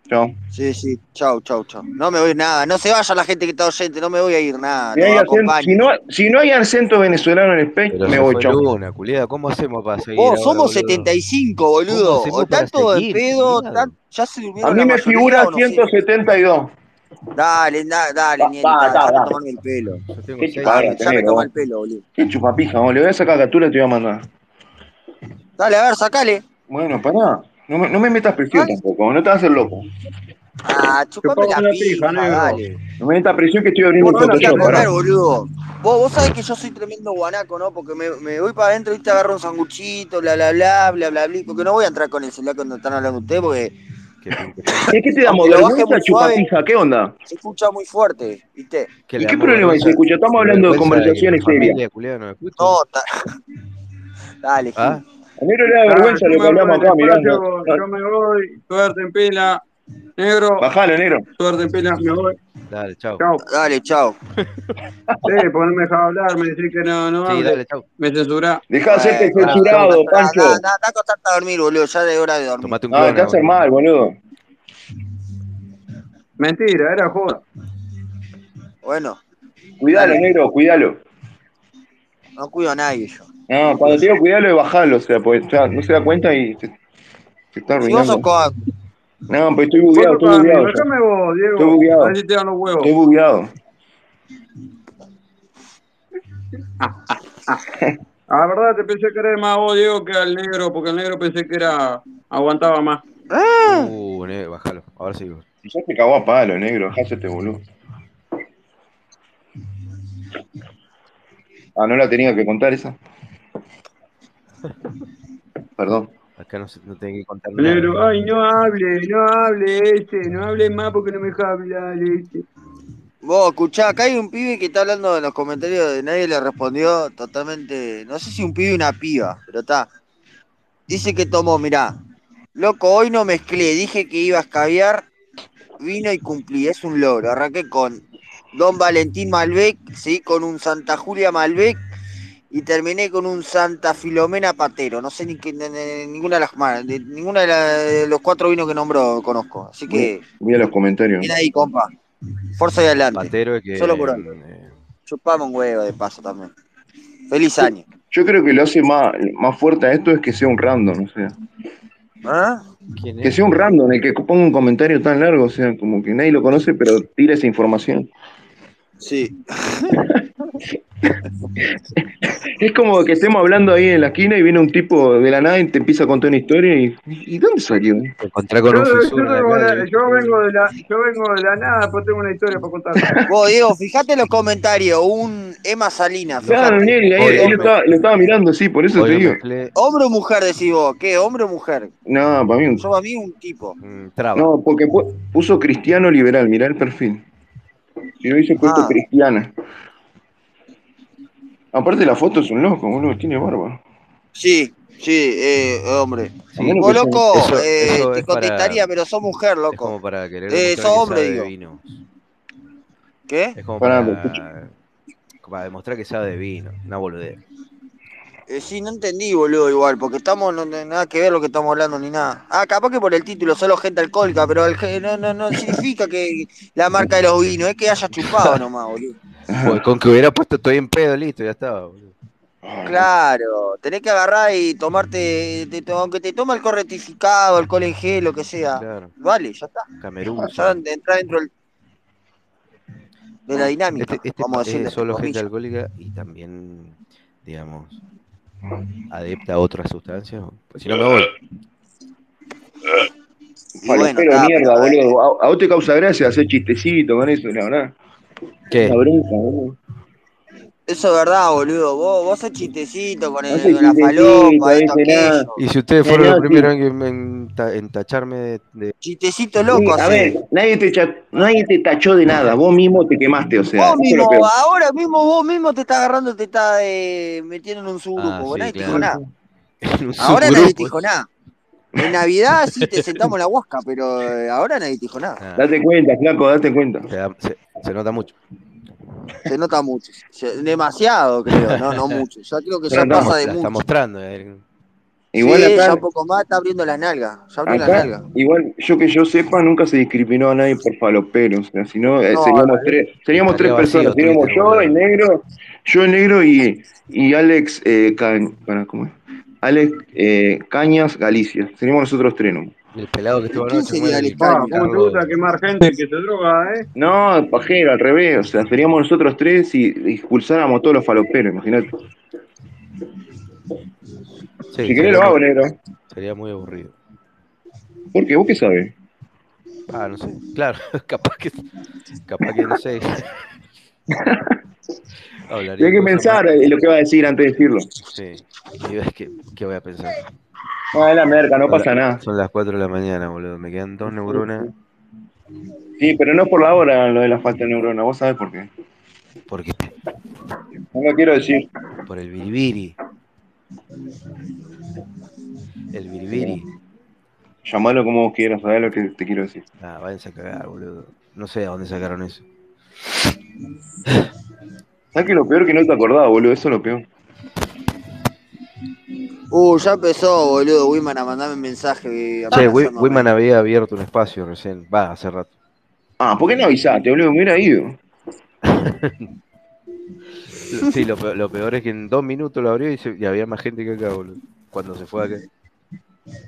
Chao.
Sí, sí, chau, chau, chau. No me voy nada, no se vaya la gente que está oyente, no me voy a ir nada,
Si,
no,
hay acento,
acompañe.
si, no, si no hay acento venezolano en el space,
Pero
me
se
voy,
fue
chao.
Luna, culiado. ¿Cómo hacemos para seguir
Vos,
ahora,
somos
boludo?
75,
¿Cómo
boludo. O
hacemos para
tanto de
seguir,
pedo,
culiado?
tan- ya se
A
durmieron
mí
la
me
mayoría
figura
o no sé.
172.
Dale, na- dale,
Va,
Nieri,
va,
ta,
da,
dejate
da.
tomarme el pelo.
Yo tengo
Qué
Dame,
seis.
chupacabra
ya me
tenés,
toma
vos.
el pelo, boludo.
Qué chupapija, vos. Le voy a sacar captura y te voy a mandar.
Dale, a ver, sacale.
Bueno, pará. No me, no me metas presión
Dale.
tampoco, no te vas a hacer loco.
Ah, chupame
Chupame
la
la pija,
pija,
negro.
dale.
No me metas presión que estoy abriendo
Vos
un
no me quieras
Photoshop,
comer,
pará.
boludo. Vos, vos sabés que yo soy tremendo guanaco, ¿no? Porque me, me voy para adentro y te agarro un sanguchito, bla, bla, bla, bla, bla, bla. Porque no voy a entrar con el celular cuando están hablando ustedes, porque
que,
¿Es que te da
Aunque lo baje
vergüenza,
muy suave.
chupapija? ¿Qué onda?
Se escucha muy fuerte, ¿viste?
que
¿Y
le
qué
damos
problema
vergüenza-
se escucha? Estamos hablando de
vergüenza
conversaciones
y familia,
serias.
culiao, no me escucha.
No, ta- dale, Gil.
¿Ah?
A mí no le da
Ah,
vergüenza lo que hablamos acá, mirando. Ah,
Yo me voy, suerte en pila. Negro,
Bajalo, negro.
suerte en pila, me voy.
Dale, chao.
Chao.
Dale, chao.
Sí, pues no me deja hablar, me decís que no, no.
Sí,
hable.
dale, chao.
Me censurá.
Dejá de hacerte
Bueno,
censurado,
nada,
Pancho.
nada, nada, a acostarte a dormir, boludo. Ya de hora de dormir.
Tomate un
No, te
clona.
haces
boludo.
mal, boludo.
Mentira, era joda.
Bueno,
Cuidalo, negro, cuidalo.
no cuido a nadie yo.
No, cuando te digo cuidalo es bajarlo, o sea, pues ya no se da cuenta y se, se está
Si vos sos
arruinando.
co-
No, pues estoy
Vos
bugueado,
tocá,
estoy bugueado.
amigo,
yo.
Déjame vos, Diego.
Estoy bugueado.
A ver si te dan los huevos.
Estoy bugueado.
La verdad te pensé que era más vos, Diego, que al negro, porque el negro pensé que era aguantaba más.
¿Eh?
Uh, ne- bajalo. Ahora sí. boludo.
Si ya te cagó a palo, negro, dejá de hacerte boludo. Ah, no la tenía que contar esa. Perdón.
Acá no, se- no tengo que contar
El
nada.
negro, ay, no hable, no hable este, no hable más porque no me deja hablar este.
Vos, escuchá, acá hay un pibe que está hablando en los comentarios de nadie le respondió totalmente. No sé si un pibe o una piba, pero está. Dice que tomó, mirá. Loco, hoy no mezclé, dije que iba a escabiar, vino y cumplí, es un logro. Arranqué con Don Valentín Malbec, seguí con un Santa Julia Malbec y terminé con un Santa Filomena Patero. No sé ni qué, ni- ni- ninguna de las mar- de, ninguna de, la- de los cuatro vinos que nombró conozco. Así que,
Voy a los comentarios.
bien ahí, compa. Fuerza y adelante.
Patero es que.
Solo por hoy.
eh,
Chupamos un huevo de paso también. Feliz año.
Yo creo que lo hace más, más fuerte a esto es que sea un random, o sea.
¿Ah?
¿Quién
Que
es?
sea un random, el que ponga un comentario tan largo, o sea, como que nadie lo conoce, pero tira esa información.
Sí.
Es como que estemos hablando ahí en la esquina y viene un tipo de la nada y te empieza a contar una historia y. ¿Y dónde salió?
Te encontrás con
Yo,
un fisura en la
vengo de
calle.
la, yo vengo de la, yo vengo de la nada, pero tengo una historia para contar.
Vos, Diego, fijate en los comentarios. Un Emma Salinas,
Claro,
fijate.
Nelly, ahí, ahí
Hoy no
lo,
me-
estaba, lo estaba mirando, sí, por eso
Hoy
te
no
digo.
mezclé.
¿Hombre o mujer decís vos? ¿Qué? ¿Hombre o mujer?
No, para mí. un-
Yo para mí un tipo.
mm, traba.
No, porque pu- puso cristiano liberal, mirá el perfil. Si lo hizo puesto
Ah.
cristiana. Aparte la foto es un loco, boludo, tiene barba.
Sí, sí, eh, hombre.
A
Sí,
menos
Vos,
que sea-
loco,
eso,
eh,
eso
te
es para.
contestaría, pero sos mujer,
Es como
loco.
para querer
Eh,
demostrar
sos
que
hombre,
sabe de
digo.
vinos.
¿Qué?
Es como
Pará,
para, para demostrar que sabe de vino. Una boludez.
Eh, sí, no entendí, boludo, igual, porque estamos, no, no- nada que ver lo que estamos hablando ni nada. Ah, capaz que por el título, solo gente alcohólica, pero el ge- no, no, no significa que la marca de los vinos, es que haya chupado nomás, boludo.
Pues con que hubiera puesto estoy en pedo, listo, ya estaba. boludo.
Claro, tenés que agarrar y tomarte, te to- aunque te toma alcohol rectificado, alcohol en gel, lo que sea.
Claro.
Vale, ya está.
Camerún.
Ya entra dentro del- de la dinámica,
Este, este
vamos a
pa- es
decirle
de
entre
solo gente
comillas.
alcohólica y también, digamos, adepta a otras sustancias. Pues si no me voy.
Y bueno,
Falopero de
está,
mierda,
pero eh, bueno.
boludo. A, a vos te causa gracia hacer chistecito con eso, la verdad.
¿Qué?
Una bronca, boludo.
Eso es verdad, boludo. Vos, vos sos chistecito con, el-
Hace
con la
chistecito,
falopa, esto,
dice nada.
aquello.
Y si ustedes
No,
fueron
Eh,
los
no, sí.
primeros en, que- en ta- en tacharme de, de-
Chistecito
Sí,
loco
a
haces.
ver, nadie te, cha- nadie te tachó de nada, vos mismo te quemaste, o sea,
Vos
eso es lo
mismo,
peor.
ahora mismo, vos mismo te estás agarrando, te estás eh, metiendo en un subgrupo.
Ah,
vos,
sí,
nadie te dijo
claro.
nada.
en un
Ahora nadie te
subgrupo.
dijo nada. En Navidad sí te sentamos la huasca, pero eh, ahora nadie te dijo nada.
Ah,
Date cuenta, flaco, date cuenta.
se, da- se- se nota mucho.
Se nota mucho. Se- demasiado, creo. No, no mucho. Ya creo que
Pero
ya
La
andamos,
pasa
mo-
de
la está
mucho.
mostrando. eh.
Igual
sí, ya
acá,
un poco más está abriendo las nalgas. Ya abrió las
acá,
nalgas.
igual, yo que yo sepa, nunca se discriminó a nadie por falopero, o sea, si no, eh,
No,
seríamos tres, seríamos tres
Estaría
personas,
vacío
seríamos
Twitter,
yo, el
boludo.
negro, yo el negro y, y Alex, eh, Ca- pará, ¿cómo es? Alex eh, Cañas Galicia, seríamos nosotros tres, ¿no?
El pelado que estuvo
¿Y quién
anoche, ¿cómo
sería
era
Alex
el
Ah,
Caña?
¿Cómo te
Carlos?
gusta quemar gente que se droga, eh?
No, pajero, al revés, o sea, seríamos nosotros tres y, y expulsáramos todos los faloperos, imagínate.
Sí,
Si querés
sería
lo hago,
muy,
negro.
sería muy aburrido.
¿Por qué? ¿Vos qué sabés?
Ah, no sé. Claro, capaz que, capaz que no sé. Hablaría
Tienes que
cosas más.
pensar eh, lo que va a decir antes de decirlo.
Sí. Y ves que, ¿qué voy a pensar.
No, Ah, es la merca, no pasa nada.
Son las 4 de la mañana, boludo. Me quedan dos neuronas.
Sí, pero no por la hora lo de la falta de neurona, vos sabés por qué.
¿Por qué?
No lo quiero decir.
Por el biribiri. El biribiri.
Llamalo como vos quieras, sabés lo que te quiero decir.
Ah, váyanse a cagar, boludo. No sé a dónde sacaron eso.
¿Sabes que lo peor que no te acordás, boludo? Eso es lo peor.
Uh, ya empezó, boludo, Wiman a mandarme mensaje. eh,
Che,
amenazarme.
Wi- Wiman había abierto un espacio recién. Va, hace rato.
Ah, ¿por qué no avisaste, boludo? Me hubiera ido.
Sí, lo peor, lo peor es que en dos minutos lo abrió y, se- y había más gente que acá, boludo. Cuando se fue acá.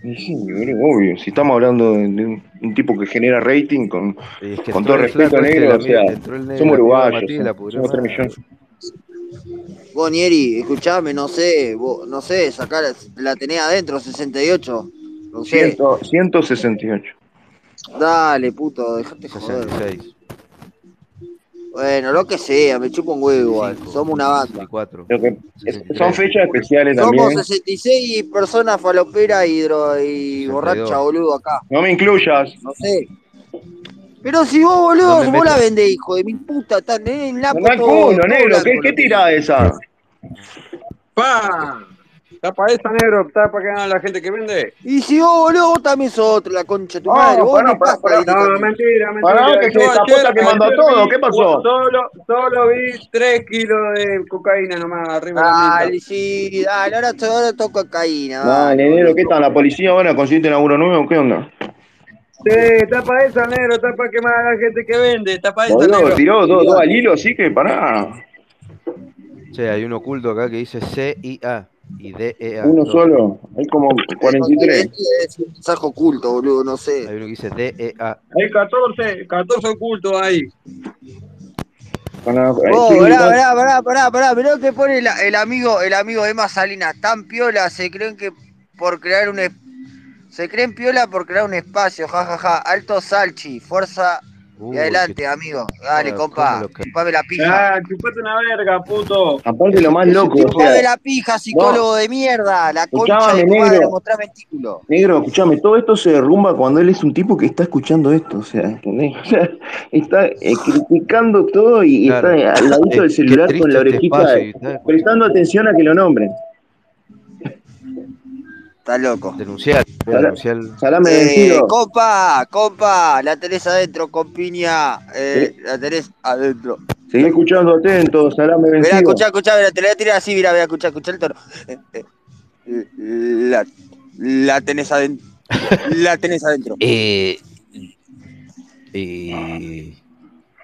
Y Sí, boludo, obvio. Si estamos hablando de, de un, un tipo que genera rating con,
Y es que
con
entró
todo
el
respeto,
flaco este, el
negro, o
amigo-
sea,
entró el negro,
somos
el amigo
uruguayos,
Matías, la
somos-
pudrió
somos 3
mal.
millones.
Vos, Nieri, escuchame, no sé, vos, no sé, sacar, la tenés adentro, 68. No sé.
100, 168.
Dale, puto, dejate joder.
66.
Bueno, lo que sea, me chupa un huevo igual. Somos una banda.
Lo que- es- son fechas especiales también.
Somos 66 personas falopera y, dro- y borracha, boludo, acá.
No me incluyas.
No sé. Pero si vos,
No
boludo,
me
vos
metas.
la vendés, hijo de mi puta, están en la
Andá al culo, negro. ¿Qué, qué tirada esa?
¡Pa! Tapa esa, negro. Tapa que gana la gente que vende.
Y si vos, boludo, vos también sos otro, la concha de tu
No,
madre. Vos
pará,
ni
pará,
pasta
pará.
ahí, ni
No,
camino.
mentira, mentira. Yo ayer- ayer vi- Solo, solo vi 3 kilos de cocaína nomás arriba de la mesa.
Dale, sí, dale, ahora, to- ahora toco cocaína.
Dale, negro, ¿qué está? ¿La policía ahora consiste en laburo nuevo? ¿Qué onda?
Sí, tapa esa, negro. Tapa que más a la gente que vende. Tapa esa,
Boludo,
negro.
tiró dos dos al hilo, así que pará.
Che, hay un oculto acá que dice CIA y E DEA.
Uno
dos.
solo. Hay como
Este
43.
es un mensaje oculto, boludo, no sé.
Hay uno que dice E DEA.
Hay 14, 14 ocultos ahí.
Con la-
Oh,
sí,
pará,
igual.
pará, pará, pará, pará, mirá lo que pone la- el amigo, el amigo Emma Salinas, tan piola, se creen que por crear un es- se creen piola por crear un espacio, jajaja, alto salchi, fuerza y
Uy,
adelante,
qué-
amigo, dale,
Ah,
compa,
cómo lo que-
chupame la pija.
Ah, chupate una verga, puto.
Aparte, lo más loco, o sea.
Chupame la pija, psicólogo de mierda, la concha de
Escuchame,
tu madre,
negro.
mostrá ventículo.
Negro, escúchame, todo esto se derrumba cuando él es un tipo que está escuchando esto, o sea, ¿entendés? O sea, está eh, criticando todo y
Claro.
está al
Es-
ladito del
qué
celular con
triste
la
este
orejita,
espacio, y tal.
prestando atención a que lo nombren.
Está loco.
Denunciar, denunciar.
Salame
Eh,
vencido.
compa, compa, la tenés adentro, compiña, eh, la tenés adentro.
Seguí escuchando atento, salame
Verá,
vencido.
escuchá, escuchá, verá, te la voy a tirar así, mirá, verá, escuchá, escuchá el tono. Eh, eh, La, la tenés adentro. La tenés adentro.
Eh, eh,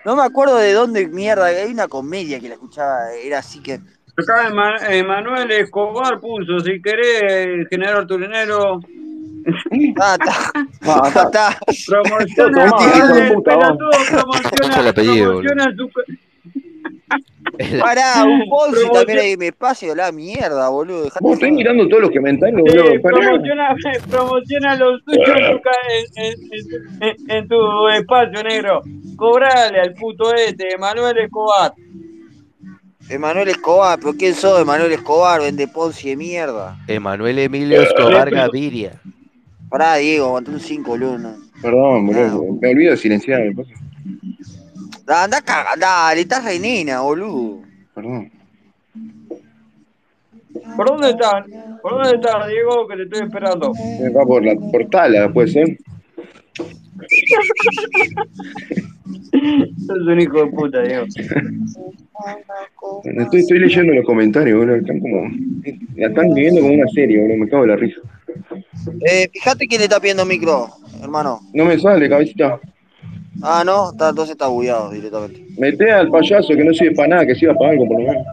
No me acuerdo de dónde mierda, hay una comedia que la escuchaba, era así que.
Acá Ema- Emanuel Escobar puso, si querés, generar tu dinero.
Ah, está.
Ah,
está.
Promociona,
Tomá, hijo de
el
puta, vos.
pelotudo promociona,
Puso el apellido, boludo.
promociona su... Ah.
Pará, un Ponzi
Promociona-
también hay en mi espacio, la mierda, boludo. Dejate
Vos estoy
joder.
mirando todos los comentarios,
Sí,
boludo. Pará.
eh, promociona, promociona los tuyos en tu, ca- en, en- en tu- en- en tu espacio negro. Cobrale al puto este, Emanuel Escobar.
Emanuel Escobar, pero ¿quién sos Emanuel Escobar? Vende Ponzi de mierda.
Emanuel Emilio
Eh,
Escobar Gaviria.
Pará, Diego, aguanté un 5, boludo. no.
Perdón,
Ah.
boludo, me olvido de silenciar, me pasa.
Da- Andá, caga, dale, estás re nena, boludo.
perdón.
¿Por dónde estás? ¿Por dónde estás, Diego? Que te estoy esperando.
Se Eh, Va por la portala, puede ser.
Sos un hijo de puta, Diego.
Estoy, estoy leyendo los comentarios, boludo. Están como. La están viviendo como una serie, boludo. Me cago en la risa.
Eh, fíjate quién le está pidiendo micro, hermano.
No me sale, cabecita.
Ah, no, está, entonces está bugueado directamente.
Mete al payaso que no sirve para nada, que sirva para algo por lo menos.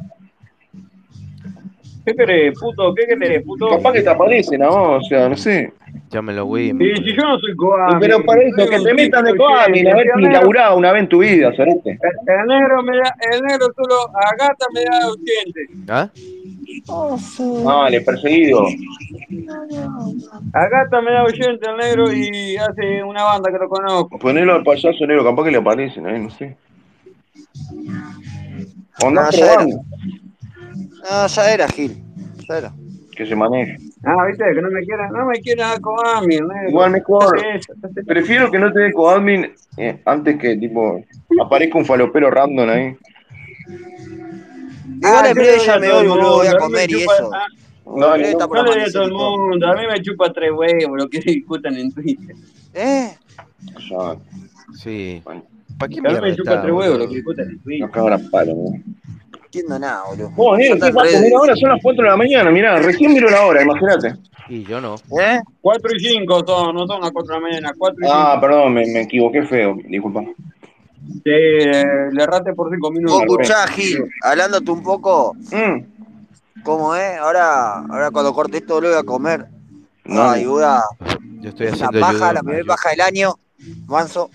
¿Qué querés, puto? ¿Qué querés, puto?
Capaz que te aparecen a vos, o sea, no sé.
Llámelo Wim.
Y si yo no soy Coami.
Pero para eso, que te metan de coamil, a ver si inaugurado una vez en tu vida, ¿sabes?
El negro, me da, el negro solo a gata me da 80.
¿Ah?
Vale, perseguido.
A gata me da 80 el negro y hace una banda que lo conozco.
Ponelo al payaso negro, capaz que le aparecen, ahí, no sé. O andá
Ah, ya era.
probando,
Ah, ya era, Gil. Ya era.
que se maneje.
Ah, viste, que no me quieran, no me quieran coadmin. nego.
Igual mejor.
Eso, eso.
Prefiero que no te dé coadmin eh, antes que tipo aparezca un falopero random ahí.
Igual en
Ah, yo
breve
le doy
ya
a
me
todo
voy,
el
boludo, voy a
mundo, mí me
comer y
chupa-
eso.
ah,
No, eh.
yo le doy
no, no,
a todo el mundo, a mí me chupa tres huevos lo que discutan en Twitter.
¿Eh?
Sí. ¿Para qué
A mí
mierda
me chupa
está,
tres huevos lo
boludo?
que discutan en Twitter.
Entiendo nada, boludo.
Vos,
No
eh,
te
¿qué vas a
enredes.
comer ahora? Son las 4 de la mañana, mirá, recién miró la hora, imagínate.
Y yo no.
¿Eh?
4 y 5 son, no son las 4 de la mañana, 4 y 5.
Ah, perdón, me, me equivoqué feo, disculpa.
eh, le erraste por 5 minutos.
Vos escuchá, Gil, hablándote un poco.
Mm.
¿Cómo es? Ahora, ahora cuando corte esto, boludo, voy a comer.
No.
Ay, boludo.
Yo estoy
Una
haciendo
paja, la
ayuda.
primera paja del año. Manso.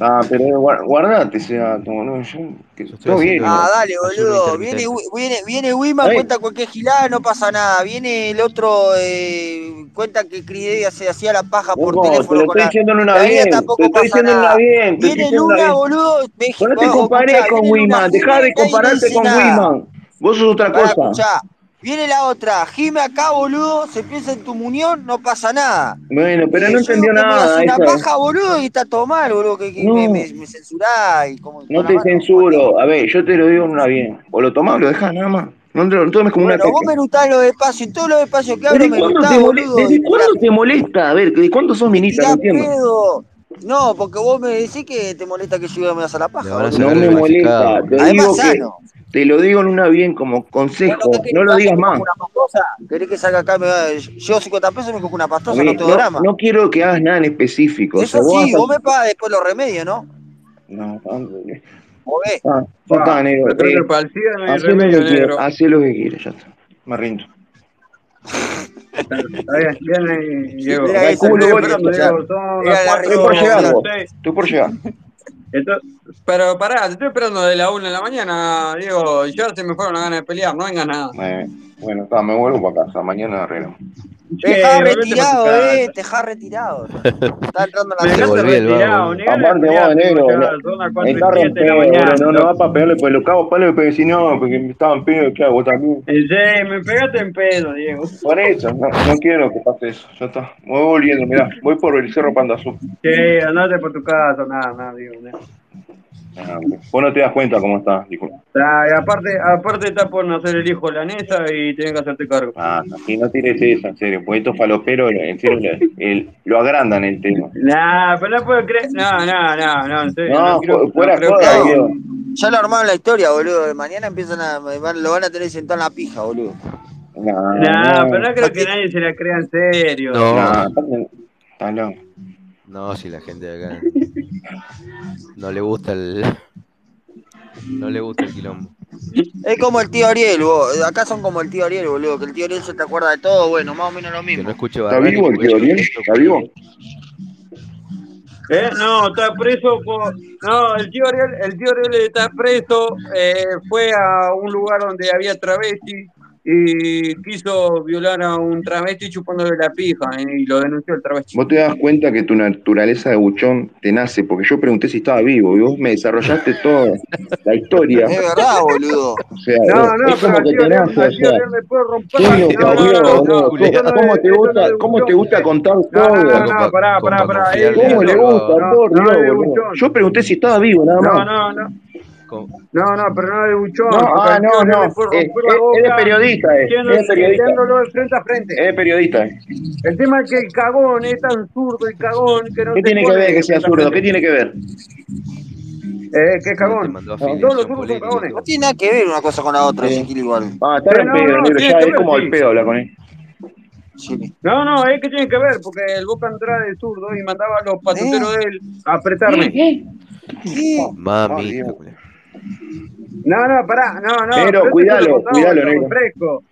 Ah, pero guar- guardate ese dato, boludo. Yo, que- todo bien.
haciendo-
Ah, dale,
ayuno
boludo. Viene,
intermitente.
Wi- viene, viene Wiman,
Ahí.
cuenta cualquier gilada, no pasa nada. Viene el otro, eh, cuenta que Cridea se hacía la paja por
Loco, te
teléfono.
lo
con
estoy
la,
diciendo en una
la vida
bien,
tampoco
te estoy
pasa
diciendo en una
nada.
bien, te estoy
Viene
diciendo en una
Luna,
bien.
boludo. ve-
Pues No te
vos
compares
escuchá,
con
viene Luna,
Wiman, dejá
Gime,
de
nadie le
compararte
dice
con
nada.
Wiman. Vos sos otra
Para
cosa.
escuchá. Viene la otra, Gime acá, boludo, se piensa en tu muñón, no pasa nada.
Bueno, pero
Eh,
no
yo digo
entendió
que me hace
nada,
una
eso es.
paja, boludo, y está todo mal, boludo, que, que me,
No.
me, me censurá y como,
No
con la
te
mano.
censuro. A ver, yo te lo digo en una bien. O lo tomás o lo dejás, nada más. No te lo no tomes como una
Bueno, vos
caca.
menutás los espacios, en todos los espacios que abro
¿Desde cuándo, te
menutás,
mole-
boludo, y
¿Desde
tirás,
cuándo te molesta? A ver, ¿desde cuándo sos minita? No
tirás
entiendo.
pedo. No, porque vos me decís que te molesta que yo diga me das a la
Le
paja,
van a
boludo.
No
sacar
me
el
molesta.
unificado,
Te
boludo.
Además,
digo que.
sano.
Te lo digo en una bien como
Bueno, ¿qué
consejo.
querés
No
que
lo
haga?
digas
¿Me
más.
cojo una pastosa? ¿Querés que salga acá? y Me... va- Yo 50 pesos me cojo una
A
pastosa,
mí,
no tengo
no,
drama.
no quiero que hagas nada en específico. O sea,
Eso
vos
sí,
vas
vos
a.
me pagas después los remedios, ¿no?
No, no,
Vos ves.
Ah, ya está, negro.
Yo creo
Eh,
que para el cierre no hay
hacé lo que
remedio,
quieras,
negro.
hacé lo que quieras, ya está. Me rindo.
Está bien, bien ahí, Diego.
Era esa,
Calculo,
tenía
Estoy
vos,
esperando,
por escuchar.
Diego. Son las
Era la
4
estoy por llegar, vos.
6.
Estoy por llegar.
Entonces, pero pará, te estoy esperando de la 1 de la mañana, Diego. y Ya se me fueron las ganas de pelear, no vengas nada.
Eh, bueno, está, me vuelvo para casa. Mañana arreglamos.
Dejá
Che, volvete para tu
retirado, eh.
casa.
Te dejá retirado. Está entrando en
Me
la
Se
dejaste
sexta.
volví el vago,
retirado, ni
boludo.
ganas
Aparte
de
vos,
pelear tengo
negro, no,
ya. Son las 4
está rompido, boludo,
y 7 de la mañana.
no, no
loco.
va para pegarle, pues lo cago palo, pero si no, porque me estaban pidiendo que hago también.
Eh, che, me pegaste en pedo, Diego.
Por eso, no, no quiero que pase eso, ya está. Voy volviendo, mirá, voy por el cerro Panda Azul.
Che, andate por tu casa, nada, nada, Diego. nada.
Ah, boludo. vos no te das cuenta cómo está, dijo.
Ah, y aparte, aparte está por nacer el hijo de la neta y tenés que hacerte cargo.
Ah, si no tires eso, en serio, porque estos faloperos, en serio, le- el- lo agrandan el tema.
Nah, pero no puedo creer. No, no, no, no, en serio, no
No,
creo,
fu-
no
fuera
creo que
joda,
No,
Diego.
alguien.
ya lo armaron la historia, boludo. Mañana empiezan a. van- Lo van a tener sentado en la pija, boludo.
No,
Nah, pero
no,
no creo que nadie se la crea en serio.
No,
no, aparte, ah, está loco.
no, si la gente de acá no le gusta el. No le gusta el quilombo.
Es como el tío Ariel, vos. Acá son como el tío Ariel, boludo. Que el tío Ariel se te acuerda de todo, bueno, más o menos lo
Que no
mismo.
escuche
¿Está
Barrani
vivo el
porque
tío
yo
Ariel?
esto
¿Está vivo?
Eh, no, está preso por. No, el tío Ariel, el tío Ariel está preso. eh, fue a un lugar donde había travesti y quiso violar a un travesti chupándole la pija eh, y lo denunció el travesti.
Vos te das cuenta que tu naturaleza de buchón te nace, porque yo pregunté si estaba vivo y vos me desarrollaste toda la historia.
Es verdad, boludo.
O sea, eh,
No,
es
no, pero
como
al
que
tío
te
Ariel,
nace, o
al tío
sea,
Ariel le puede romper
¿qué
la.
lo
No, no,
abrió,
no,
boludo?
no, eso
¿Cómo, cómo
no
te
es, eso no es
gusta,
de
cómo te
buchón.
gusta contar
No, no, no,
todo?
Como
no,
para
pará, pará, pará. eh,
confiarle a
¿Cómo le
Eso
gusta,
otro.
no,
por
no
Dios,
es de
boludo?
buchón.
Yo pregunté si estaba vivo, nada
No,
más.
no, no.
co-
No, no, pero no de
No,
buchón, porque
ah,
al tío
no,
Ariel le
no.
puede
Es,
romper la
es- es de
boca
periodista, es,
diciendo,
es de periodista.
diciéndolo de frente a frente.
Es de periodista.
El tema es que el cagón es tan zurdo y cagón que no
¿Qué
se
tiene que
pone
ver que
de
sea
frente a
zurdo? ¿Qué
frente.
tiene que ver?
Eh, que es
Pero te
cagón.
mandó
Todos los
afiliación
zurdos son
política y
cagones.
No
todo.
tiene nada que ver una cosa con la otra,
Sí.
Ezequiel, igual.
Ah, está
Sí,
re
no,
pedo,
no,
negro.
tiene
Ya
que
es
ver,
como al
sí.
pedo hablar con él.
Sí.
No, no, es que tiene que ver, porque el Boca entraba de zurdo y mandaba a los
¿Eh?
patuteros de él a apretarme.
¿Qué?
Ah,
Mamita,
Diego.
culiao.
No, no, pará, no, no,
Negro,
pero esto yo lo
cuidalo,
contaba cuando
cuidalo,
estaba
negro.
fresco.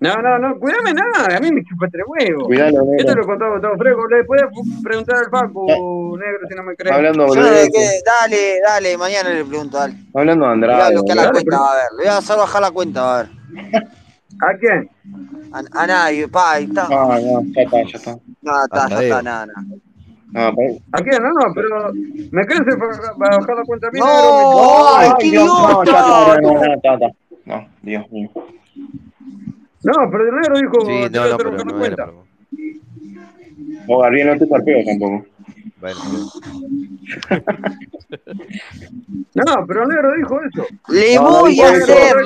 No, no, no, cuídame nada, a mí me chupa tres huevos.
Cuidalo,
Esto lo
negro.
contaba cuando estaba fresco. Le podés preguntar al
Está,
Facu, negro, si no me
está
crees.
hablando
Yo no le
boludeces.
qué. Dale, dale, mañana le pregunto, dale.
Está hablando de
Le voy a
Andrade,
bloquear
boludo.
la
Dale, pero
cuenta, va a ver. Le voy a hacer bajar la cuenta, va a ver.
¿a quién?
A, a nadie, pa, ahí está.
Ah, no, ya está, ya está.
No, está,
Hasta
ya está,
Deo.
nada, nada.
Ah, pa-
¿A quién? No, no, pero ¿me crees para bajar la cuenta a mí, negro? Me chupa tres
¡No! ¡Ay,
huevos.
qué
Ay, Dios, no, ya está,
idiota!
no,
No.
no, ya está. No, Dios mío.
No, pero el negro dijo.
Sí,
"Te
no,
lo
no, pero
tengo en
no era
cuenta".
para vos.
No, Gabriel, no te zarpeo tampoco.
Bueno.
No, pero el negro dijo eso.
Le
No, no
voy
dijo
a
eso.
hacer.
No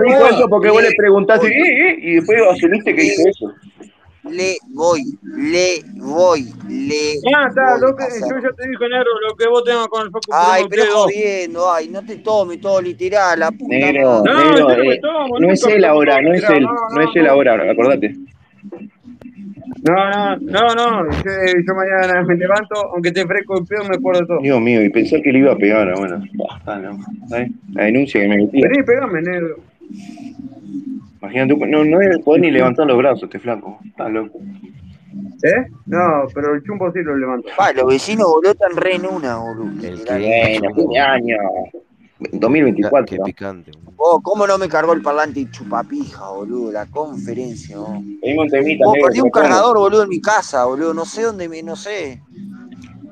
Le,
dijo eso porque vos le preguntaste, eh, eh, y después asumiste que hizo eso.
le voy. Le voy. Le.
Ya Ah, está,
voy
lo que,
a hacer.
yo ya te dije, negro, lo que vos tengas con el foco.
Ay,
tenemos
pero
ustedes dos.
jodiendo, ay, no te tomes todo literal, la puta
Negro,
madre.
negro, eh, no es él ahora, no es él, no es él ahora, acordate.
No, no, no, no. Yo, yo mañana me levanto, aunque te fresco el pedo, me acuerdo de todo.
Dios mío, y pensar que le iba a pegar, bueno. basta, no. ¿Sabes? La denuncia que me metía.
Vení, pegame, negro.
Imagínate, no, no debe poder ni levantar los brazos, este flaco. Está loco.
¿Eh? No, pero el chumbo sí lo levanto.
Pa, los vecinos boludo están re en una, boludo. literal.
Bueno, fin de año. 2024. Qué
picante.
Oh, cómo no me cargó el parlante y chupapija, boludo, la conferencia, oh.
Pedimos un temita,
Oh,
negro,
perdí
que
un
me pongo.
cargador, boludo, en mi casa, boludo, no sé dónde me, no sé.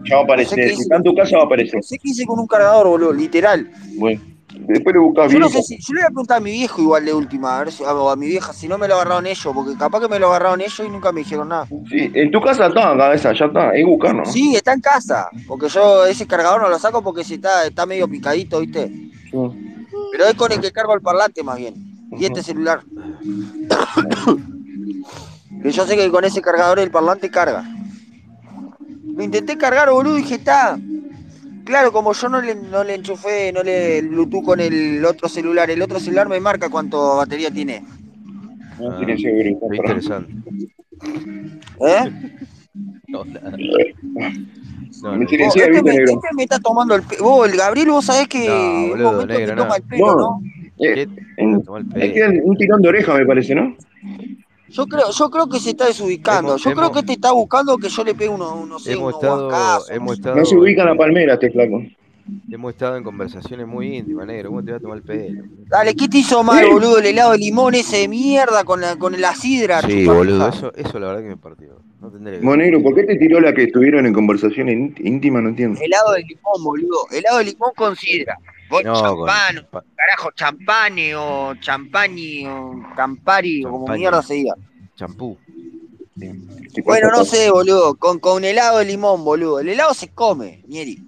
Ya va a
No sé qué
aparecer. Si
hice.
está en tu casa, va a aparecer.
No sé qué hice con un cargador, boludo, literal.
Bueno, después lo buscas
Yo
bien.
no sé si, yo le voy a preguntar a mi viejo igual de última, a ver si, a, a mi vieja, si no me lo agarraron ellos, porque capaz que me lo agarraron ellos y nunca me dijeron nada.
Sí, en tu casa está, cabeza, ya está. Es buscar, ¿no?
Sí, está en casa. Porque yo ese cargador no lo saco porque si está, está medio picadito, ¿viste? Pero es con el que cargo el parlante más bien. Y este celular. Que yo sé que con ese cargador el parlante carga. Lo intenté cargar, boludo, y dije, está. Claro, como yo no le, no le enchufé, no le Bluetooth con el otro celular, el otro celular me marca cuánto batería tiene.
Ah,
tiene
qué
seguro, compra.
interesante.
¿Eh?
No, nada. No, no.
Vos,
Silencia,
este,
viste,
me,
negro.
este me está tomando el pelo. Vos, el Gabriel, vos sabés que
No,
en un
boludo,
momento
negro,
te toma
nada.
el pelo, ¿no?
Eh,
Te tomó el
es
pelo.
que es un tirón de oreja, me parece, ¿no?
Yo creo, yo creo que se está desubicando.
Hemos-
yo creo
hemos-
que este está buscando que yo le pegue uno, uno, no sé,
Hemos
unos
estado,
guascazos.
hemos
No se
estado,
ubica en la palmera este flaco.
hemos estado en conversaciones muy íntimas, negro. ¿Cómo te vas a tomar el pelo?
Dale, ¿qué te hizo mal, boludo? El helado de limón ese de mierda con la, con la sidra,
Sí,
chupapija.
boludo, eso, eso la verdad que me partió. No tendría que
Bueno, negro, ¿por qué te tiró la que estuvieron en conversaciones ínt- íntimas? No entiendo.
Helado de limón, boludo. Helado de limón con sidra. Vos,
No, con
champán,
pa-
carajo, champane o champani o campari o como
Champaña.
mierda se diga.
champú.
Eh, Bueno, no sé, boludo. Con, con helado de limón, boludo. El helado se come, Nieri.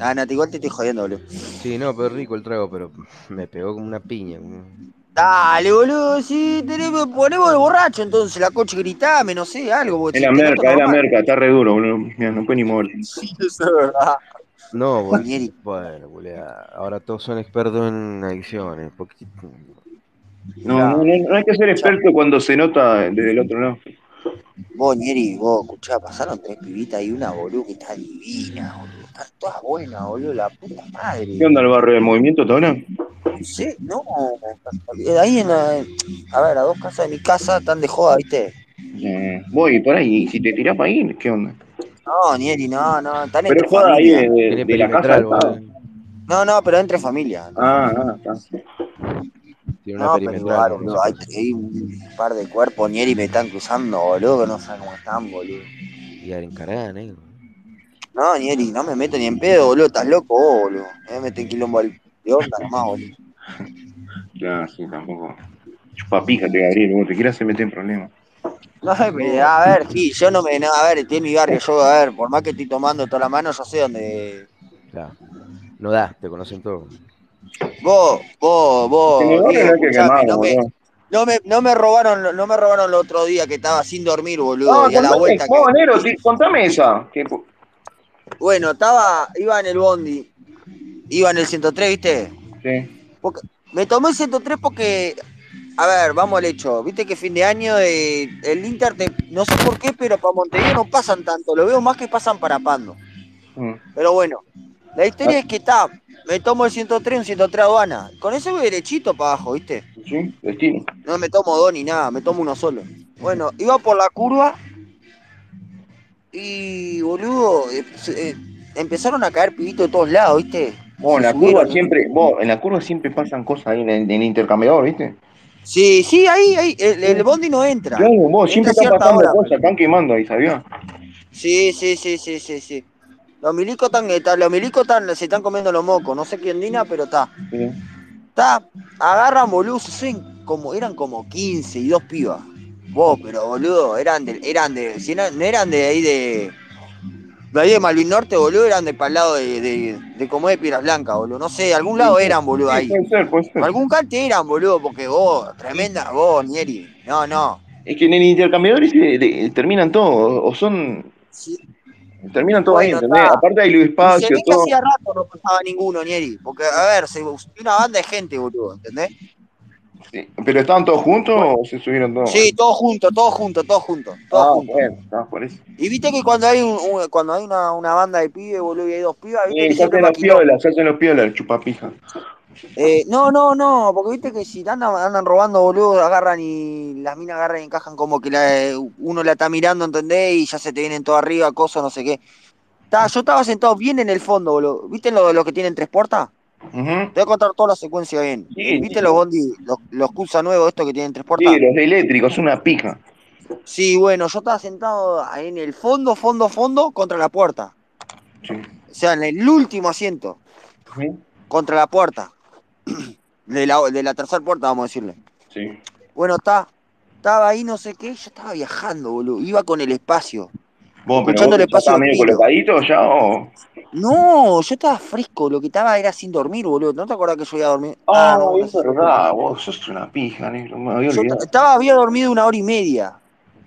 Ah, Nati, igual te estoy jodiendo, boludo.
Sí, no, pero rico el trago, pero me pegó como una piña. como-
Dale, boludo, sí, tenemos, ponemos de borracho entonces, la coche gritame, no sé, algo, porque
Es
si
la
te noto
merca, es la
normal.
merca, está re duro, boludo. Mirá, no puede ni mover.
Sí, eso es verdad.
No, bol-
Nieri.
bueno, boludo, ahora todos son expertos en adicciones.
Eh,
poquito.
No, no, no, no hay que ser experto cuando se nota desde el otro lado.
Vos, Nieri, vos, escuchá, pasaron tres pibitas y una, boludo, que está divina, boludo. Están todas buenas, boludo, la puta madre.
¿Qué onda el barrio del movimiento hasta ahora?
No sé, no. casualidad. Ahí en la, a ver, a dos casas de mi casa están de joda, ¿viste?
Eh, voy por ahí, y si te tirás para ahí, ¿qué onda?
No, Nieri, no, no, están
Pero
entre
es joda ahí
familia.
de, de-
Tiene
de la casa
perimetral,
del Estado.
boludo.
No, no, pero entre familia. entre
Ah,
familia.
ah, está.
Tiene una
No, pero
perimetral,
igual,
boludo.
boludo. Hay, hay un par de cuerpos Nieri me están cruzando, boludo, que no saben cómo están, boludo.
Y ahora encarada, negro.
No, Nieri, no me meto ni en pedo, boludo. Estás loco vos, boludo. Me meten en quilombo al- de onda nomás, boludo.
Claro, sí, tampoco. Chupapija, te Gabriel, vos te quieras se mete en problemas.
No, pero, a ver, sí, yo no me. No, a ver, estoy en mi barrio, yo, a ver, por más que estoy tomando toda la mano, yo sé dónde.
Claro. No da, te conocen todos.
Vos, vos, vos,
En el barrio
Diego,
no hay que
Oh, escuchame,
quemar,
no me.
boludo.
No me, no me robaron, no me robaron el otro día que estaba sin dormir, boludo,
Ah,
y a la
contame,
vuelta que.
vos, negro, sí, contame esa. Que-
Bueno, estaba, iba en el bondi, iba en el 103, ¿viste?
sí.
Porque- me tomé el 103 porque, a ver, vamos al hecho. Viste que fin de año eh, el Inter, te- no sé por qué, pero para Montevideo no pasan tanto. Lo veo más que pasan para Pando.
Mm. Ah.
Pero bueno, la historia es que está, me tomo el 103, un 103 aduana. Con eso voy derechito para abajo, ¿viste?
Sí, destino.
No me tomo dos ni nada, me tomo uno solo. Bueno, iba por la curva y, boludo, eh, se- eh, empezaron a caer pibitos de todos lados, ¿viste?
Vos, en
Se
Oh, la curva
subieron. ¿viste?
siempre, vos, en la curva siempre pasan cosas ahí en el, en el intercambiador, ¿viste?
Sí, sí, ahí, ahí, el, el bondi no entra.
Claro, vos, siempre
Entra a
están
cierta
pasando
hora.
cosas, están quemando ahí, ¿sabías?
Sí, sí, sí, sí, sí, sí. Los milicos están, está- los milicos están, se están comiendo los mocos, no sé quién dina, pero está.
Sí.
Está, agarran boludo, se suben como, eran como 15 y dos pibas. Vos, pero boludo, eran de, eran de, si no, no eran de ahí de. De ahí de Malvin Norte, boludo, eran de para el lado de, de, de como de Piedras Blancas, boludo. No sé, de algún lado eran, boludo, ahí.
Puede ser, puede ser.
Algún cante eran, boludo, porque vos, tremenda, vos, Nieri. No, no.
Es que en el intercambiador ese de- terminan todos, o son. Terminan todos ahí,
Bueno,
¿entendés?
está.
Aparte hay Luis
Y se
Espacio,
ve que
todo.
hacía rato no pasaba ninguno, Nieri. Porque, a ver, se buscó una banda de gente, boludo, ¿entendés?
¿Pero estaban todos juntos o se subieron todos?
Sí, todos juntos, todos juntos, todos juntos. Todos
Ah,
juntos.
bueno, está, por eso.
Y viste que cuando hay un, un- cuando hay una, una banda de pibes, boludo, y hay dos pibas, viste
Eh,
que
se
siempre
hacen
más
los
quilombo.
piolas, se hacen los piolas, chupapija.
Eh, no, no, no, porque viste que si andan, andan robando, boludo, agarran y las minas agarran y encajan como que la- eh, uno la está mirando, ¿entendés? Y ya se te vienen todo arriba, cosas, no sé qué. Ta, yo estaba sentado bien en el fondo, boludo. ¿Viste lo, lo que tienen tres puertas? Te voy a contar toda la secuencia bien. Eh, ¿Viste los bondi, los, los Cusa nuevos estos que tienen tres puertas?
Sí, los de eléctricos, una pija.
Sí, bueno, yo estaba sentado ahí en el fondo, fondo, fondo, contra la puerta. O sea, en el último asiento, contra la puerta. De la, de la tercera puerta, vamos a decirle.
Sí.
Bueno, está. Estaba ahí, no sé qué, yo estaba viajando, boludo. Iba con el espacio.
Vos, pero
Escuchando
vos
el
ya
espacio
estabas
de
medio
Pilo.
colocadito ya o.
No, yo estaba fresco, lo que estaba era sin dormir, boludo. ¿No te acordás que yo iba a dormir?
Ah,
no,
es verdad, vos sos una pija, negro, me había
Yo
olvidado.
ta- estaba, había dormido una hora y media,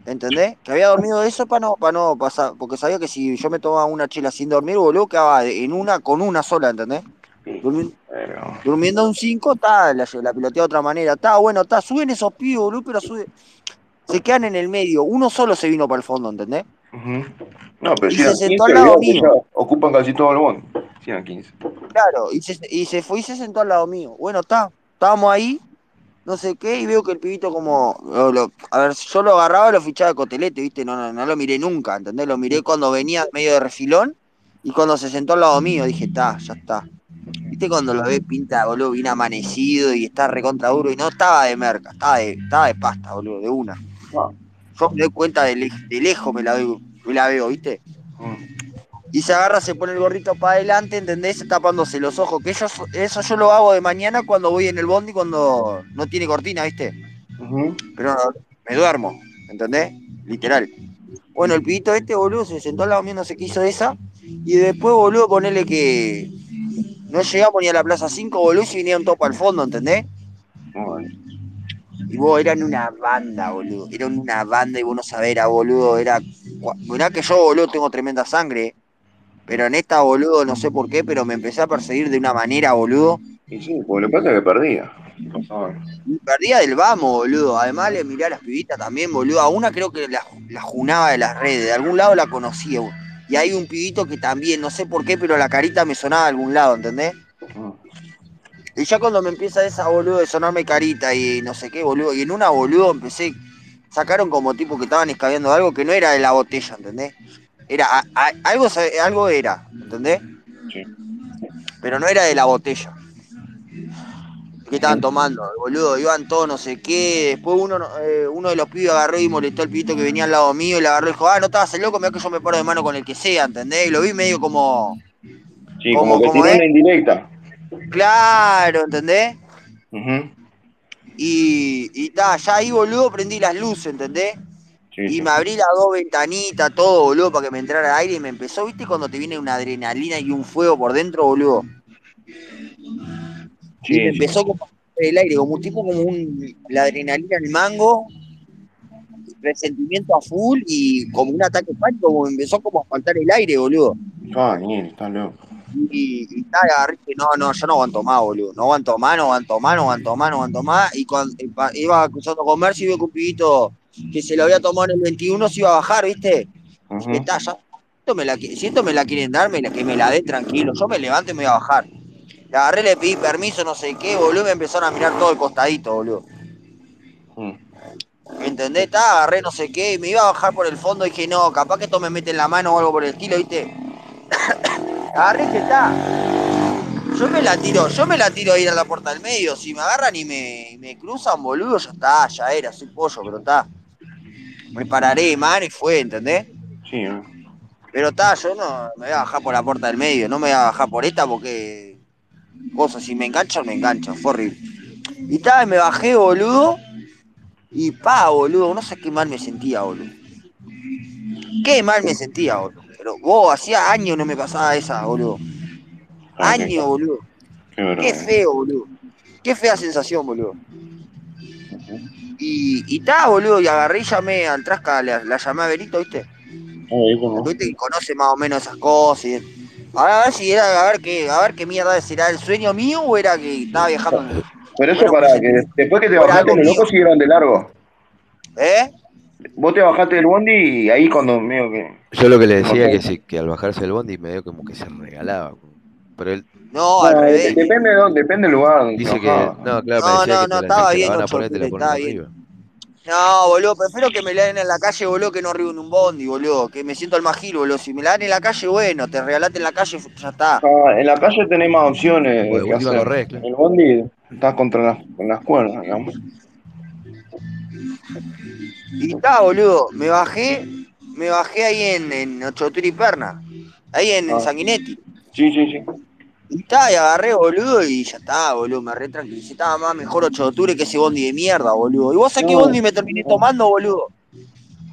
¿entendés? Que había dormido eso para no, para no pasar, porque sabía que si yo me tomaba una chela sin dormir, boludo, quedaba de- en una con una sola, ¿entendés? Durmi- durmiendo un 5, está, la, la pilotea de otra manera, está, bueno, está, suben esos pibes, boludo, pero sube- se quedan en el medio, uno solo se vino para el fondo, ¿entendés?
Ujú. No, pero
Y
si eran
se sentó
15,
al lado
olvidate,
mío.
ya ocupan casi todo el bono. Si eran 15.
Claro, y se, y se fue y se sentó al lado mío. Bueno, está, estábamos ahí, no sé qué, y veo que el pibito como, lo- lo- a ver, yo lo agarraba, lo fichaba de cotelete, ¿viste? No, no, no lo miré nunca, ¿entendés? Lo miré cuando venía medio de refilón y cuando se sentó al lado mío, dije, está, ya está. ¿Viste cuando lo ves pinta, boludo, bien amanecido y está recontra duro? Y no estaba de merca, estaba de, estaba de pasta, boludo, de una. Yo me doy cuenta de, lej- de lejos, me la, veo, me la veo, ¿viste? Y se agarra, se pone el gorrito para adelante, ¿entendés? Tapándose los ojos. Que yo, so- eso yo lo hago de mañana cuando voy en el bondi, cuando no tiene cortina, ¿viste? Pero me duermo, ¿entendés? Literal. Bueno, el pibito este, boludo, se sentó al lado mío, no sé qué hizo esa. Y después, boludo, ponele que no llegamos ni a la Plaza 5, boludo, y vinieron todos para el fondo, ¿entendés? Y vos eran una banda, boludo. Eran una banda y vos no sabés, era, boludo. Era. cua- Mirá que yo, boludo, tengo tremenda sangre. Pero en esta, boludo, no sé por qué, pero me empecé a perseguir de una manera, boludo.
Y sí, porque lo que pasa es que perdía.
Y Perdía del vamos, boludo. Además le miré a las pibitas también, boludo. A una creo que la, la junaba de las redes. De algún lado la conocía, boludo. Y hay un pibito que también, no sé por qué, pero la carita me sonaba de algún lado, ¿entendés? Y ya cuando me empieza esa, boludo, de sonarme carita y no sé qué, boludo. Y en una, boludo, empecé... Sacaron como tipo que estaban escabeando algo que no era de la botella, ¿entendés? Era... a- a- algo, se- algo era, ¿entendés? Pero no era de la botella. que estaban tomando, boludo, iban todos no sé qué, después uno, eh, uno de los pibes agarró y molestó al pibito que venía al lado mío y le agarró y dijo, ah, no estabas el loco, mirá que yo me paro de mano con el que sea, ¿entendés? Y lo vi medio como,
Sí,
¿Cómo,
como que
cómo
tiró
es?
una indirecta.
claro, ¿entendés?
Ujú.
Y, y ta, ya ahí, boludo, prendí las luces, ¿entendés?
Sí,
Y
sí.
me abrí las dos ventanitas, todo, boludo, para que me entrara aire y me empezó, ¿viste? Cuando te viene una adrenalina y un fuego por dentro, boludo.
Sí,
y me
sí.
empezó como el aire, como un tipo como un, la adrenalina en el mango, resentimiento a full y como un ataque de pánico, como me empezó como a faltar el aire, boludo.
Ah, Daniel, está loco.
Y, y tal, agarré que no, no, yo no aguanto más, boludo. No aguanto más, no aguanto más, no aguanto más, no aguanto más. Y cuando eh, pa- iba cruzando comercio y veo que un pibito que se lo había tomado en el 21 se iba a bajar, ¿viste? Y que está, ya, esto me la, qui- si esto me la quieren dar, me la- que me la den tranquilo. Yo me levanto y me voy a bajar. Le agarré, le pedí permiso, no sé qué, boludo, y me empezaron a mirar todo el costadito, boludo. ¿Me entendés? Ta, agarré no sé qué, y me iba a bajar por el fondo y dije, no, capaz que esto me mete en la mano o algo por el estilo, ¿viste? agarré que está. Yo me la tiro, yo me la tiro a ir a la puerta del medio. Si me agarran y me, y me cruzan, boludo, ya está, ya era, soy pollo, pero está. Me pararé, mano, y fue, ¿entendés?
Sí, eh.
Pero está, yo no me voy a bajar por la puerta del medio, no me voy a bajar por esta porque. Cosas, si me enganchan, me enganchan, fue horrible. Y tal, me bajé, boludo. Y pa, boludo, no sé qué mal me sentía, boludo. Qué mal me sentía, boludo. Pero vos, hacía años no me pasaba esa, boludo.
Ay, qué-
Años, boludo.
Qué
Qué
vergüenza.
feo, boludo. Qué fea sensación, boludo. Y, y ta, boludo, y agarré y llamé al Trasca, la, la llamé a Berito, ¿viste? Viste que conoce más o menos esas cosas. y- A ver si era, a ver qué, a ver qué mierda será el sueño mío o era que estaba viajando. en-
Pero eso para que después que te
pues, eh, Por
bajaste,
algo
los locos
mío.
siguieron de largo.
¿Eh?
Vos te bajaste del bondi y ahí cuando medio que.
Yo lo que le decía
Ok.
que sí, que al bajarse del bondi medio como que se regalaba. como- Pero él
No,
No, Eh, depende, de dónde- depende del lugar donde
dice que.
trabajaba.
No, claro, me
No,
decía
no, no,
que te la, si
estaba
te la
bien,
van a
ocho,
poner, te la ponen
estaba bien.
arriba.
No, boludo, prefiero que me la den en la calle, boludo, que no arriba en un bondi, boludo. Que me siento al magil, boludo. Si me la dan en la calle, bueno, te regalaste en la calle, ya está.
Ah, en la calle tenés más opciones
O de
que
última
hacer.
corres,
En el bondi estás contra las, con las cuerdas, digamos.
Y está, boludo, me bajé, me bajé ahí en, en Ochotura y Perna, ahí en, en
Ah.
Sanguinetti.
Sí, sí, sí.
Y está, y agarré, boludo, y ya está, boludo, me re tranquilicé. Estaba más mejor Ochotura que ese bondi de mierda, boludo. Y vos a qué
No.
bondi me terminé tomando, boludo.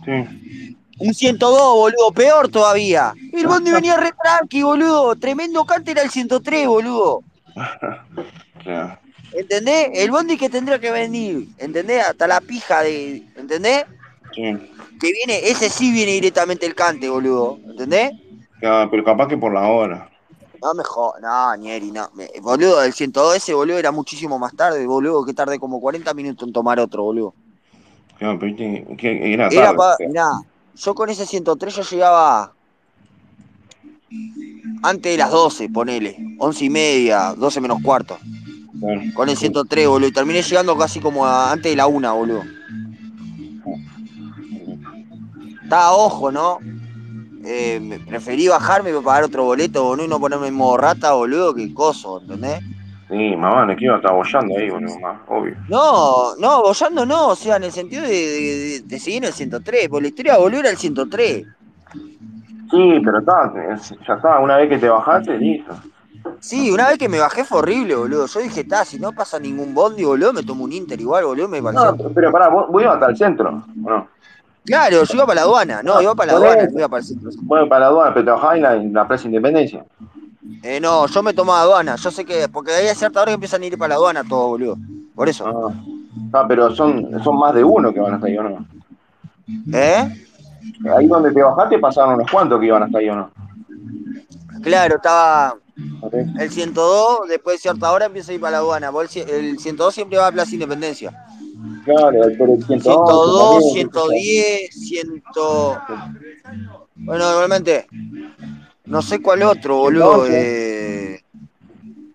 Sí.
Un 102, boludo, peor todavía. El bondi venía re tranqui, boludo. Tremendo cante era el 103, boludo.
Claro.
¿Entendés? El bondi que tendría que venir, ¿entendés? Hasta la pija de. ¿Entendés?
Sí.
Que viene, ese sí viene directamente el cante, boludo. ¿Entendés?
Claro, Ah, pero capaz que por la hora.
No me jodas, no, Nieri, no. Me- boludo, el 102 ese, boludo, era muchísimo más tarde, boludo, que tardé como 40 minutos en tomar otro, boludo.
Claro, pero viste que era
Era
tarde.
pa. Mirá, yo con ese 103 yo llegaba antes de las 12, ponele. 11 y media, 12 menos cuarto.
Claro.
Con el 103, boludo. Y terminé llegando casi como a- antes de la 1, boludo. Está ojo, ¿no? Eh, me- preferí bajarme para pagar otro boleto, boludo, y no ponerme en modo rata, boludo, que coso, ¿entendés?
Sí, mamá, le quiero estar bollando ahí, boludo, más, obvio.
No, no, bollando no, o sea, en el sentido de, de, de- de seguir en el 103, porque la historia boludo era el 103.
Sí, pero está, es- ya está, una vez que te bajaste, listo.
Sí, una vez que me bajé fue horrible, boludo. Yo dije, está, si no pasa ningún bondi, boludo, me tomo un Inter igual, boludo, me pareció.
No, pero pará, vos, vos ibas hasta el centro, ¿o no?
Claro, yo iba para la aduana, no, iba para la
Por
aduana,
eso.
no iba para el centro.
Bueno, para la aduana, pero te bajabas en la, en la Plaza Independencia.
Eh, no, yo me tomaba aduana, yo sé que, porque ahí a cierta hora que empiezan a ir para la aduana todo, boludo. Por eso.
Ah, Ah, pero son, son más de uno que van hasta ahí, ¿o no?
¿Eh?
Ahí donde te bajaste pasaron unos cuantos que iban hasta ahí, ¿o no?
Claro, estaba
Ok.
el 102, después de cierta hora empieza a ir para la aduana. Vos el cien- el 102 siempre va a Plaza Independencia.
Claro, pero el 111 también. qué sé yo.
102, 110, 100... Bueno, igualmente, no sé cuál otro, boludo.
111.
eh,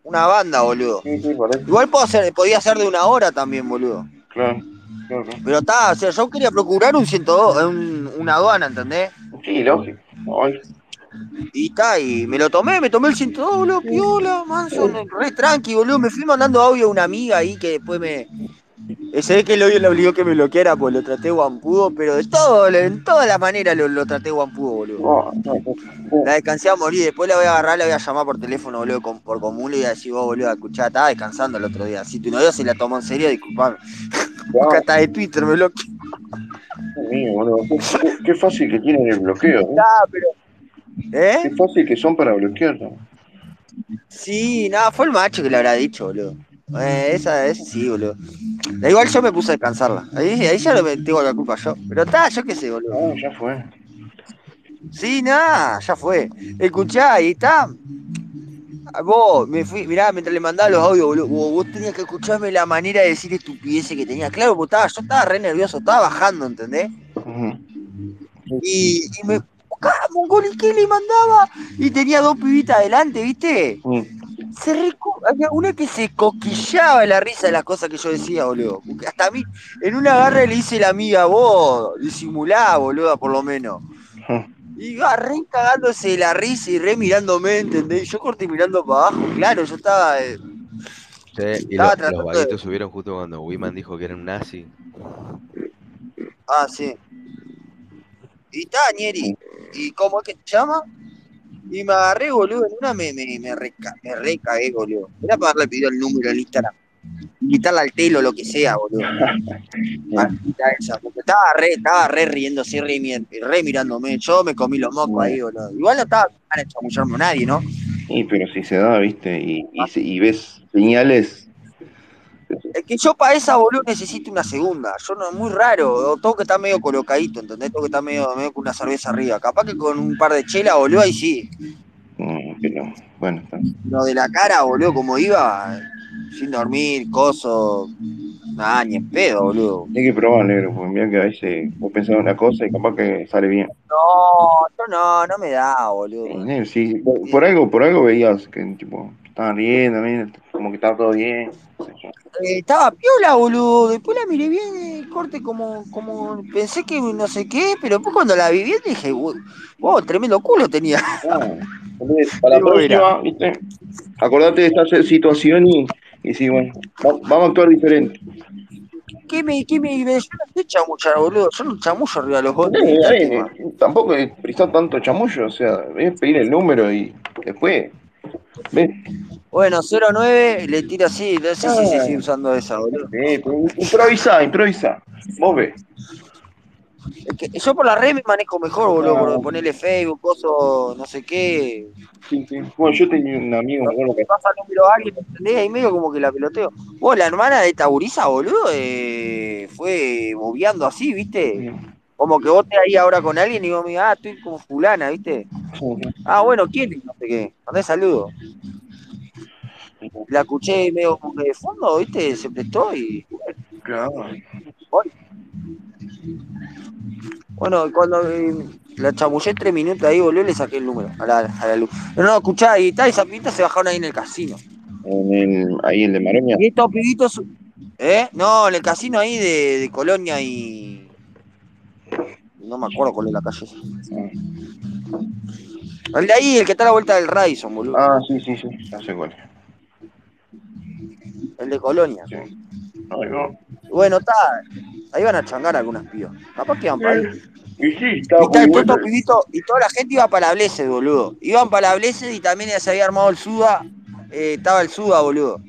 una banda, boludo.
Sí, sí, por eso.
Igual puedo hacer, podía ser de una hora también, boludo.
Claro, claro, claro.
Pero está, o sea, yo quería procurar un 102, eh, un- una aduana, ¿entendés?
Sí, lógico. Ay,
Y está, y me lo tomé, me tomé el 102, boludo, piola, manso, re tranqui, boludo. Me fui mandando audio a una amiga ahí que después me. Ese es que el audio le obligó que me bloqueara, pues lo traté guampudo, pero de todo, en todas las maneras lo, lo traté guampudo, boludo.
no, no, no.
La descansé a morir, después la voy a agarrar, la voy a llamar por teléfono, boludo, con- por común, le voy a decir, vos, boludo, escuchá, estaba descansando el otro día. Si tu novio se la tomó en serio, disculpame. Busca hasta de Twitter, me bloqueó.
Dios mío, boludo. Qué, qué- qué fácil que tienen el bloqueo, ¿eh?
¿Eh?
Qué fácil que son para bloquear. ¿no?
Sí, nada, fue el macho que le habrá dicho, boludo. Eh, esa, esa sí, boludo. Da igual yo me puse a descansarla. Ahí, ahí ya lo me- tengo la culpa yo. Pero está, yo qué sé, boludo.
No, Ah, ya fue.
Sí, nada, ya fue. Escuchá, y está. Vos, me fui, mirá, mientras le mandaba los audios, boludo, vos, vos tenías que escucharme la manera de decir estupideces que tenía. Claro, porque estaba, yo estaba re nervioso, estaba bajando, ¿entendés? Y, y me. ¡Ah, Mongol, ¿y qué le mandaba? Y tenía dos pibitas adelante, ¿viste?
Mm.
Se recu- había una que se coquillaba de la risa de las cosas que yo decía, boludo. Porque Hasta a mí, en una garra le hice la amiga, vos, disimulá, boluda, por lo menos. Y iba re cagándose de la risa y re mirándome, ¿entendés? Y Yo corté mirando para abajo, claro, yo estaba, eh,
Che, y lo-
estaba
los
tratando de.
vaguitos subieron justo cuando Wiman dijo que era un nazi.
Ah, sí. Y está, Nieri. ¿Y cómo es que te llama? Y me agarré, boludo, en una me, me, me, reca- me recagué, boludo. Era para darle pidió el número en Instagram. quitarla al telo o lo que sea, boludo. Ah, quita esa, porque estaba re, estaba re riéndose, re, mi- re mirándome. Yo me comí los mocos ahí, boludo. Igual no estaba para chamullarme a nadie, ¿no?
Y pero si se da, viste, y, y se- y ves señales.
Es que yo para esa, boludo, necesito una segunda. Yo no, es muy raro. O tengo que estar medio colocadito, ¿entendés? Tengo que estar medio, medio con una cerveza arriba. Capaz que con un par de chelas, boludo, ahí sí.
mm, Pero bueno, está.
Lo de la cara, boludo, como iba, sin dormir, coso. Nada, ni en pedo, boludo.
Hay que probar, negro, porque mirá que a veces vos pensás una cosa y capaz que sale bien.
No, yo no, no me da, boludo.
Y, negro, sí, por, por algo, por algo veías que tipo, estaban riendo, miren, como que estaba todo bien.
Eh, estaba piola, boludo. Después la miré bien el corte como, como pensé que no sé qué, pero después cuando la vi bien dije, wow, wow, tremendo culo tenía.
Entonces, Para la
Digo,
próxima, viste, acordate de esta situación y, y sí, bueno, va- vamos a actuar diferente.
¿Qué me, qué me, me- yo no sé chamuchar, boludo? Yo no chamullo arriba de los botes.
Eh,
¿qué
eh,
tema?
eh, tampoco es prestar tanto chamullo, o sea, es pedir el número y después, ¿ves?
Bueno, 09 le tiro así, no sé si se sigue usando esa, boludo.
Eh, improvisá, improvisá. Vos ves.
Es que yo por la red me manejo mejor, boludo, por ponerle Facebook, coso, no sé qué.
Sí, sí. Bueno, yo tenía un amigo, me acuerdo que
Pasa el número a alguien, ¿entendés? Ahí medio como que la peloteo. Vos, la hermana de esta gurisa, boludo, eh, fue bobeando así, ¿viste? Como que vos te ahí ahora con alguien y vos me digas, ah, estoy como fulana, ¿viste? Ah, bueno, ¿quién es? No sé qué. Mandé saludo. La escuché medio como que de fondo, ¿viste? Se prestó y.
Claro.
Bueno, cuando eh, la chamullé tres minutos ahí, boludo, le saqué el número a la, a la luz. No, no, escuchá, y tal, y esas pibitas se bajaron ahí en el casino.
en el, ahí el de Maroña.
Y estos pibitos. ¿Eh? No, en el casino ahí de, de Colonia y. No me acuerdo cuál es la calle. esa. El de ahí, el que está a la vuelta del Radisson, boludo.
Ah, sí, sí, sí, ya sé cuál.
El de Colonia.
Ahí va.
Bueno, está. Ahí van a changar algunas pibas. Capaz que iban para ahí.
Y sí, estaba
Y tal,
muy
todos
bueno.
estos pibitos, y toda la gente iba para la Blessed, boludo. Iban para la Blessed y también ya se había armado el Suda. eh, estaba el Suda, boludo.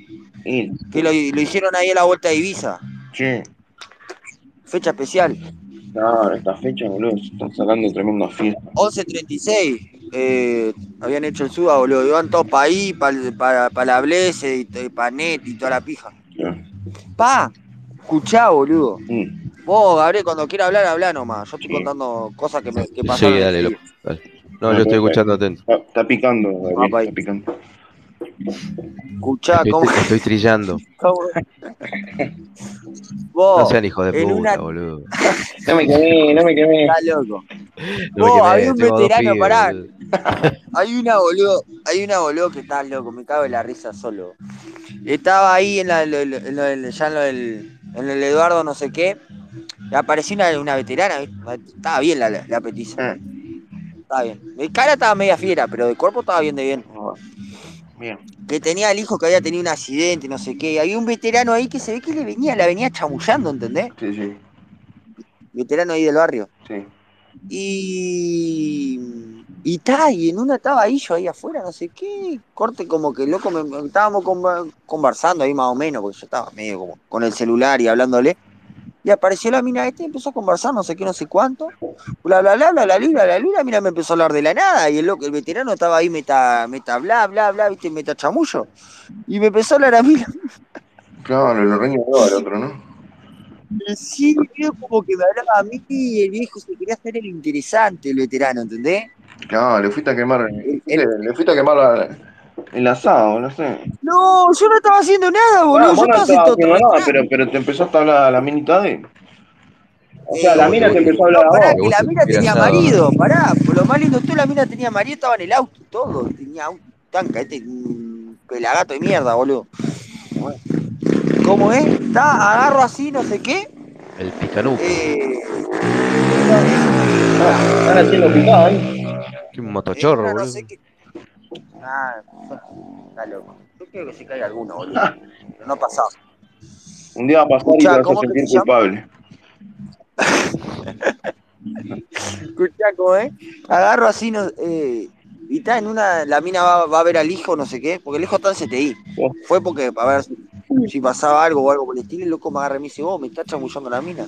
Y,
Que lo, lo hicieron ahí a la vuelta de Ibiza.
che,
Fecha especial.
claro, esta fecha, boludo, se están sacando tremenda fiesta.
11.36. eh, habían hecho el Suda, boludo. Iban todos para ahí, para la Blessed, y para Net y toda la pija. Pa, escuchá, boludo.
Mm.
Vos, Gabriel, cuando quiera hablar, habla nomás. Yo estoy contando cosas que, me, que
Sí,
pasaron.
dale, loco. dale. No, yo estoy escuchando atento.
Está, Ah, está picando, Gabriel, está picando.
Escuchá, Ah,
Estoy,
cómo,
estoy trillando.
cómo-
Este No
Vos,
sean hijos de
en
puta,
una...
boludo.
No me quemé, no me quemé.
Está loco.
No me
Vos,
quemé,
había un
tengo dos
veterano,
pibes,
pará.
boludo.
Hay una, boludo, hay una, boludo, que está loco, me cago en la risa solo. Estaba ahí en, la, en lo- en lo- en ya en, lo del- en el Eduardo no sé qué, y apareció una, una veterana, ¿viste? estaba bien la, la petiza, estaba bien. De cara estaba media fiera, pero de cuerpo estaba bien de bien.
Bien.
que tenía el hijo que había tenido un accidente, no sé qué. y Había un veterano ahí que se ve que le venía, la venía chamullando, ¿entendés?
Sí, sí,
Veterano ahí del barrio.
sí.
Y. Y ta, y en una estaba ahí yo ahí afuera, no sé qué. Corte como que loco, me- me- estábamos conver- conversando ahí más o menos, porque yo estaba medio como con el celular y hablándole. Y apareció la mina esta y empezó a conversar, no sé qué, no sé cuánto. Bla, bla, bla, bla, bla, bla, bla, bla, bla, mira, me empezó a hablar de la nada. Y el, loco, el veterano estaba ahí, meta, meta, bla, bla, bla, viste, meta chamullo. Y me empezó a hablar a mí,
Claro, lo reñó al otro, ¿no?
Sí, vio como que me hablaba a mí y el viejo se quería hacer el interesante, el veterano, ¿entendés?
Claro, le fuiste a quemar, le fuiste, le fuiste a quemar la- el asado, no sé.
No, yo no estaba haciendo nada, boludo,
Ah, vos
yo
no estabas
estaba haciendo
haciendo
otra
nada,
cosa.
pero, pero te empezaste a hablar a la minita de. O sea, la
Eh,
mina te empezó a hablar
no,
a
pará,
vos.
que la mina tenía marido, pará, por lo más lindo todo, la mina tenía marido, estaba en el auto y todo, tenía un tanca, este mm, pelagato de mierda, boludo. ¿Cómo es? Está, agarro así, no sé qué.
El picanú.
Eh,
Están haciendo picada, ¿eh?
Qué motochorro,
no
boludo.
sé qué. Ah, está loco. Yo creo que se caiga alguno, boludo. Pero no ha pasado.
Un día va a pasar y
Escuchá,
te vas a
¿cómo que
sentir
se llama?
culpable.
Escuchá, ¿cómo es? ¿eh? Agarro así, no, eh, y está en una, la mina va, va a ver al hijo, no sé qué, porque el hijo está en CTI. Fue porque, a ver, si pasaba algo o algo por el estilo, el loco me agarra y me dice, vos me estás chamullando la mina.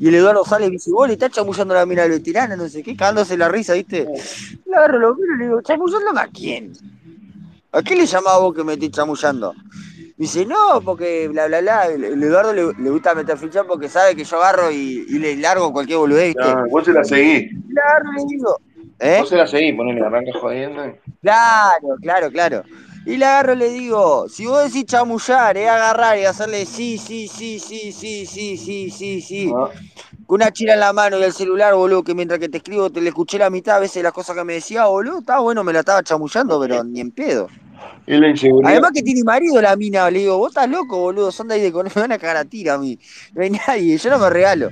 Y el Eduardo sale y me dice, vos le estás chamullando la mina al veterano, no sé qué, cagándose la risa, ¿viste? Le agarro los miro y le digo, ¿chamullando a quién? ¿A qué le llamaba vos que me estés chamullando? Me dice, no, porque bla, bla, bla. El el Eduardo le, le gusta meter ficha porque sabe que yo agarro y, y le largo cualquier boludez. ¿viste?
Ah, vos se la seguís.
Le agarro y le digo, ¿Eh?
Vos se la seguís, ponele, arranca jodiendo.
Claro, claro, claro. Y le agarro y le digo, si vos decís chamullar, es agarrar y hacerle sí, sí, sí, sí, sí, sí, sí, sí, sí. Con una chila en la mano y el celular, boludo, que mientras que te escribo te le escuché la mitad a veces de las cosas que me decía, boludo, está bueno, me la estaba chamullando, pero ni en pedo.
Y la inseguridad.
Además que tiene marido la mina, le digo, vos estás loco, boludo, son de ahí de con me van a cagar a tira a mí. No hay nadie, yo no me regalo.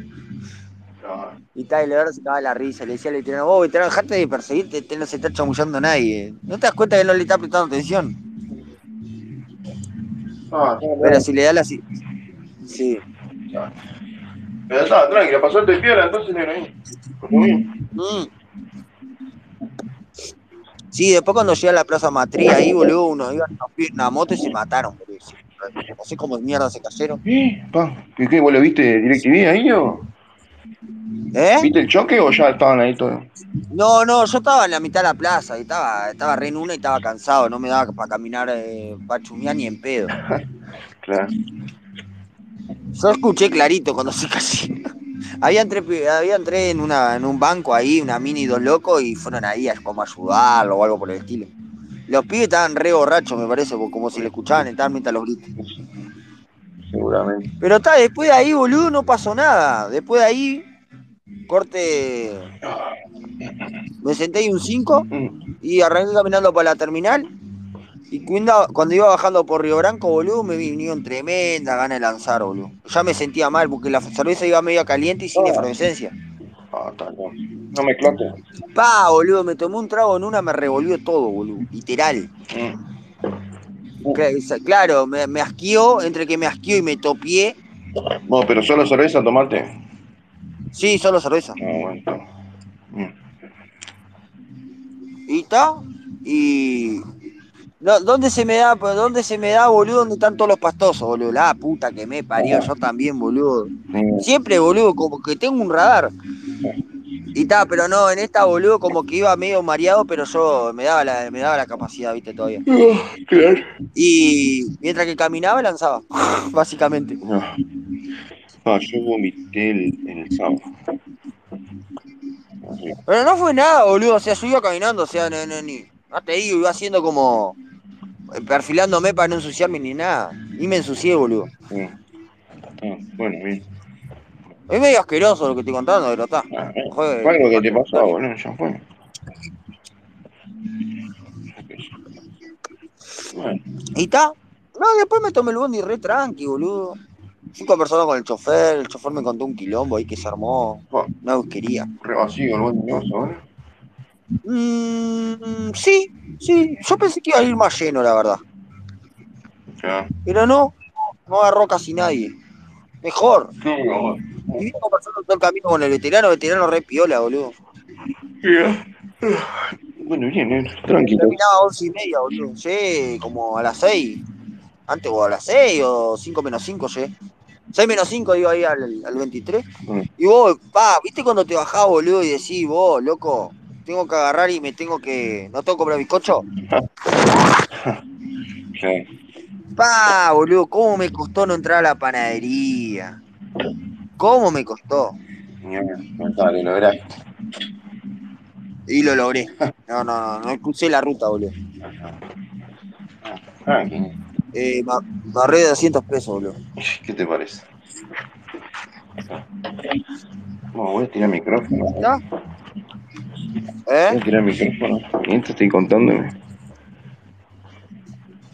Y tal, el Eduardo se cagaba la risa, le decía al veterano, vos veterano, dejate de perseguirte, te- no se está chamullando nadie. ¿No te das cuenta que no le está prestando atención?
Ah,
Pero si le da la... si- Sí.
Pero está, tranquilo, pasaste piola, entonces negro ahí.
Mm. Sí, después cuando llegué a la Plaza Matriz, ahí, boludo, uno iba a una moto y se mataron, boludo. No sé cómo mierda se cayeron.
Pa, ¿Qué, qué, vos lo viste DirecTV ahí o?
¿Eh?
¿Viste el choque o ya estaban ahí todos?
No, no, yo estaba en la mitad de la plaza, y estaba, estaba re en una y estaba cansado, no me daba para caminar, eh, para chumear ni en pedo.
Claro.
Yo escuché clarito cuando se cayó. Habían tres, pi- habían tres en, una, en un banco ahí, una mini y dos locos, y fueron ahí a como a ayudarlo o algo por el estilo. Los pibes estaban re borrachos, me parece, porque como si le escuchaban estaban mientras los gritos.
Seguramente.
Pero está, después de ahí, boludo, no pasó nada. Después de ahí, corte. Me senté ahí un 5
Mm.
y arranqué caminando para la terminal. Y cuando, cuando iba bajando por Río Branco, boludo, me vinieron tremenda gana de lanzar, boludo. Ya me sentía mal porque la cerveza iba medio caliente y sin efervescencia.
Ah, está, no. No me cloques.
Pa, boludo, me tomé un trago en una, me revolvió todo, boludo. Literal.
Mm.
Cla- esa- Claro, me, me asqueó, entre que me asqueó y me topié.
Vos, pero solo cerveza tomate.
Sí, solo cerveza. ¿Y está? Y. No, ¿Dónde se me da, pues, dónde se me da, boludo? ¿Dónde están todos los pastosos, boludo? La puta que me parió, yo también, boludo. Siempre, boludo, como que tengo un radar. Y está, pero no, en esta, boludo, como que iba medio mareado, pero yo me daba la, me daba la capacidad, viste, todavía.
Claro.
Y mientras que caminaba, lanzaba, básicamente.
No. Ah, yo vomité el, el sábado. Así.
Pero no fue nada, boludo. O sea, yo iba caminando, o sea, no, no, ni. No te digo, iba haciendo como. eh, perfilándome para no ensuciarme ni nada. Ni me ensucié, boludo.
Mm. Ah, bueno, bien.
Es medio asqueroso lo que estoy contando, pero está.
Ah, eh.
Fue-
Fue lo que te pasó, boludo, ya fue. Bueno.
¿Y está? No, después me tomé el bondi re tranqui, boludo. Fui conversando con el chofer, el chofer me contó un quilombo ahí que se armó. Oh, No quería.
Re vacío el buen Dios ahora.
Mm, sí, sí. Yo pensé que iba a ir más lleno, la verdad.
Claro.
Pero no, no agarró casi nadie. Mejor.
Sí, boludo.
Y vine conversando todo el camino con el veterano, veterano re piola, boludo.
Bueno, bien, eh. tranquilo.
Terminaba a once y media, boludo. Llegué como a las seis. Antes o a las seis o cinco menos cinco llegué. Seis menos cinco iba ahí al, al 23.
Mm.
Y vos, pa, viste cuando te bajás, boludo, y decís, vos, loco, tengo que agarrar y me tengo que. ¿No tengo que comprar bizcocho?
Claro.
Pa, boludo, ¿cómo me costó no entrar a la panadería? ¿Cómo me costó?
Ni hablar. No sale, lo verás.
Y lo logré. No, no, no, no crucé la ruta, boludo.
Tranqui.
Eh, ma- barré de 200 pesos, boludo.
¿Qué te parece? Ah. No, voy a tirar el micrófono.
¿Está?
Voy
¿Eh?
a tirar el micrófono. Mientras estoy contándome.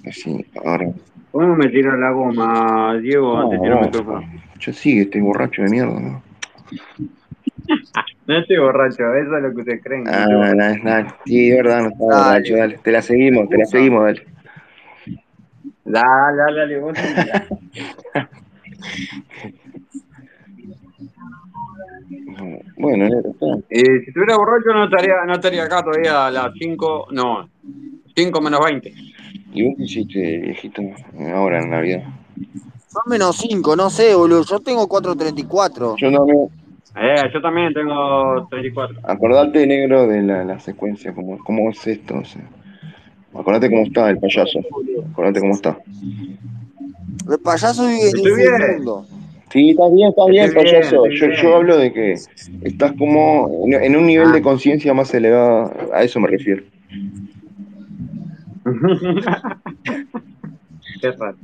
Así, ahora.
¿Cómo me tiró la goma, Diego?
No,
Te tiró el
no.
micrófono.
Yo sigue este borracho de mierda, ¿no?
No estoy borracho, eso es lo que ustedes creen.
Ah, no, no, sí, de verdad, no está borracho, dale. Te la seguimos, te la seguimos, dale.
Dale, dale, dale, vos.
Bueno, eh, está.
Eh, si estuviera borracho no estaría, no estaría acá todavía a las 5, no, 5 menos 20.
¿Y vos qué hiciste, viejito, ahora en Navidad?
Son menos 5, no sé, boludo. Yo tengo 4.34.
Yo también.
Eh, yo también tengo 34.
Acordate, negro, de la, la secuencia, cómo, cómo es esto. o sea. Acordate cómo está el payaso. Acordate cómo está.
El payaso vive en
Estoy
un
bien.
segundo.
Sí, estás bien, estás bien,
Estoy bien,
payaso.
estoy
Yo,
bien.
yo hablo de que estás como en, en un nivel de conciencia más elevado. A eso me refiero.
Qué raro.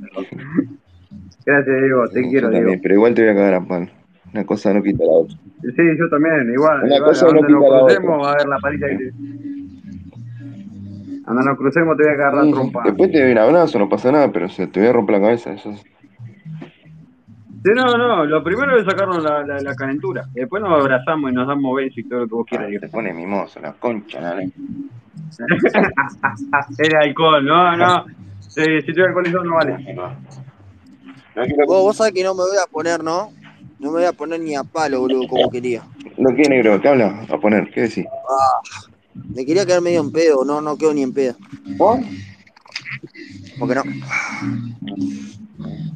Gracias, Diego. Te
Yo
quiero, Diego.
también, pero igual te voy a cagar a pan. Una cosa no quita la otra.
Sí, yo también, igual.
Una
igual.
cosa
Cuando
no quita
nos
la
crucemos, va a ver la parita que te... Cuando nos crucemos, te voy a agarrar
Sí, sí.
trompa.
Después te doy un abrazo, no pasa nada, pero o sea, te voy a romper la cabeza. Eso es-
Sí, no, no. Lo primero es sacarnos la, la, la calentura. Después nos abrazamos y nos damos besos y todo lo que vos quieras. Diego.
Te pone mimoso, la concha, la ley. Ah.
El alcohol, no, no. Sí, si estoy alcoholizado, no vale.
Vos, vos sabés que no me voy a poner, ¿no? No me voy a poner ni a palo, boludo, como quería.
¿Lo que negro? ¿Qué habla? A poner, ¿qué decís?
Ah, me quería quedar medio en pedo, no, no quedo ni en pedo.
¿Por?
Porque no.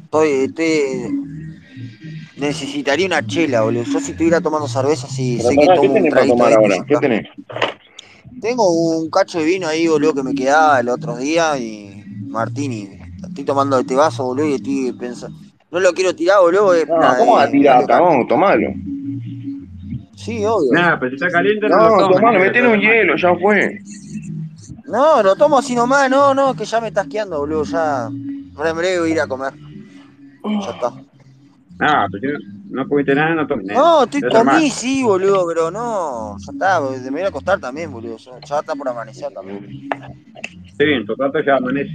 Estoy, estoy- Necesitaría una chela, boludo. Yo si estuviera tomando cerveza, sí,
Pero
sé que
pará, ¿Qué
tomo un
tenés para
traguito
tomar
ahí.
ahora? ¿Qué tenés?
Tengo un cacho de vino ahí, boludo, que me quedaba el otro día y Martini. Estoy tomando este vaso, boludo, y estoy pensando. No lo quiero tirar, boludo, es
No,
para.
¿cómo vas a
eh,
tirar,
medio ca-
cagón? Tomalo.
Sí, obvio.
Nada, pero si está caliente, no lo
No,
tomes.
tomalo,
negro,
metele un
está mal.
hielo, ya fue.
No, lo tomo así nomás, no, no, que ya me estás quedando, boludo, ya. Ahora en breve voy a ir a comer. Ya está.
Oh, No, Ah, pero si no, no comiste nada, no tomes. negro.
No, estoy
Debe ser
comí,
mal.
sí, boludo, pero no. Ya está, boludo, me voy a acostar también, boludo. Ya ya está por amanecer también.
Sí, en tu cuarto ya amanece.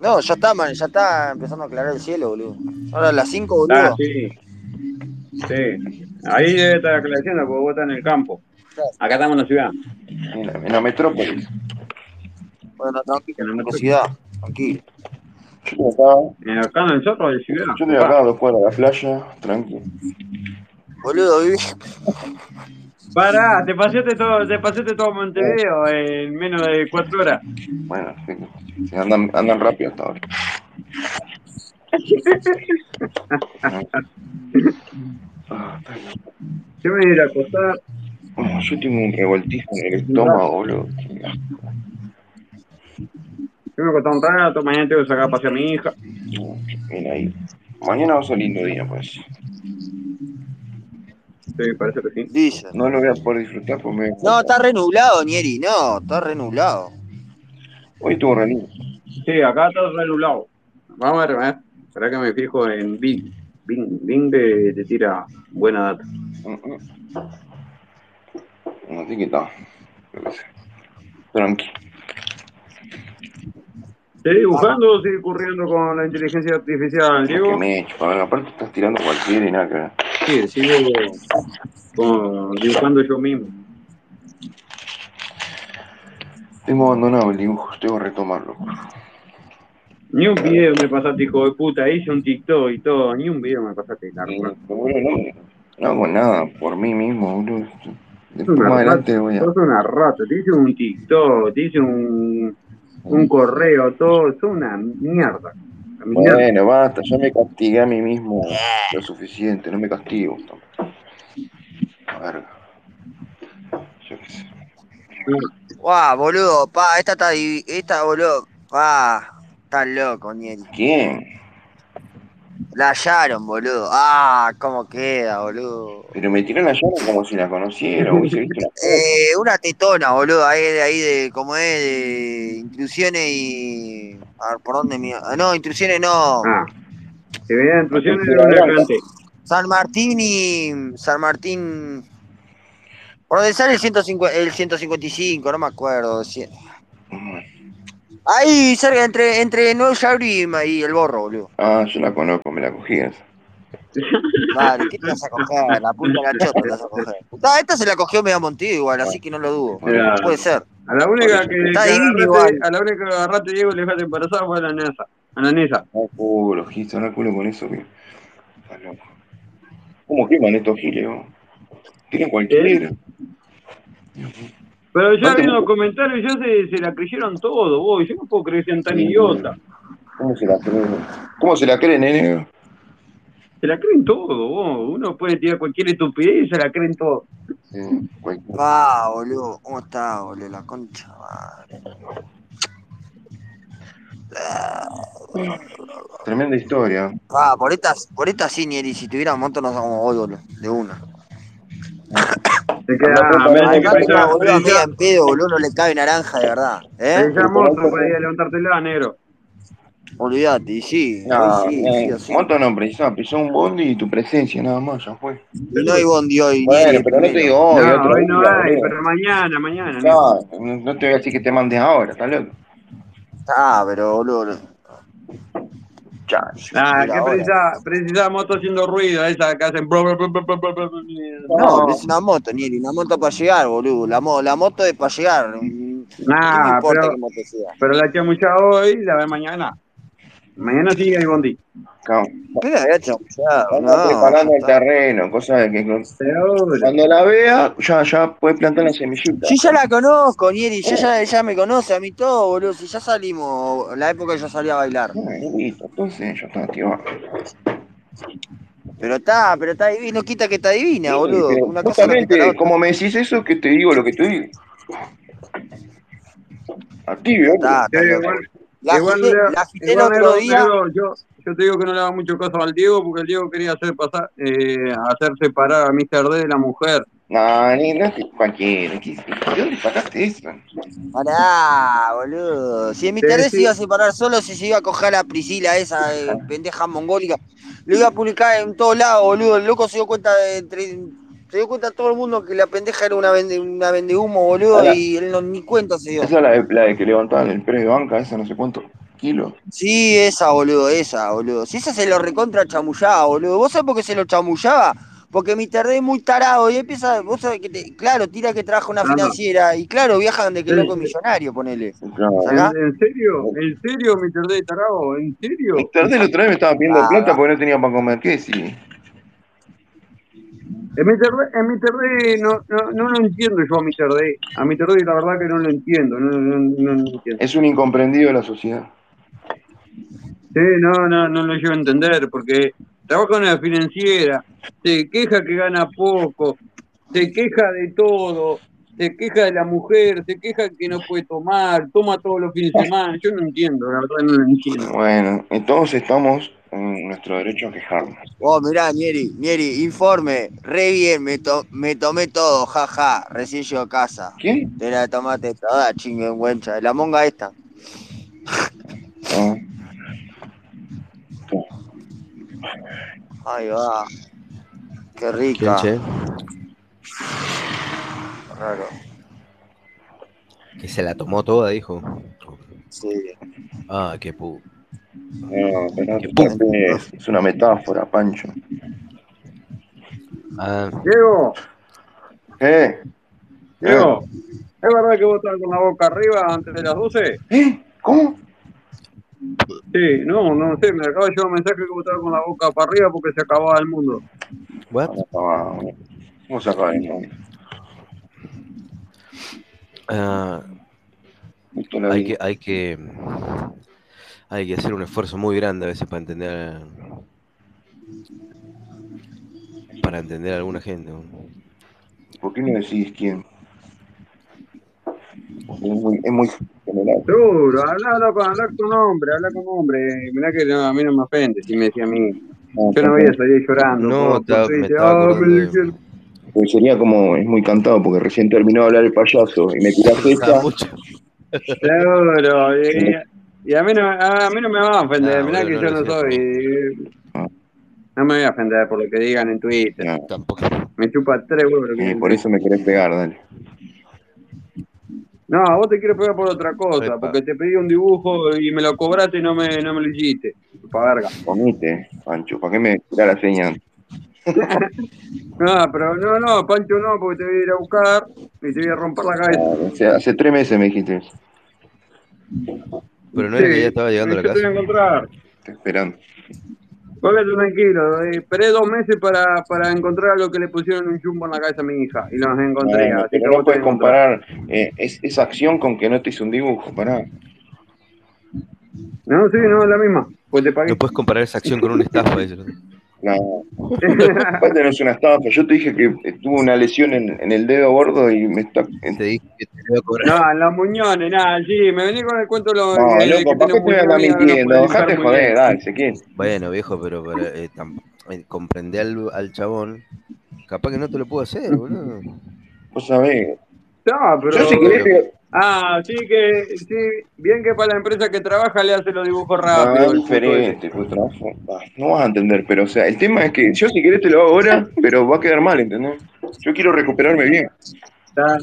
No, ya está, man, ya está empezando a aclarar el cielo, boludo. Ahora a las 5,
Ah,
boludo.
sí, sí. Ahí debe estar aclarando porque vos estás en el campo. Acá estamos en la ciudad.
En la, en la metrópolis.
Bueno, tranquilo,
En la
la
metrópolis.
ciudad, tranquilo.
Yo estoy acá,
Eh, Acá en el centro de la ciudad.
yo estoy acá a dos cuadras de la playa, tranquilo.
Boludo, viví.
Pará, te pasaste todo, te pasaste todo Montevideo en menos de cuatro horas.
Bueno, sí, sí, andan, andan rápido hasta ahora. Ah, está bien.
Yo me voy a ir a acostar.
Oh, yo tengo un revoltijo en el estómago, boludo.
Yo me voy a acostar un rato, mañana tengo que sacar a pasear a mi hija.
Mira ahí. Mañana va a ser lindo día, pues.
Sí, parece que sí.
Dice.
No lo voy a poder disfrutar porque me voy a
No,
cortar.
está re nublado, Nieri, no, está re nublado.
Hoy estuvo re lindo.
Sí, acá está re nublado. Vamos a ver, ¿eh? Será que me fijo en Bing. Bing, Bing te, te tira buena data.
Mm, mm. Así que está. Yo qué sé. Tranqui.
Estoy dibujando, estoy corriendo con la inteligencia artificial,
Lo Ah, que
Diego.
me he hecho, para aparte estás tirando cualquiera y nada que ver.
Sí, sigo con- dibujando yo mismo.
Tengo abandonado el dibujo, tengo que retomarlo.
Ni un video me pasaste, hijo de puta. Hice un TikTok y todo. Ni un video me pasaste, la
Y,
verdad.
boludo, no, no hago nada por mí mismo, boludo.
Sos
Después
una
más
rata,
adelante voy a.
sos una rata. Te hice un TikTok, te hice un, un correo, todo. Sos una mierda. Una mierda.
Bueno, basta, ya me castigué a mí mismo lo suficiente, no me castigo. tampoco. La verga, yo qué sé.
Guau, boludo, pa, esta está divi- esta, boludo, pa, está loco, Nieri.
¿Quién?
La hallaron, boludo. Ah, cómo queda, boludo.
Pero me tiró la llave como si la conociera, hubiese visto una foto.
Eh, una tetona, boludo, ahí de ahí de, como es, de intrusiones y. A ver, ¿por dónde mía? No, intrusiones no.
Ah, si veía intrusiones
Cultura
era una
blanca.
cante.
San Martín y. San Martín. Por donde sale el, 150 el 155, no me acuerdo. si- Ahí cerca entre, entre Nuevo Yabri y, Ma- y el borro, boludo.
Ah, yo la conozco, me la cogí esa.
Vale, ¿qué te vas a coger? La punta de la chota te vas a coger. Ah, esta se la cogió Mega Montijo igual, así que no lo dudo.
Por eso,
Puede ser.
A la
por
única
eso.
que,
Está
que
divino
agarraste,
igual.
a la única que agarraste, Diego, y le dejaste embarazada fue a la Nesa. A la Nesa.
No culo, Gis, no culo con eso, que. Estás loco. ¿Cómo queman estos giles, vos? Tienen cualquiera.
Pero ya
Aparte,
vieron los comentarios, ya se, se la creyeron todo, vos. Yo no puedo creer que sean tan idiotas.
¿Cómo se la creen? ¿Cómo se la creen, eh, nene?
Se la creen todo, vos. Uno puede tirar cualquier estupidez y se la creen todo.
Va, boludo. ¿Cómo está, boludo? La concha madre.
Tremenda historia.
Va, por estas, por estas sí, Nieri, si tuviera moto nos hagamos hoy, boludo. De una.
Te
Además, una boluda media en pedo, boludo, no le cabe naranja, de verdad. ¿Eh?
Pensá mozo para ir a levantártela, negro.
Olvídate, y sí,
No, eh,
hoy sí,
no,
sí o sí.
moto no precisaba, pisó un bondi y tu presencia nada más, ya fue.
Y no hay bondi hoy,
Bueno,
Nieri,
pero no te
primero.
digo hoy,
No,
otro
hoy no
día,
hay,
boludo.
pero mañana, mañana.
No, no, no te voy a decir que te mandes ahora, está loco.
Ah, pero boludo. Ya,
Ah,
mira
¿qué
ahora.
precisa, precisa moto haciendo ruido esa que hacen bro, bro, bro, bro, bro, bro, bro, bro.
No, pero es una moto, Nieri, una moto para llegar, boludo. La, mo- la moto es para llegar. Mm, ¿Qué me
Nah,
importa
Ah, pero,
qué moto sea?
pero la que mucha hoy, la de mañana. Mañana sí hay bondi.
¿Qué la había chamuchado?
Anda
No,
preparando
eh, ya
el
está.
terreno, cosa de que cuando la vea, ya, ya puedes plantar la semillita.
Yo ya la conozco, Nieri, yo ya,
Eh.
ya me conoce a mí todo, boludo. Si ya salimos, la época que yo salía a bailar.
Listo, entonces ya está, tío.
Pero está, pero está divina, no quita que está divina,
Sí,
boludo.
pero
Una cosa no quita la
justamente,
otra.
como me decís eso, que te digo lo que te digo. A ti,
Está,
boludo.
está
Eh,
loco.
igual,
La
igual,
agité,
Leo-
la agité el
igual,
otro
Leo,
día.
Leo, yo, yo te digo que no le haga mucho caso al Diego porque el Diego quería hacer pasar, eh, hacer separar a Mr. D de la mujer.
No, ni no es que cualquiera. ¿qué- ¿De dónde sacaste eso?
Pará, boludo. Si en mi
Te
tarde se
decía-
iba a separar solo, si se iba a coger a la Priscila, esa eh, pendeja mongólica, lo iba a publicar en todos lados, boludo. El loco se dio cuenta de. entre- se dio cuenta todo el mundo que la pendeja era una vende, una vendehumo, boludo,
Pará.
y él no, ni cuenta se dio.
Esa es la de, la de que levantaban el precio de banca, esa no sé cuánto kilos.
Sí, esa, boludo, esa, boludo. Si esa se lo recontra chamullaba, boludo. ¿Vos sabés por qué se lo chamullaba? Porque mi tarde es muy tarado y empieza, vos sabés que, te- claro, tira que trabaja una
Ah.
financiera y claro, viajan de que el loco es
Sí.
millonario, ponele.
¿En,
¿Sacá?
Eh, en serio? ¿En serio, Mr. D, tarado? ¿En serio?
Mister D la otra vez me estaba pidiendo
Ah,
plata
va.
porque no tenía para comer. ¿Qué decís?
En Mr. D, en Mr. D eh, no, no, no lo entiendo yo a Mr. D. A Mr. D la verdad que no lo entiendo, no, no, no, no lo entiendo.
Es un incomprendido de la sociedad.
Sí, no, no, no lo llevo a entender porque trabaja en una financiera, se queja que gana poco, se queja de todo, se queja de la mujer, se queja que no puede tomar, toma todos los fines de semana. Yo no entiendo, la verdad no lo entiendo.
Bueno, entonces estamos en nuestro derecho a quejarnos.
Vos, Oh, mirá, Nieri, Nieri, informe, re bien, me, to- me tomé todo, jaja, recién llego a casa.
¿Quién?
Te la tomaste toda, chingüengüencha, la monga esta.
Ah,
Ahí va, qué
¿Quién,
rica.
che?
Raro,
Que se la tomó toda, dijo.
sí.
Ah, qué pu.
no, pero no
Qué
te
pu.
tapes. Es una metáfora, Pancho.
Ah,
Diego,
¿Eh?
Diego, ¿es verdad que vos estás con la boca arriba antes de las 12?
¿Eh? ¿Cómo?
Sí, no, no sé, me acaba de llegar un mensaje que vos estabas con la boca para arriba porque se acababa el mundo.
what?
¿Cómo se acaba el mundo?
Ah,
Justo la
hay
vi.
que, hay que, hay que hacer un esfuerzo muy grande a veces para entender, para entender a alguna gente. ¿no?
¿Por qué no decís quién? Porque es muy, es muy general.
Seguro, habla loco, habla con hombre, habla con hombre. Mirá que no, a mí no me ofende, si me decía a mí.
No,
Yo no voy a salir llorando
No,
por, por
ta- me
Twitter.
estaba
Ah,
acordando
pero es
de.
que-
Porque sería como, es muy cantado porque recién terminó de hablar el payaso y me tirás
Ah,
esta.
mucho.
Seguro, y, y a, mí no, a mí no me va a ofender,
No,
mirá
boludo,
que yo
Ah, no lo
no
decía por vos.
soy. No me voy a ofender por lo que digan en Twitter.
No,
Tampoco.
Me chupa tres huevos lo que
eh,
digan en
por
Twitter.
eso me querés pegar, dale.
No, a vos te quiero pegar por otra cosa,
Epa.
porque te pedí un dibujo y me lo cobraste y no me, no me lo hiciste. Chupa verga.
Comiste, Pancho. ¿Para qué me tirás la señal?
No, pero no, no, Pancho no, porque te voy a ir a buscar y te voy a romper la cabeza.
O sea, hace tres meses me dijiste eso.
Pero no
Sí,
era que ya estaba llegando
eh,
a la
yo te voy a
casa.
encontrar.
Estoy esperando.
Vos quedate tranquilo, eh, esperé dos meses para, para encontrar lo que le pusieron un chumbo en la cabeza a mi hija y los encontré,
Bueno,
así
pero
que
no
vos te voy
puedes
a encontrar.
comparar eh, es- esa acción con que no te hice un dibujo, pará.
No, sí, no, es la misma. Pues te pagué.
No puedes comparar esa acción con una estafa. dice.
No. Aparte no es una estafa. Yo te dije que tuve una lesión en, en el dedo gordo y me está. Te dije que te iba a cobrar.
No, en los muñones, nada, sí, me vení con el cuento de los.
No,
de- de
loco,
que
¿para qué te
tiene
voy a andar
muñones, no
mintiendo?
puede
Dejate
estar
de
muy
joder,
bien.
dale, Ezequiel.
Bueno, viejo, pero para, eh, tam- eh, comprender al, al chabón, capaz que no te lo puedo hacer, boludo.
Vos sabés.
No, pero.
Yo si querés te-
Ah, sí que. Sí, bien que para la empresa que trabaja le hace los dibujos
No,
rápido.
es
el puto ese.
diferente, pues, trabajo. Ah, No vas a entender, pero o sea, el tema es que yo si querés te lo hago ahora, pero va a quedar mal, ¿entendés? Yo quiero recuperarme bien.
Está,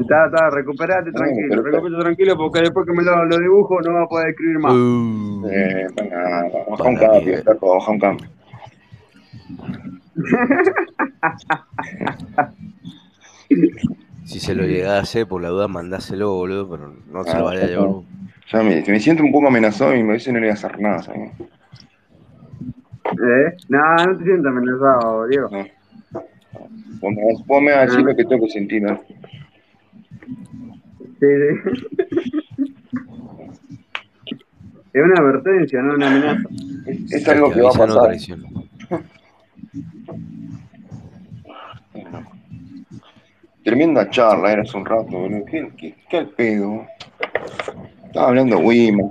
está, está, recuperate tranquilo,
pero-
recuperate tranquilo porque después que me lo, lo dibujo no vas a poder escribir más.
Uh.
Eh, para, baja un cambio, flaco, baja un cambio.
Si se lo llegás a hacer, por la duda, mandáselo, boludo, pero no
Ah,
se lo vaya a llevar. vos.
Ya me, me siento un poco amenazado y me veces no le voy a hacer nada, ¿sabes?
¿Eh? No, no te sientas amenazado, Diego.
Vos me, vas- vos me vas a decir lo que tengo que sentir, ¿no?
Sí, sí. Es una advertencia, no una amenaza.
Es algo que va a
avisa, no
pasar.
traiciona.
Tremenda charla era hace un rato, boludo. ¿Qué, qué, qué al pedo? Estaba hablando Wima.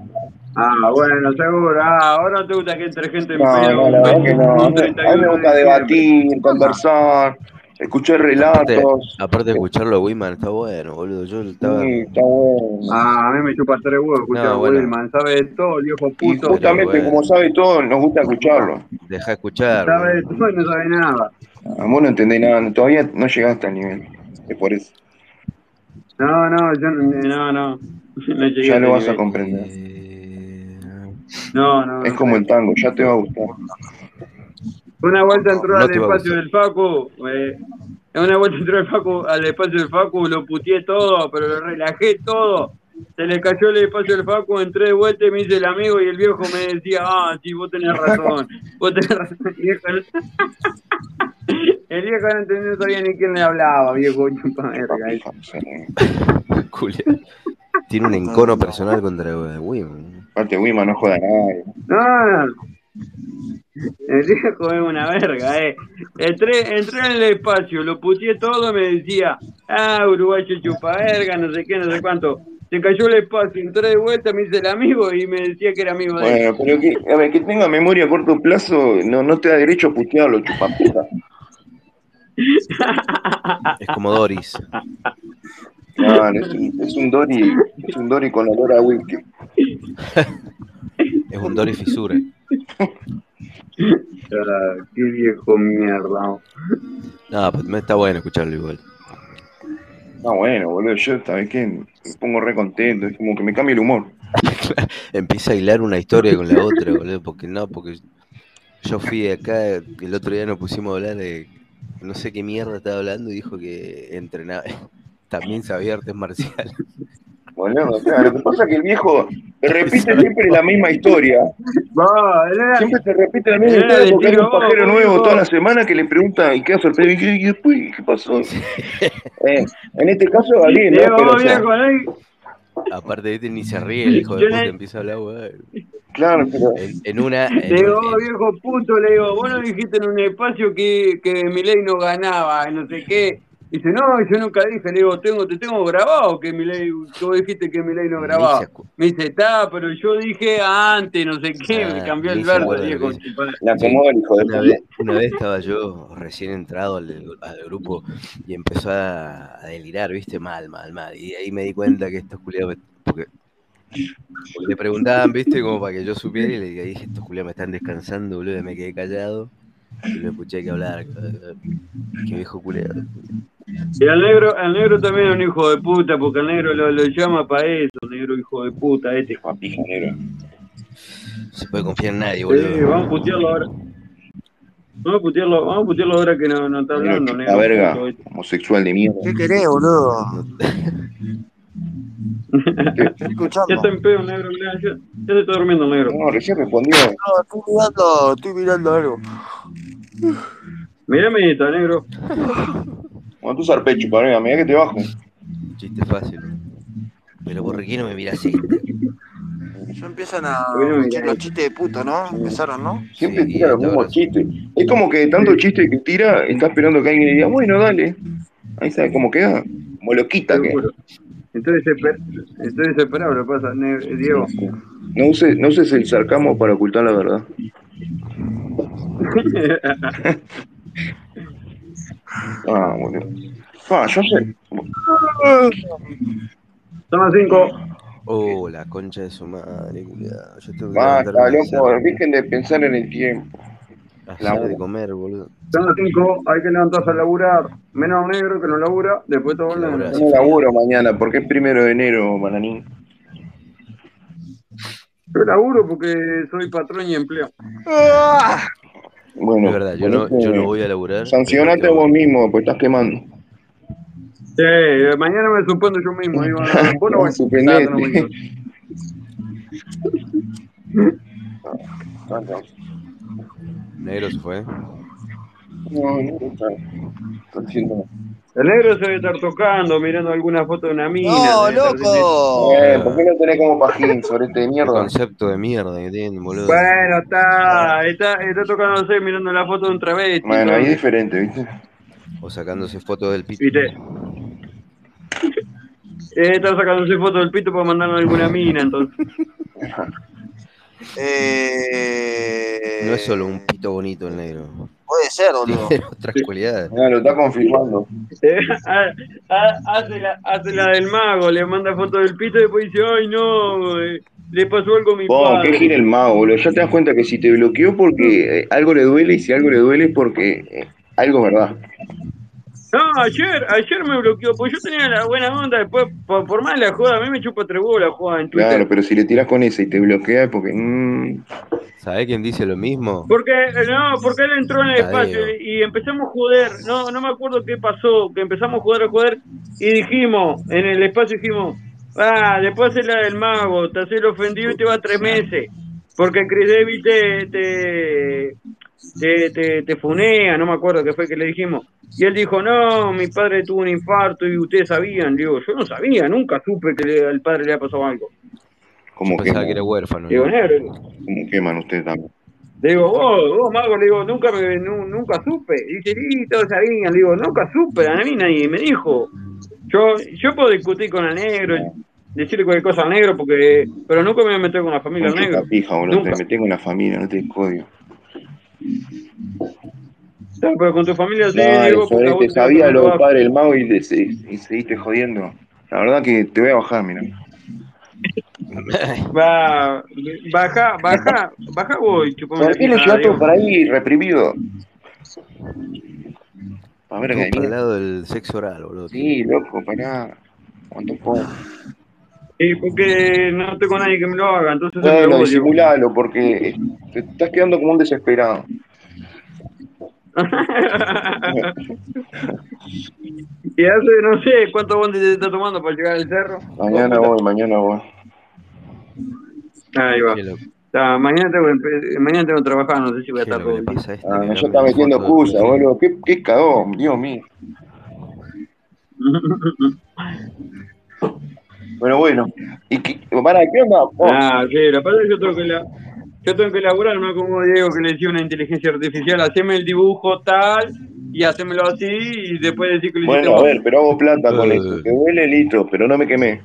Ah, bueno, seguro. Ah, ahora te gusta que entre gente en
No,
pedo.
no, la verdad que no. A
un
mí, a mí me
31
gusta
de
debatir, conversar, escuchar
Aparte,
relatos.
aparte de escucharlo a Wiman, está bueno, boludo. Yo estaba.
Sí, está bueno.
Ah, a mí me chupa tres huevos escuchar
No,
a
bueno.
Wilman. Sabe de todo, el viejo
Y
puto.
justamente,
bueno.
como sabe todo, nos gusta escucharlo.
Deja escuchar.
Sabe de todo y no sabe nada.
Amor, no entendés nada, todavía no llegaste al nivel. Es por eso.
No, no, yo no, no. no. No llegué
Ya lo
a
vas
ese
a
nivel.
comprender.
Eh,
No, no.
Es como el tango, ya te va a gustar.
Una vuelta entró
No
al
te va a gustar.
espacio del Facu. eh, una vuelta entró al, Facu, al espacio del Facu, lo puteé todo, pero lo relajé todo. Se le cayó el espacio del Facu, entré de vuelta y me hice el amigo y el viejo me decía, ah, sí, vos tenés razón, vos tenés razón. El viejo no- el viejo no, entendía, no sabía ni quién le hablaba, viejo chupa verga.
Tiene un encono personal contra Wiman.
Aparte, Wiman no joda a nadie.
No, El viejo es una verga, eh. Entré, entré en el espacio, lo puteé todo, me decía, ah, uruguayo chupa verga, no sé qué, no sé cuánto. Se cayó el espacio, entré de vuelta, me hice el amigo y me decía que era amigo de él.
Bueno, pero que, a ver, que tenga memoria a corto plazo no, no te da derecho a putearlo, chupaputa.
Es como Doris.
Claro, es un, es un Dory, es un Dory con olor a whisky.
Es un Doris Fisura.
Ah, qué viejo mierda.
No, pero me está bueno escucharlo igual.
Ah, bueno, boludo, yo sabés que me pongo re contento, es como que me cambia el humor.
Empieza a hilar una historia con la otra, boludo. Porque no, porque yo fui acá, el otro día nos pusimos a hablar de. No sé qué mierda estaba hablando y dijo que entrenaba. También sabía artes marciales.
Boludo, claro, lo que pasa es que el viejo repite siempre la misma historia. Siempre se repite la misma
Ah.
historia
Era de
porque hay
tiro,
un pajero
vos,
nuevo
viejo.
toda la semana que le pregunta y queda sorprendido. ¿Y qué, y después, ¿qué pasó? Eh, en este caso, Gabriel, ¿no?
Diego,
Pero, o
vos,
sea,
viejo, ¿eh?
Aparte de este ni se ríe el hijo de
Yo
puta,
le-
empieza a hablar, weón.
Claro, pero.
En, en una. en
Digo,
un-
"Oh, viejo puto, le digo, vos no dijiste en un espacio que, que Milei no ganaba, no sé qué. Dice, no, yo nunca dije, le digo, tengo, te tengo grabado que Milei, que vos dijiste que Milei no
Ni
grababa.
se acu-
Me dice, está, pero yo dije antes, no sé qué, me
Ah,
cambió
ni
el
se
verso,
acuerda lo que
viejo.
dice.
chupá".
Le acomoda el hijo de
una
puta.
vez, una vez estaba yo recién entrado al, al grupo y empezó a, a delirar, viste, mal, mal, mal. Y ahí me di cuenta que estos culiados, me- porque, porque le preguntaban, viste, como para que yo supiera y le dije, "Ay, estos culiados me están descansando, boludo, y me quedé callado y lo escuché que hablar. Qué viejo culiado.
Y al negro, al negro también es un hijo de puta, porque al negro lo, lo llama para eso, negro hijo de puta, este.
No se puede confiar en nadie,
Sí,
boludo.
Eh, vamos a putearlo ahora. Vamos a putearlo, vamos a putearlo ahora que no, no está
Negro
hablando,
chupa
negro
verga,
puto. este.
homosexual de mierda.
¿Qué querés, boludo?
Ya está en pedo, negro, mirá, ya, ya se está durmiendo, negro.
No, recién respondió.
No, estoy mirando, estoy mirando algo.
Mirá, medita, negro.
Bueno, tú zarpé, chupa verga, mirá que te bajo.
Chiste fácil. Pero ¿por qué no me miras esta?
Ya empiezan a
Bueno,
echar
mirá.
los chistes de puto, ¿no? Empezaron, ¿no?
Siempre tira los mismos chistes. Es como que de tanto chiste que tira, está esperando que alguien le diga, bueno, dale. Ahí sabe cómo queda. Como loquita que.
Seguro. Estoy, desesper- estoy desesperado, lo que pasa, Ne- Diego.
No uses, no uses el sarcasmo para ocultar la verdad. Ah, boludo. Ah, yo sé.
Toma cinco.
Oh, la concha de su madre, culiao. Yo tengo que
Basta,
levantarme a
loco,
hacer-
dejen de pensar en el tiempo.
a
la
hacer de
boca.
comer, boludo.
Son las cinco, hay que levantarse a laburar. Menos negro que no labura, después todo el mundo.
No laburo mañana, porque es primero de enero, bananín.
Yo laburo porque soy patrón y empleo.
Bueno,
Es verdad, yo no-
ponete-
yo no voy a laburar.
Sancionate a vos mismo, pues estás quemando.
Sí, eh, mañana me suspendo yo mismo. Digo, no, vos no
No,
vas.
suspendete.
No, no voy.
Negro se fue.
No, no, está. Está haciendo-
El negro se debe estar tocando, mirando alguna foto de una mina.
No,
debe estar
Oh,
loco.
Eh, ¿por qué no tenés como pajín sobre este de
Qué
mierda?
concepto de mierda que tienen, boludo.
Bueno, está, está, está tocándose mirando la foto de un travesti.
Bueno, ahí es
entonces.
diferente, ¿viste?
O sacándose fotos del pito.
Eh, está sacándose foto del pito para mandarle a alguna mina, entonces.
No es solo un pito bonito el negro.
Eh, Puede ser, boludo.
Tiene otras cualidades.
Mira, lo está confirmando.
Eh, ha- ha- hace, la, hace la del mago, le manda foto del pito y después dice, ay no, eh, le pasó algo a mi
Oh,
padre.
qué gira el mago, boludo. Ya te das cuenta que si te bloqueó porque eh, algo le duele y si algo le duele es porque eh, algo es verdad.
No, ayer, ayer me bloqueó, pues yo tenía la buena onda, después, por, por más la joda, a mí me chupa tres huevos la joda en Twitter.
Claro, pero si le tiras con ese y te bloquea es porque. mm,
¿Sabés quién dice lo mismo?
Porque, eh, no, porque él entró en el
Tadeo.
espacio y, y empezamos a joder, no, no me acuerdo qué pasó, que empezamos a joder, a joder, y dijimos, en el espacio dijimos, ah, después haces la del mago, te haces el ofendido y te va tres meses, porque Chris Davis te, te, te, te- te funea, no me acuerdo qué fue que le dijimos. Y él dijo, no, mi padre tuvo un infarto y ustedes sabían. Le digo, yo no sabía, nunca supe que le- al padre le ha pasado algo.
como
Pensaba
queman.
que era huérfano.
Le digo, negro,
Como queman ustedes también.
le digo, vos, vos, Mago, le digo, nunca, me, nu- nunca supe. Y dice, sí, todos sabían. Le digo, nunca supe, a mí nadie me dijo. Yo, yo puedo discutir con el negro, decirle cualquier cosa al negro, porque pero nunca me voy a meter con la familia
Con
del negro.
chupa pija, boludo.
Nunca.
Te metés con la familia, no te codio.
Claro, Pero con tu familia sí,
Claro,
Diego, porque
sobre
a vos
te
te tenés que
sabía
poner
lo del
abajo.
padre del mago y, le- se- y seguiste jodiendo. La verdad que te voy a bajar, mira.
Va, baja, baja, baja vos y chupame
¿Por
la
qué lo
pija,
llevaste
Diego.
por ahí reprimido? A ver,
Todo
que
para el lado del sexo oral, boludo.
Sí, loco, pará. ¿Cuánto puedo?
Y porque no tengo nadie que me lo haga, entonces se me
Bueno,
lo odio.
disimulalo, porque te estás quedando como un desesperado.
y hace no sé cuánto bondi te está tomando para llegar al cerro.
Mañana voy, mañana voy.
Ahí va. Ah, mañana, tengo, que empe- mañana tengo que trabajar, no sé si voy a estar todo el día.
este
Ah, no, ya está metiendo
foto del
excusa, boludo. ¿Qué, qué cagón, Dios mío. Pero bueno, ¿y qué, para, ¿qué onda? Oh,
Ah, sí, la verdad es que yo tengo que la. Yo tengo que laburar, no como Diego que le decía una inteligencia artificial, haceme el dibujo tal y hacémelo así y después decir que lo hiciste
bueno, a
vos.
ver, pero hago plata con esto. Te duele, listo, pero no me quemé.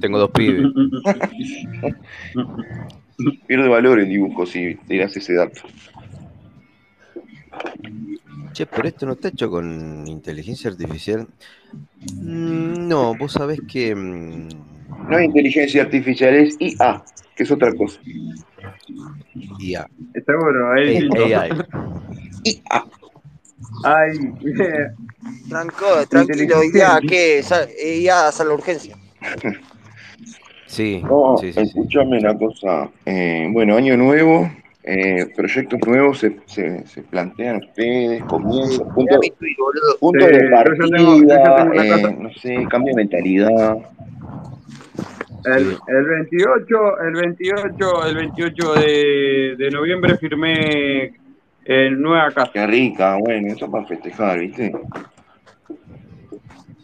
Tengo dos pibes.
Pierde valor el dibujo si tirás ese dato.
Che, pero esto no está hecho con inteligencia artificial. Mm, No, vos sabés que. mm,
No es inteligencia artificial, es IA, que es otra cosa.
IA.
Seguro, ahí
A-
distinto.
AI.
Ay,
Tranco, tranquilo, ya que sa- eh, ya sale la urgencia.
Sí,
No,
sí, sí, sí.
escúchame una cosa. Eh, bueno, año nuevo, eh, proyectos nuevos se, se- se plantean ustedes, comienzos,
Mirá
puntos,
mi tweet, boludo.
puntos de
Eh, yo ya tengo- yo ya
partida,
tengo una
eh,
cosa.
no sé, cambio de mentalidad.
El, el 28, el 28, el 28 de, de noviembre firmé eh, nueva casa.
Qué rica, bueno, eso para festejar, ¿viste?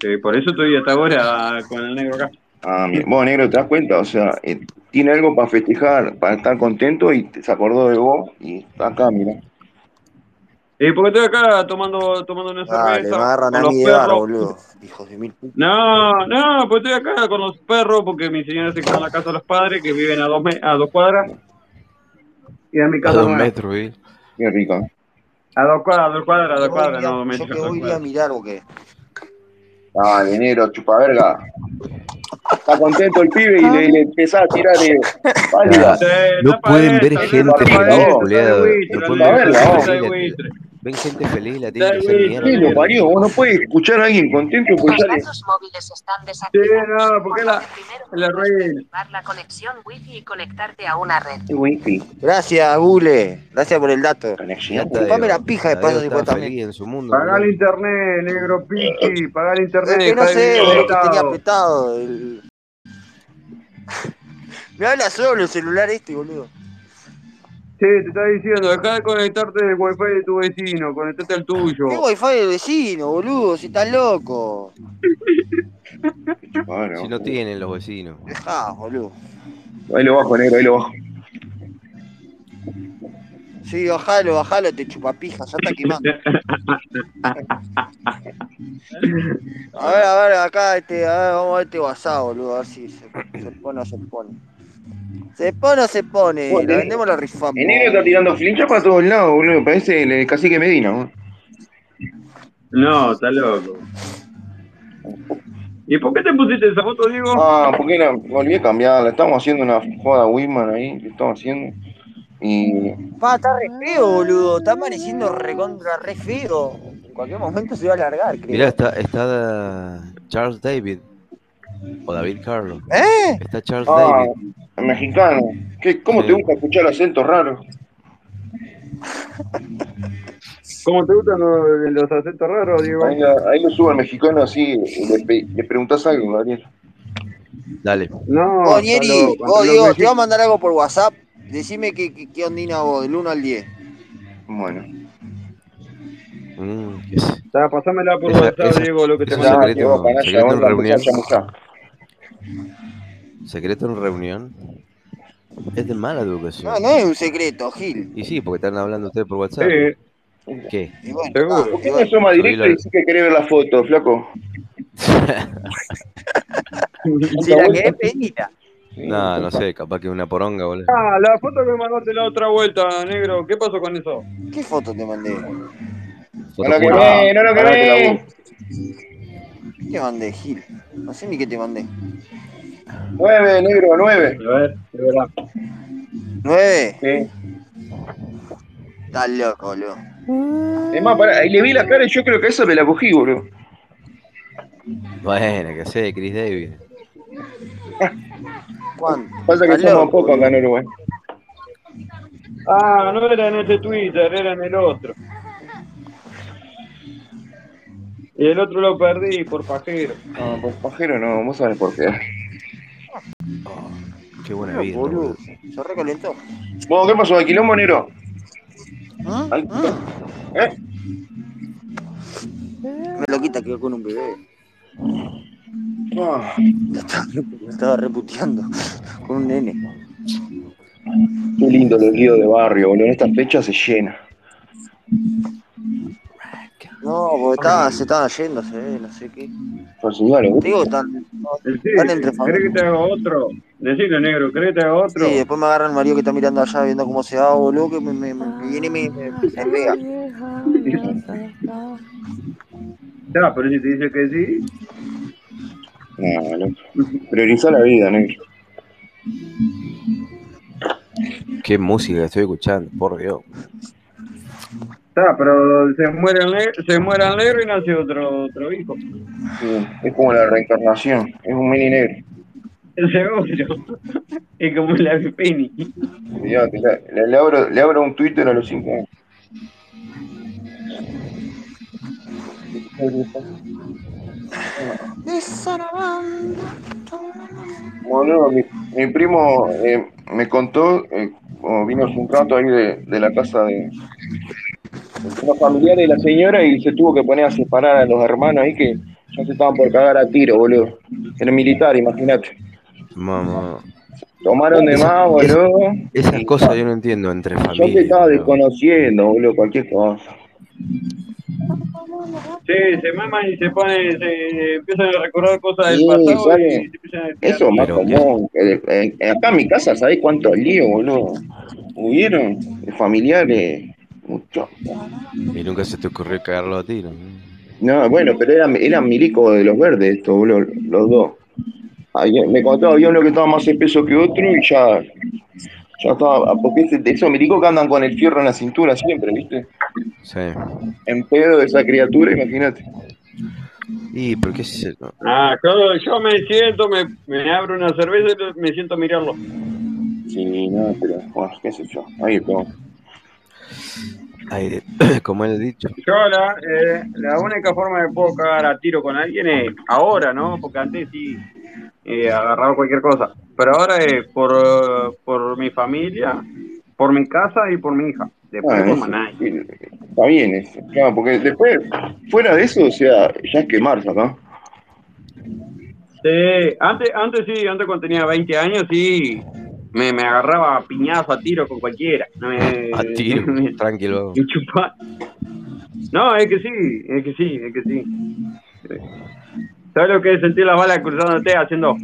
Eh, por eso estoy hasta ahora con el negro acá.
Ah, mira, vos, negro, ¿te das cuenta? O sea, eh, tiene algo para festejar, para estar contento y se acordó de vos y está acá, mira.
¿Y por qué Eh, estoy acá tomando, tomando una
Dale, me
cerveza?
agarran
con
a
los
mí de barro,
perros?
boludo. Hijos de mil putas.
No, no, pues estoy acá con los perros porque mi señora se quedó en la casa de los padres que viven a dos, me- a dos cuadras. Y a mi
A
casa
dos
nueva.
metros, ¿eh?
Qué rico.
A dos cuadras, a dos cuadras, a dos cuadras, no, dos
Yo
metros.
te
a dos
voy a ir a
cuadras.
mirar o qué.
Ah, dinero, chupaverga. Está contento el pibe y le, le empezás a tirar eh, pálida.
no pueden ver
Tableta,
gente
tableta,
feliz,
vos.
culiado. No
Tableta,
pueden ver gente
vos.
feliz. la- la- Ven gente feliz, la tienen que hacer mierda.
Sí, lo
boludo.
parió, vos no puedes escuchar a alguien contento y escucharle.
móviles están
Sí,
desactivados.
no, porque la, la reina.
Activar la conexión wifi y conectarte a una red.
Gracias, Bule. Gracias por el dato.
Ya está,
Chupame
Diego.
la pija de
Tadeo
paso
estaba
50 mil.
feliz en su mundo.
Pagá el
boludo.
internet, negro piqui, pagá el internet.
Es que no
dejá de
sé,
vivir
boludo, que tenía
apretado.
apretado. el- Me habla solo el celular este, boludo.
Sí, te está diciendo, dejá de conectarte del wifi de tu vecino, conectate al tuyo.
¿Qué wifi del vecino, boludo? Si estás loco.
eh. Si no tienen los vecinos.
Dejá, boludo.
Ahí lo bajo, negro, ahí lo bajo.
Sí, bajalo, bajalo, te chupapija, ya está quemando. A ver, a ver, acá, este, a ver, vamos a ver este WhatsApp, boludo, a ver si se, se pone o se pone. ¿Se pone o se pone?
Bueno,
¿La
el-
vendemos o la rifamos?
El negro está tirando flinchas para todos lados, boludo. Parece el cacique Medina, boludo.
No, está loco. ¿Y por qué te pusiste esa foto, Diego?
Ah, porque la volví a cambiarla. Estamos haciendo una joda Wisman ahí, que estamos haciendo. Y
Pa, está re feo, boludo, está amaneciendo recontra re feo. En cualquier momento se va a alargar, creo.
Mirá, está, está Charles David o David Carlos.
¿Eh?
Está Charles
Ah,
David.
el mexicano. ¿Qué, ¿Cómo te
Sí.
gusta escuchar acentos raros?
¿Cómo te gustan los, los acentos raros, Diego?
Ahí, la- ahí lo sube al mexicano así, y le, pe- le preguntás algo, Gabriel.
Dale.
Vos,
No, está
Nieri,
loco. Entre
vos,
los
Diego, te voy a
mexicanos.
mandar algo por WhatsApp. Decime qué, qué, qué ondina vos, del 1 al 10.
Bueno.
Mm, qué sé.
Está, pasámela por
Esa-
WhatsApp,
esas-
Diego, lo que te
esos
mandé.
que vos,
secretos,
canalla,
secreto en
vos empezá a
reunión,
chamuchar.
secreto en reunión, es de mala educación.
No, no es un secreto, Gil.
Y sí, porque están hablando ustedes por WhatsApp.
Sí,
¿Qué?
Y bueno, está,
seguro.
¿Por
y
qué no
bueno.
sos más
Subí
directo
la-
y decís que querés ver la foto, flaco?
Si la querés, pedila.
No, no sé, capaz que una poronga, boludo.
Ah, la foto que me mandaste la otra vuelta, negro. ¿Qué pasó con eso?
¿Qué foto te mandé?
No lo
Foto pura.
quemé, no lo
pará que la
quemé.
¿Qué te mandé, Gil? No sé ni qué te mandé.
Nueve, negro, nueve.
A ver, de verdad.
¿Nueve?
Sí.
Estás loco, boludo.
Es más, pará, ahí le vi la cara y yo creo que esa me la cogí, boludo.
Bueno, qué sé, Chris David.
¿Cuánto?
Pasa que
Estás
somos
loco,
pocos acá en
boludo.
Uruguay.
Ah, no era en este Twitter, era en el otro. Y el otro lo perdí por pajero.
No, por pajero no, vos sabés por qué.
Qué buena
Estás loco,
vida, boludo.
boludo. Se recalentó.
Vos, ¿qué pasó? ¿Al quilombo, negro?
¿Mm?
¿Al-
¿Mm?
¿Eh?
Me lo quita, quedó con un bebé.
Ah,
Me estaba reputeando con un nene.
qué lindo los líos de barrio, boludo. En estas fechas se llena.
No, porque estaba- se estaban yendo, se ve, no sé qué.
Por ¿eh? señores,
Te digo, están, están entre
Sí, ¿crees que te
familias.
haga otro? Decilo, negro, ¿crees que te haga
Sí,
otro?
después me agarra el marido que está mirando allá, viendo cómo se va, boludo, que me, me- me viene y me, me- me pega.
Ya, pero si te dice que sí.
No, loco. Priorizá la vida, negro.
Qué música estoy escuchando, por Dios.
Está, pero se muere el negro, se muere el negro y nace otro, otro hijo.
Sí, es como la reencarnación, es un mini negro.
Seguro. Es como la Pini.
Olvídate, la- la- le, abro, le abro un Twitter a los 5 años. Boludo, mi, mi primo eh, me contó, eh, como vino hace un rato ahí de, de la casa de, de los familiares de la señora y se tuvo que poner a separar a los hermanos ahí que ya se estaban por cagar a tiro, boludo. Era militar, imagínate.
Mamá.
Tomaron de
Esas-
más,
es-
boludo.
Esas cosas yo no entiendo entre
Yo te
familias.
estaba desconociendo, boludo, cualquier cosa.
Sí, se maman y se ponen, se empiezan a recordar cosas del
Sí,
pasado
¿sabe?
y se empiezan a
Eso es más
Pero,
común. Eh, eh, acá en mi casa, ¿sabés cuántos líos, boludo? Hubieron de familiares. Mucho.
Y nunca se te ocurrió cagarlo a ti, ¿no?
No, bueno, pero eran, eran milicos de los verdes, estos, boludo, los dos. Había- me contó, había uno que estaba más espeso que otro y ya. Ya estaba. Porque ese- esos milicos que andan con el fierro en la cintura siempre, ¿viste?
Sí.
En pedo de esa criatura, imagínate.
Y, pero qué sé yo.
Ah, yo, yo me siento, me, me abro una cerveza y me siento a mirarlo.
Sí, no, pero, bueno, qué sé yo. Ahí está.
Ay, como él ha dicho.
Yo la, eh, la única forma de puedo cagar a tiro con alguien es ahora, ¿no? Porque antes sí eh, agarraba cualquier cosa. Pero ahora es por, eh, por mi familia, por mi casa y por mi hija. Después
Ah,
por
eso.
más nadie.
Está bien eso. Claro, porque después, fuera de eso, o sea, ya es quemarse acá.
Sí, antes, antes sí, antes cuando tenía 20 años sí, me, me agarraba a piñazo, a tiro con cualquiera. No
Eh,
me-
A tiro, tranquilo.
me chupaba. No, es que sí, es que sí, es que sí. ¿Sabes lo que es sentir las balas cruzándote haciendo...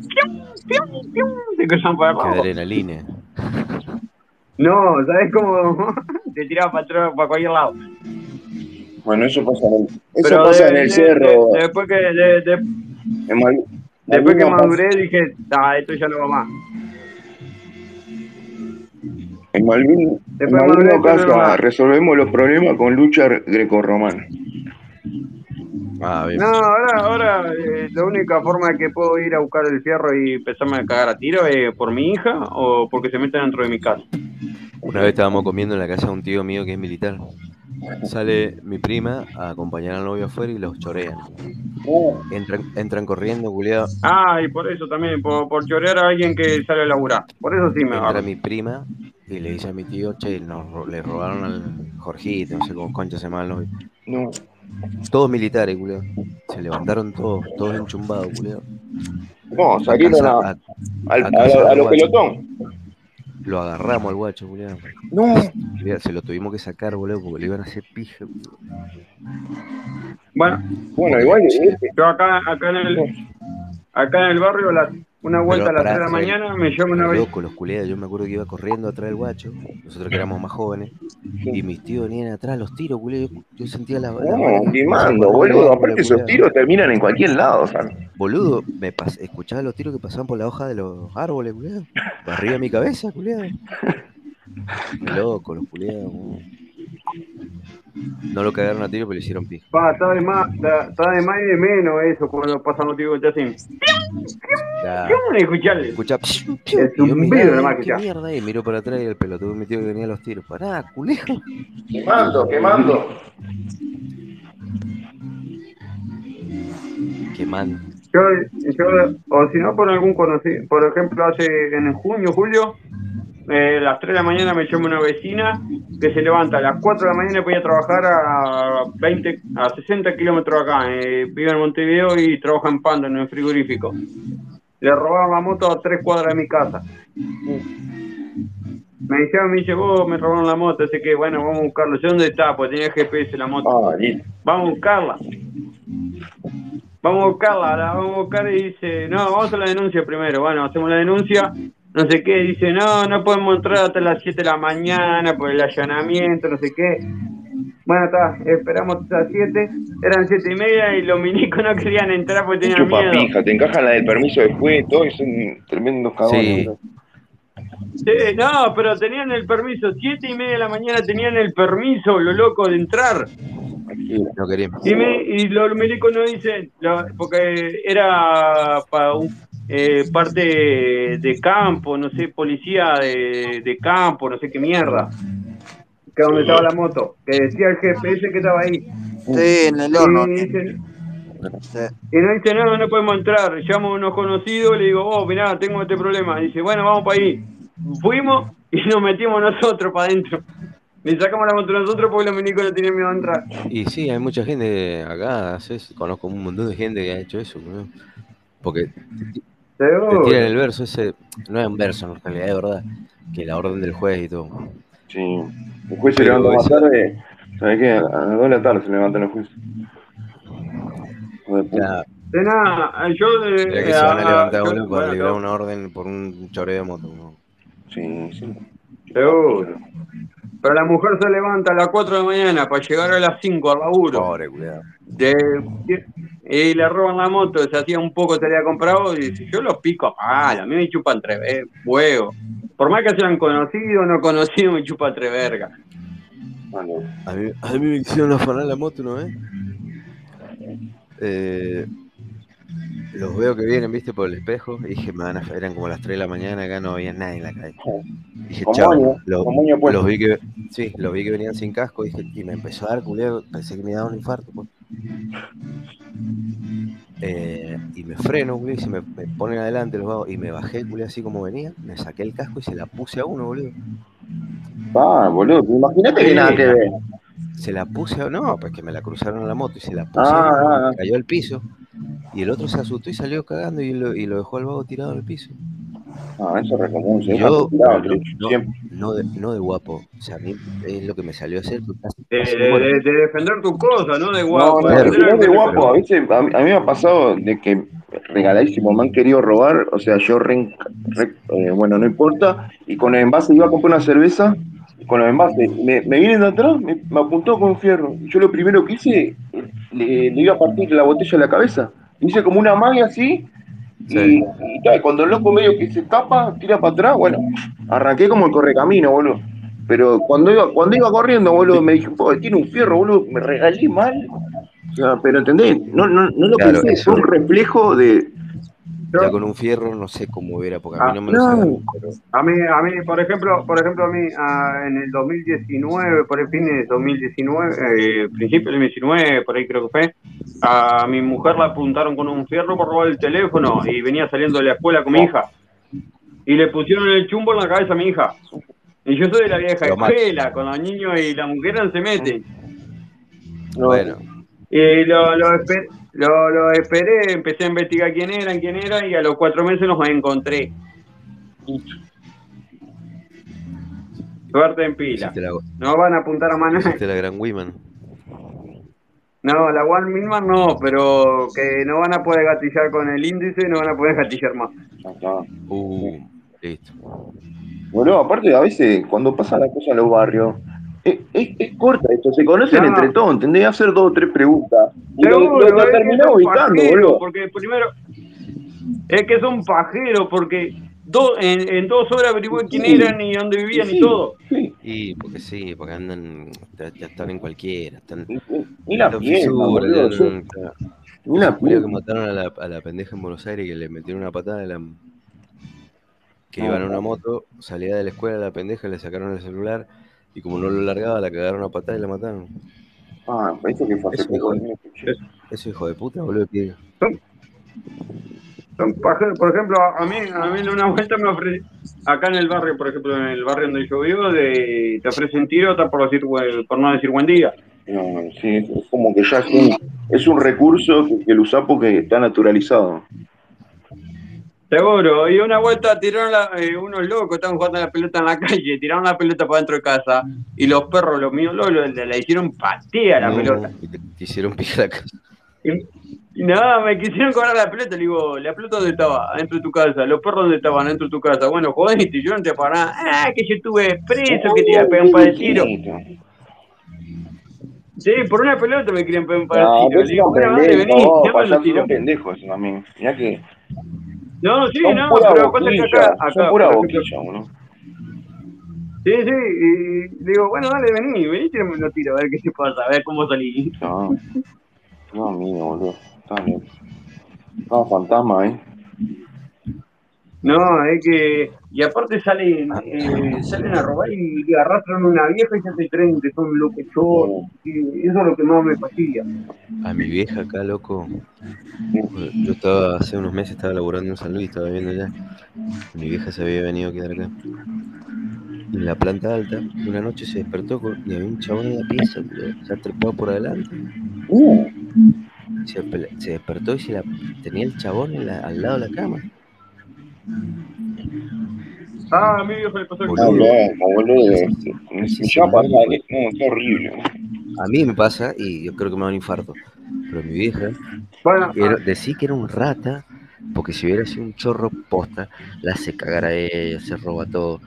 Te cruzan para
Qué
abajo.
adrenalina.
No, ¿sabes cómo? Te tiraba para atrás, para cualquier lado.
Bueno, eso pasa en el, eso
Pero
pasa
de-
en el
de-
cerro.
de- después que, de- de-
en Mal-
después que
Malvinas pasa-
maduré dije, ah, esto ya no va más.
En Malvin, en
Después
Malvin
Madrid,
Ocasa,
pero no.
resolvemos los problemas con lucha grecorromana.
Ah, bien.
No, ahora, ahora eh, la única forma que puedo ir a buscar el fierro y empezarme a cagar a tiro es por mi hija o porque se meten dentro de mi casa.
Una vez estábamos comiendo en la casa de un tío mío que es militar. Sale mi prima a acompañar al novio afuera y los chorean.
Ah.
Entran, entran corriendo, culiado.
Ah, y por eso también, por, por chorear a alguien que sale a laburar. Por eso sí me
Entra
agarro.
mi prima y le dice a mi tío, che, nos ro- le robaron al Jorgito, no sé cómo concha se llama el novio.
No.
Todos militares, culiado. Se levantaron todos, todos enchumbados, culiado.
No, salieron a,
Alcanza- a-
al- a,
alcanzaron
a
al
los
guacho.
pelotón.
Lo agarramos al guacho, culiado.
No.
Mira, se lo tuvimos que sacar, boludo, porque le iban a hacer pija, boludo.
Bueno,
Bueno, igual. eh,
yo acá, acá en el, acá en el barrio, a las- una vuelta
Pero
a las 3
pará, eh,
de la
re,
mañana, me llevo una
re
vez.
loco los culiados. Yo me acuerdo que iba corriendo atrás del guacho, nosotros que éramos más jóvenes, y mis tíos venían atrás los tiros, culiado. Yo, yo sentía la- las balas
No,
que me pasaban
quemando,
por los
boludo.
básculas,
Aparte, esos
culiado.
tiros terminan en cualquier lado, o sea.
Boludo, me pas- escuchaba los tiros que pasaban por la hoja de los árboles, culiado. Para arriba de mi cabeza, culiado. Re loco los culiados. boludo. No lo cagaron a tiro, pero le hicieron pija.
Pa, está de más, está está de más y de menos eso cuando pasan los tíos que te hacen.
Ya.
¿Qué van a escucharle?
Escuchá, piu, piu,
El
y yo
zumbido
miraba,
nomás que
digo, qué
ya.
mierda, y miro para atrás y el pelotudo mi tío que venía a los tiros. Pará, culiado.
Quemando, quemando.
Quemando.
Yo, yo, o si no, por algún conocido, por ejemplo, hace en junio, julio, eh, a las 3 de la mañana me llama una vecina que se levanta a las 4 de la mañana y voy a trabajar a 20, a 60 kilómetros acá. eh, vive en Montevideo y trabaja en Pando, en el frigorífico. Le robaron la moto a tres cuadras de mi casa. Me dijeron, me dice, vos me robaron la moto, así que bueno, vamos a buscarlo. ¿Yo dónde está? Pues tenía GPS la moto.
Ah, listo.
Vamos a buscarla. Vamos a buscarla, la vamos a buscar y dice, no, vamos a hacer la denuncia primero. Bueno, hacemos la denuncia, no sé qué, dice, no, no podemos entrar hasta las 7 de la mañana por el allanamiento, no sé qué. Bueno, está, esperamos hasta las 7, eran 7 y media y los milicos no querían entrar porque
Un
tenían miedo.
chupapija, te encajan la del permiso de juez, todo, y son tremendos cagones,
Sí.
boludo.
Sí, no, pero tenían el permiso, 7 y media de la mañana tenían el permiso, lo loco, de entrar.
No queríamos.
Y, me- y los milicos no dicen, la- porque era para un, eh, parte de campo, no sé, policía de, de campo, no sé qué mierda, que donde estaba la moto, que decía el GPS que estaba ahí.
Sí, en el horno.
Y dicen,
Sí.
y no dice, no, no podemos entrar. Llamo a unos conocidos, le digo, oh, mirá, tengo este problema. Y dice, bueno, vamos para ahí. Fuimos y nos metimos nosotros para adentro. Le sacamos la moto nosotros porque los milicos no tenían miedo a entrar.
Y sí, hay mucha gente acá, hace eso, conozco un montón de gente que ha hecho eso, ¿no? Porque
Sí,
Te
Seguro.
tiran el verso ese. No es un verso en realidad, es verdad. Que la orden del juez y todo.
Sí. El juez se levanta más tarde. ¿Sabes eh, qué? A las 2 de la tarde se levantan los jueces. Hijo de puta.
De nada, eh, yo de.
Será que se van a
eh,
levantar,
yo-
boludo, para
bueno,
liberar
no,
una orden por un choreo de moto. ¿no?
Sí, sí.
Seguro. Pero la mujer se levanta a las 4 de la mañana para llegar a las 5 al laburo.
Pobre, cuidado.
De- y le roban la moto, se hacía un poco, se le había comprado y dice, yo los pico a palo, a mí me chupan tres ve- huevos. Por más que sean conocidos o no conocidos, me chupa tres vergas.
A mí, a mí me hicieron afanar la moto una vez. Eh, los veo que vienen, viste, por el espejo. Y dije, me van a afanar. Eran como las 3 de la mañana, acá no había nadie en la calle. Dije,
Con
chao.
moño,
Los,
con moño puesto.
los vi que, sí, los vi que venían sin casco. Dije, y me empezó a dar culeo. Pensé que me daba un infarto. pues. po. Eh, y me freno, boludo, y se me, me ponen adelante los vagos. Y me bajé, culiao, así como venía. Me saqué el casco y se la puse a uno, boludo.
Va, boludo, imagínate que nada que ver.
Se la puse a No, pues que me la cruzaron a la moto y se la puse a
Ah,
uno,
ah, ah.
cayó al piso. Y el otro se asustó y salió cagando y lo, y lo dejó al vago tirado en el piso.
Ah, eso es re común, se
Y
deja
yo,
tirado,
pero
sí,
no, no,
siempre.
no, de, no de guapo. O sea, a mí es lo que me salió a hacer. pues,
Eh,
Casi,
De,
casi me
de-
muero.
de- de defender tu cosa, no de
No,
guapo.
no,
defender
es que no
algo
es de
que te
guapo. A
pertenece.
veces, a, mí a mí me ha pasado de que regaladísimo me han querido robar, o sea, yo re- re- eh, bueno, no importa, y con el envase iba a comprar una cerveza, y con el envase, me, me vienen de atrás, me, me apuntó con un fierro, y yo lo primero que hice, le, le iba a partir la botella a la cabeza, hice como una magia así, y,
Sí.
y tal, cuando el loco medio que se tapa, tira para atrás, bueno, arranqué como el correcamino, boludo. Pero cuando iba, cuando iba corriendo, boludo, me dije, "Pobre, tiene un fierro, boludo, me regalé mal. O sea, pero entendés, no, no, no lo
Claro,
pensé,
eso.
fue un reflejo de.
Ya con un fierro no sé cómo hubiera, porque a mí
Ah,
no me lo
No,
sacaron. Pero
A mí, a mí, por ejemplo, por ejemplo a mí ah, en el 2019, por el fin de 2019, eh, principio del 2019, por ahí creo que fue, a mi mujer la apuntaron con un fierro por robar el teléfono y venía saliendo de la escuela con mi hija y le pusieron el chumbo en la cabeza a mi hija. Y yo soy de la vieja
lo máximo.
escuela, con los niños y la mujer no se meten.
Bueno,
Y lo, lo, esper- lo- lo esperé, empecé a investigar quién eran, quién eran y a los cuatro meses los encontré. Suerte en pila.
hiciste la,
No van a apuntar a más nadie.
hiciste la gran Wiman.
No, la One misma no, pero que no van a poder gatillar con el índice, no van a poder gatillar más.
Uh, listo.
Boludo, aparte, a veces cuando pasan las cosas en los barrios, es, es, es corta esto, se conocen
No.
entre todos, ¿entendés? Hacer dos o tres preguntas. Y lo,
Seguro,
lo, lo
es que
terminás
son
ubicando,
pajeros,
boludo.
porque primero, es que son pajeros, porque do- en, en dos horas averigué quién
Sí,
eran y dónde
y
vivían y
sí,
todo.
sí.
Y porque sí, porque andan, ya, ya están en cualquiera, están,
Ni
ya
la
están
piensan,
fisuras, ya
boludo. yo-
andan- ya.
Ni
Esos
la
culiados que
piensan.
mataron a la, a la pendeja en Buenos Aires que le metieron una patada, la- que iban en una
No,
moto, salía de la escuela la pendeja, le sacaron el celular y como no lo largaba, la cagaron a patada y la mataron.
ah, eso que fue hace
Eso hijo
poco
de,
también escuché.
eso hijo de puta, boludo. que-
Son pajeros, por ejemplo, a mí, a mí en una vuelta me ofrecen, acá en el barrio, por ejemplo, en el barrio donde yo vivo, de, te ofrecen tirota por, decir, buen- por no decir buen día.
No, sí, es, es como que ya es un, es un recurso que, que lo usás porque está naturalizado.
Seguro, y una vuelta tiraron la- eh, unos locos, estaban jugando a la pelota en la calle, tiraron la pelota para dentro de casa y los perros, los míos, los, los- le hicieron patea a la pelota.
No, y te, te hicieron pija la casa.
Y, y nada, me quisieron cobrar la pelota, le digo, ¿la pelota dónde estaba? Dentro de tu casa, los perros dónde estaban, dentro de tu casa. Bueno, jodiste, yo no te pagaba nada. Ah, que yo estuve preso, que te iba a
Uy,
pegar un par de tiros.
chiquito.
Sí, por una pelota me querían pegar un par de
No, pero
tiros. Le
si
digo,
son
bueno, dale,
pendejos,
vení,
vos,
llaman los
payaso, son
tiros.
pendejos eso también. Mirá que
No, sí,
son
no,
pura
pero pasa que acá,
boquilla, son
acá,
pura
por ejemplo,
boquilla, boludo.
Sí, sí, y digo, bueno, dale, vení, vení, tirame unos tiros, a ver qué se pasa, a ver cómo salí.
No, no, mío, boludo. Está bien. No, fantasma, eh.
No, es que, y aparte salen, eh, salen a robar y, y arrastran una vieja y se hace 30, son loquechosos,
No,
y eso es lo que más me fastidia.
A mi vieja acá, loco. Joder, Yo estaba, hace unos meses estaba laburando en San Luis, estaba viendo allá. Mi vieja se había venido a quedar acá. Y en la planta alta, una noche se despertó con- y había un chabón en la pieza, culiao. Se ha trepado por adelante.
Uh,
Se, pe- se despertó y se la, tenía el chabón en la- al lado de la cama.
Ah, a mi viejo le pasó el
No,
culo.
no, boludo. es-
Sí, sí,
Ya pasa,
boludo.
no, qué horrible.
A mí me pasa y yo creo que me da un infarto. Pero mi vieja, era- decía que era un rata, porque si hubiera sido un chorro posta, la hace cagar a ella, se roba todo.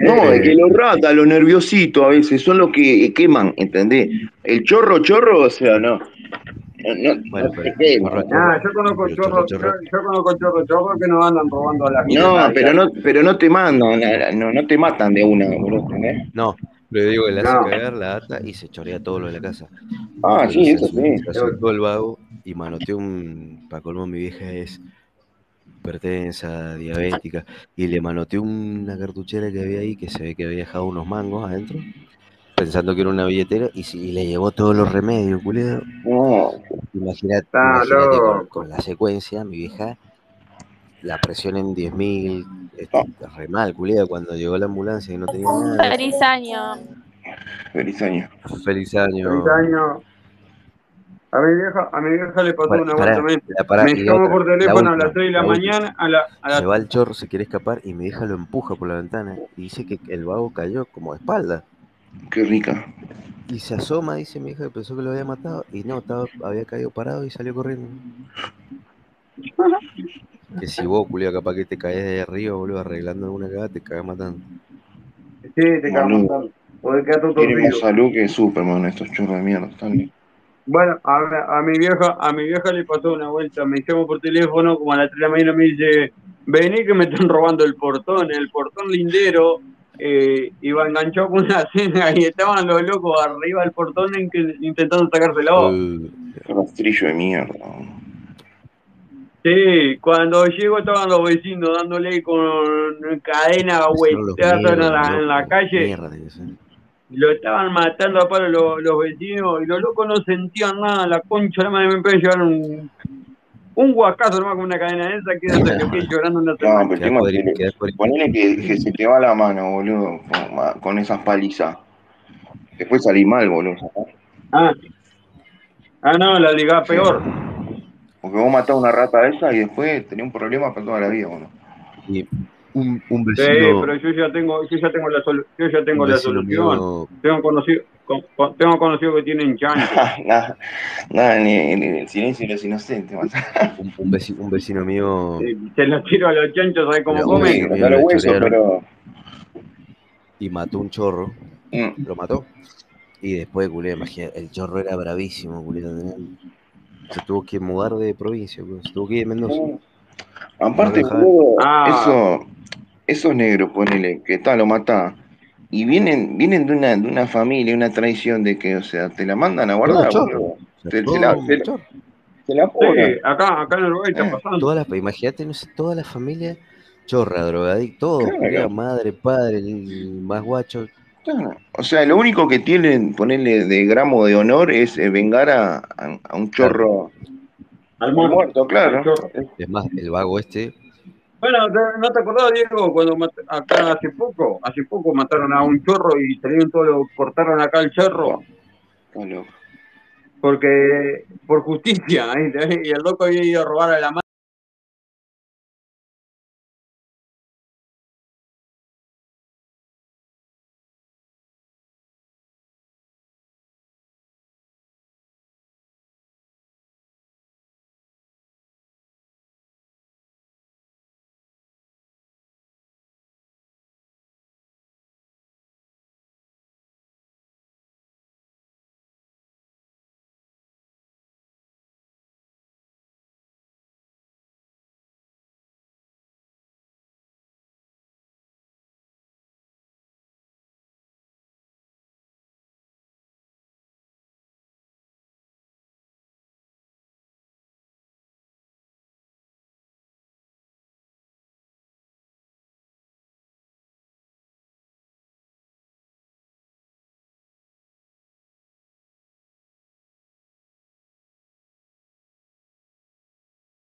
No,
Eh,
es que los ratas, los nerviositos a veces son los que queman, ¿entendés? El chorro, chorro, o sea, no. No, no,
Bueno,
no
pero
se quema.
chorro,
Nah, yo conozco chorro, yo- yo conozco chorro, chorro que nos andan robando a la gente.
No, pero no, pero no te mandan, no, no, no te matan de una, boludo, ¿entendés?
No, pero digo que la hace
No.
cagar, la ata y se chorea todo lo de la casa.
Ah,
Pero
sí,
se
eso
asu-
sí.
Se asustó el vago y manoteó un. Para colmo, mi vieja es hipertensa, diabética, y le manoteó una cartuchera que había ahí que se ve que había dejado unos mangos adentro, pensando que era una billetera, y, si- y le llevó todos los remedios, culero. Imagínate,
Está
imagínate
Ah,
con,
loco.
con la secuencia, mi vieja, la presión en 10.000,
Ah.
este, re mal, culero, cuando llegó la ambulancia y no tenía nada.
Feliz año.
Feliz año.
Feliz año.
Feliz año. A mi vieja, a mi vieja le pasó
Pará,
una vuelta
pará,
también.
la pará,
Me
y la
llamó
otra,
por
la
teléfono a
última,
las 6 de la,
la última.
mañana, a la, a
Se
las
va el chorro, se quiere escapar y mi hija lo empuja por la ventana y dice que el vago cayó como de espalda.
Qué rica.
Y se asoma, dice mi hija, que pensó que lo había matado y no, estaba, había caído parado y salió corriendo. Que si vos, culiao, capaz que te caes de ahí arriba, boludo, arreglando alguna cagada, te cagás matando.
Sí, te cagamos
Boludo.
tanto. Podés quedar todo
Tienen
torcido.
más salud que Superman, estos chorros de mierda. están-
Bueno, a, a mi vieja, a mi vieja le pasó una vuelta, me llamó por teléfono como a las 3 de la mañana me dice, vení que me están robando el portón, el portón lindero, eh, iba enganchado con una cena y estaban los locos arriba del portón en que- intentando sacárselo.
Rastrillo de mierda.
Sí, cuando llego estaban los vecinos dándole con cadena
Son los
vueltas en
mierda,
la, en la
loco,
calle.
mierda. eso.
Lo estaban matando a palo los, los vecinos y los locos no sentían nada. La concha, la madre me empezó a llevar un, un guascazo nomás con una cadena de esa que hasta que quedé llorando una
No, pero
semana.
el tema es que ponele que, que se te va la mano, boludo, con, ma- con esas palizas. Después salí mal, boludo. ¿sabés?
Ah, ah, no, la ligaba peor.
Porque vos matás a una rata de esa y después tenés un problema para toda la vida, boludo.
Y un, un
Sí,
vecino,
pero yo ya tengo, yo ya tengo la solu- yo ya tengo
un
la
vecino
solución.
mío,
Tengo conocido, con- con- tengo conocido que tienen chancho.
Ah, nada, nada, en el, en el silencio de los inocentes, man.
un, un veci- un vecino mío,
Se los tiro a los chanchos, ¿sabes cómo
un
comen?
vecino mío lo chorearon.
pero...
y mató un chorro, lo mató. Y después, culé, imagínate, el chorro era bravísimo, culé. Se tuvo que mudar de provincia, culé, se tuvo que ir de Mendoza. No
mm. Aparte,
dejaban.
boludo, eso, esos negros, ponele, que tal, lo matá. Y vienen, vienen de una, de una familia, una tradición de que, o sea, te la mandan a guardar,
Todo chorro.
boludo.
o sea,
Te, te la,
todo
te la-
chorro.
te la
Sí,
apuran.
acá, acá en Uruguay
Eh,
está pasando.
Toda la, imagínate, no sé, toda la familia chorra, drogadicto, todo, culé,
Claro.
madre, padre, el más guacho.
Claro. O sea, lo único que tienen, ponerle de gramo de honor, es eh, vengar a, a- a un chorro
Al
muerto,
muerto, al
claro.
chorro.
Es más, el vago este,
Bueno, te- ¿no te acordás, Diego, cuando mat- acá hace poco, hace poco mataron a un chorro y salieron todos, los, cortaron acá el chorro?
Está loco.
Porque, por justicia, ¿eh? y el loco había ido a robar a la madre.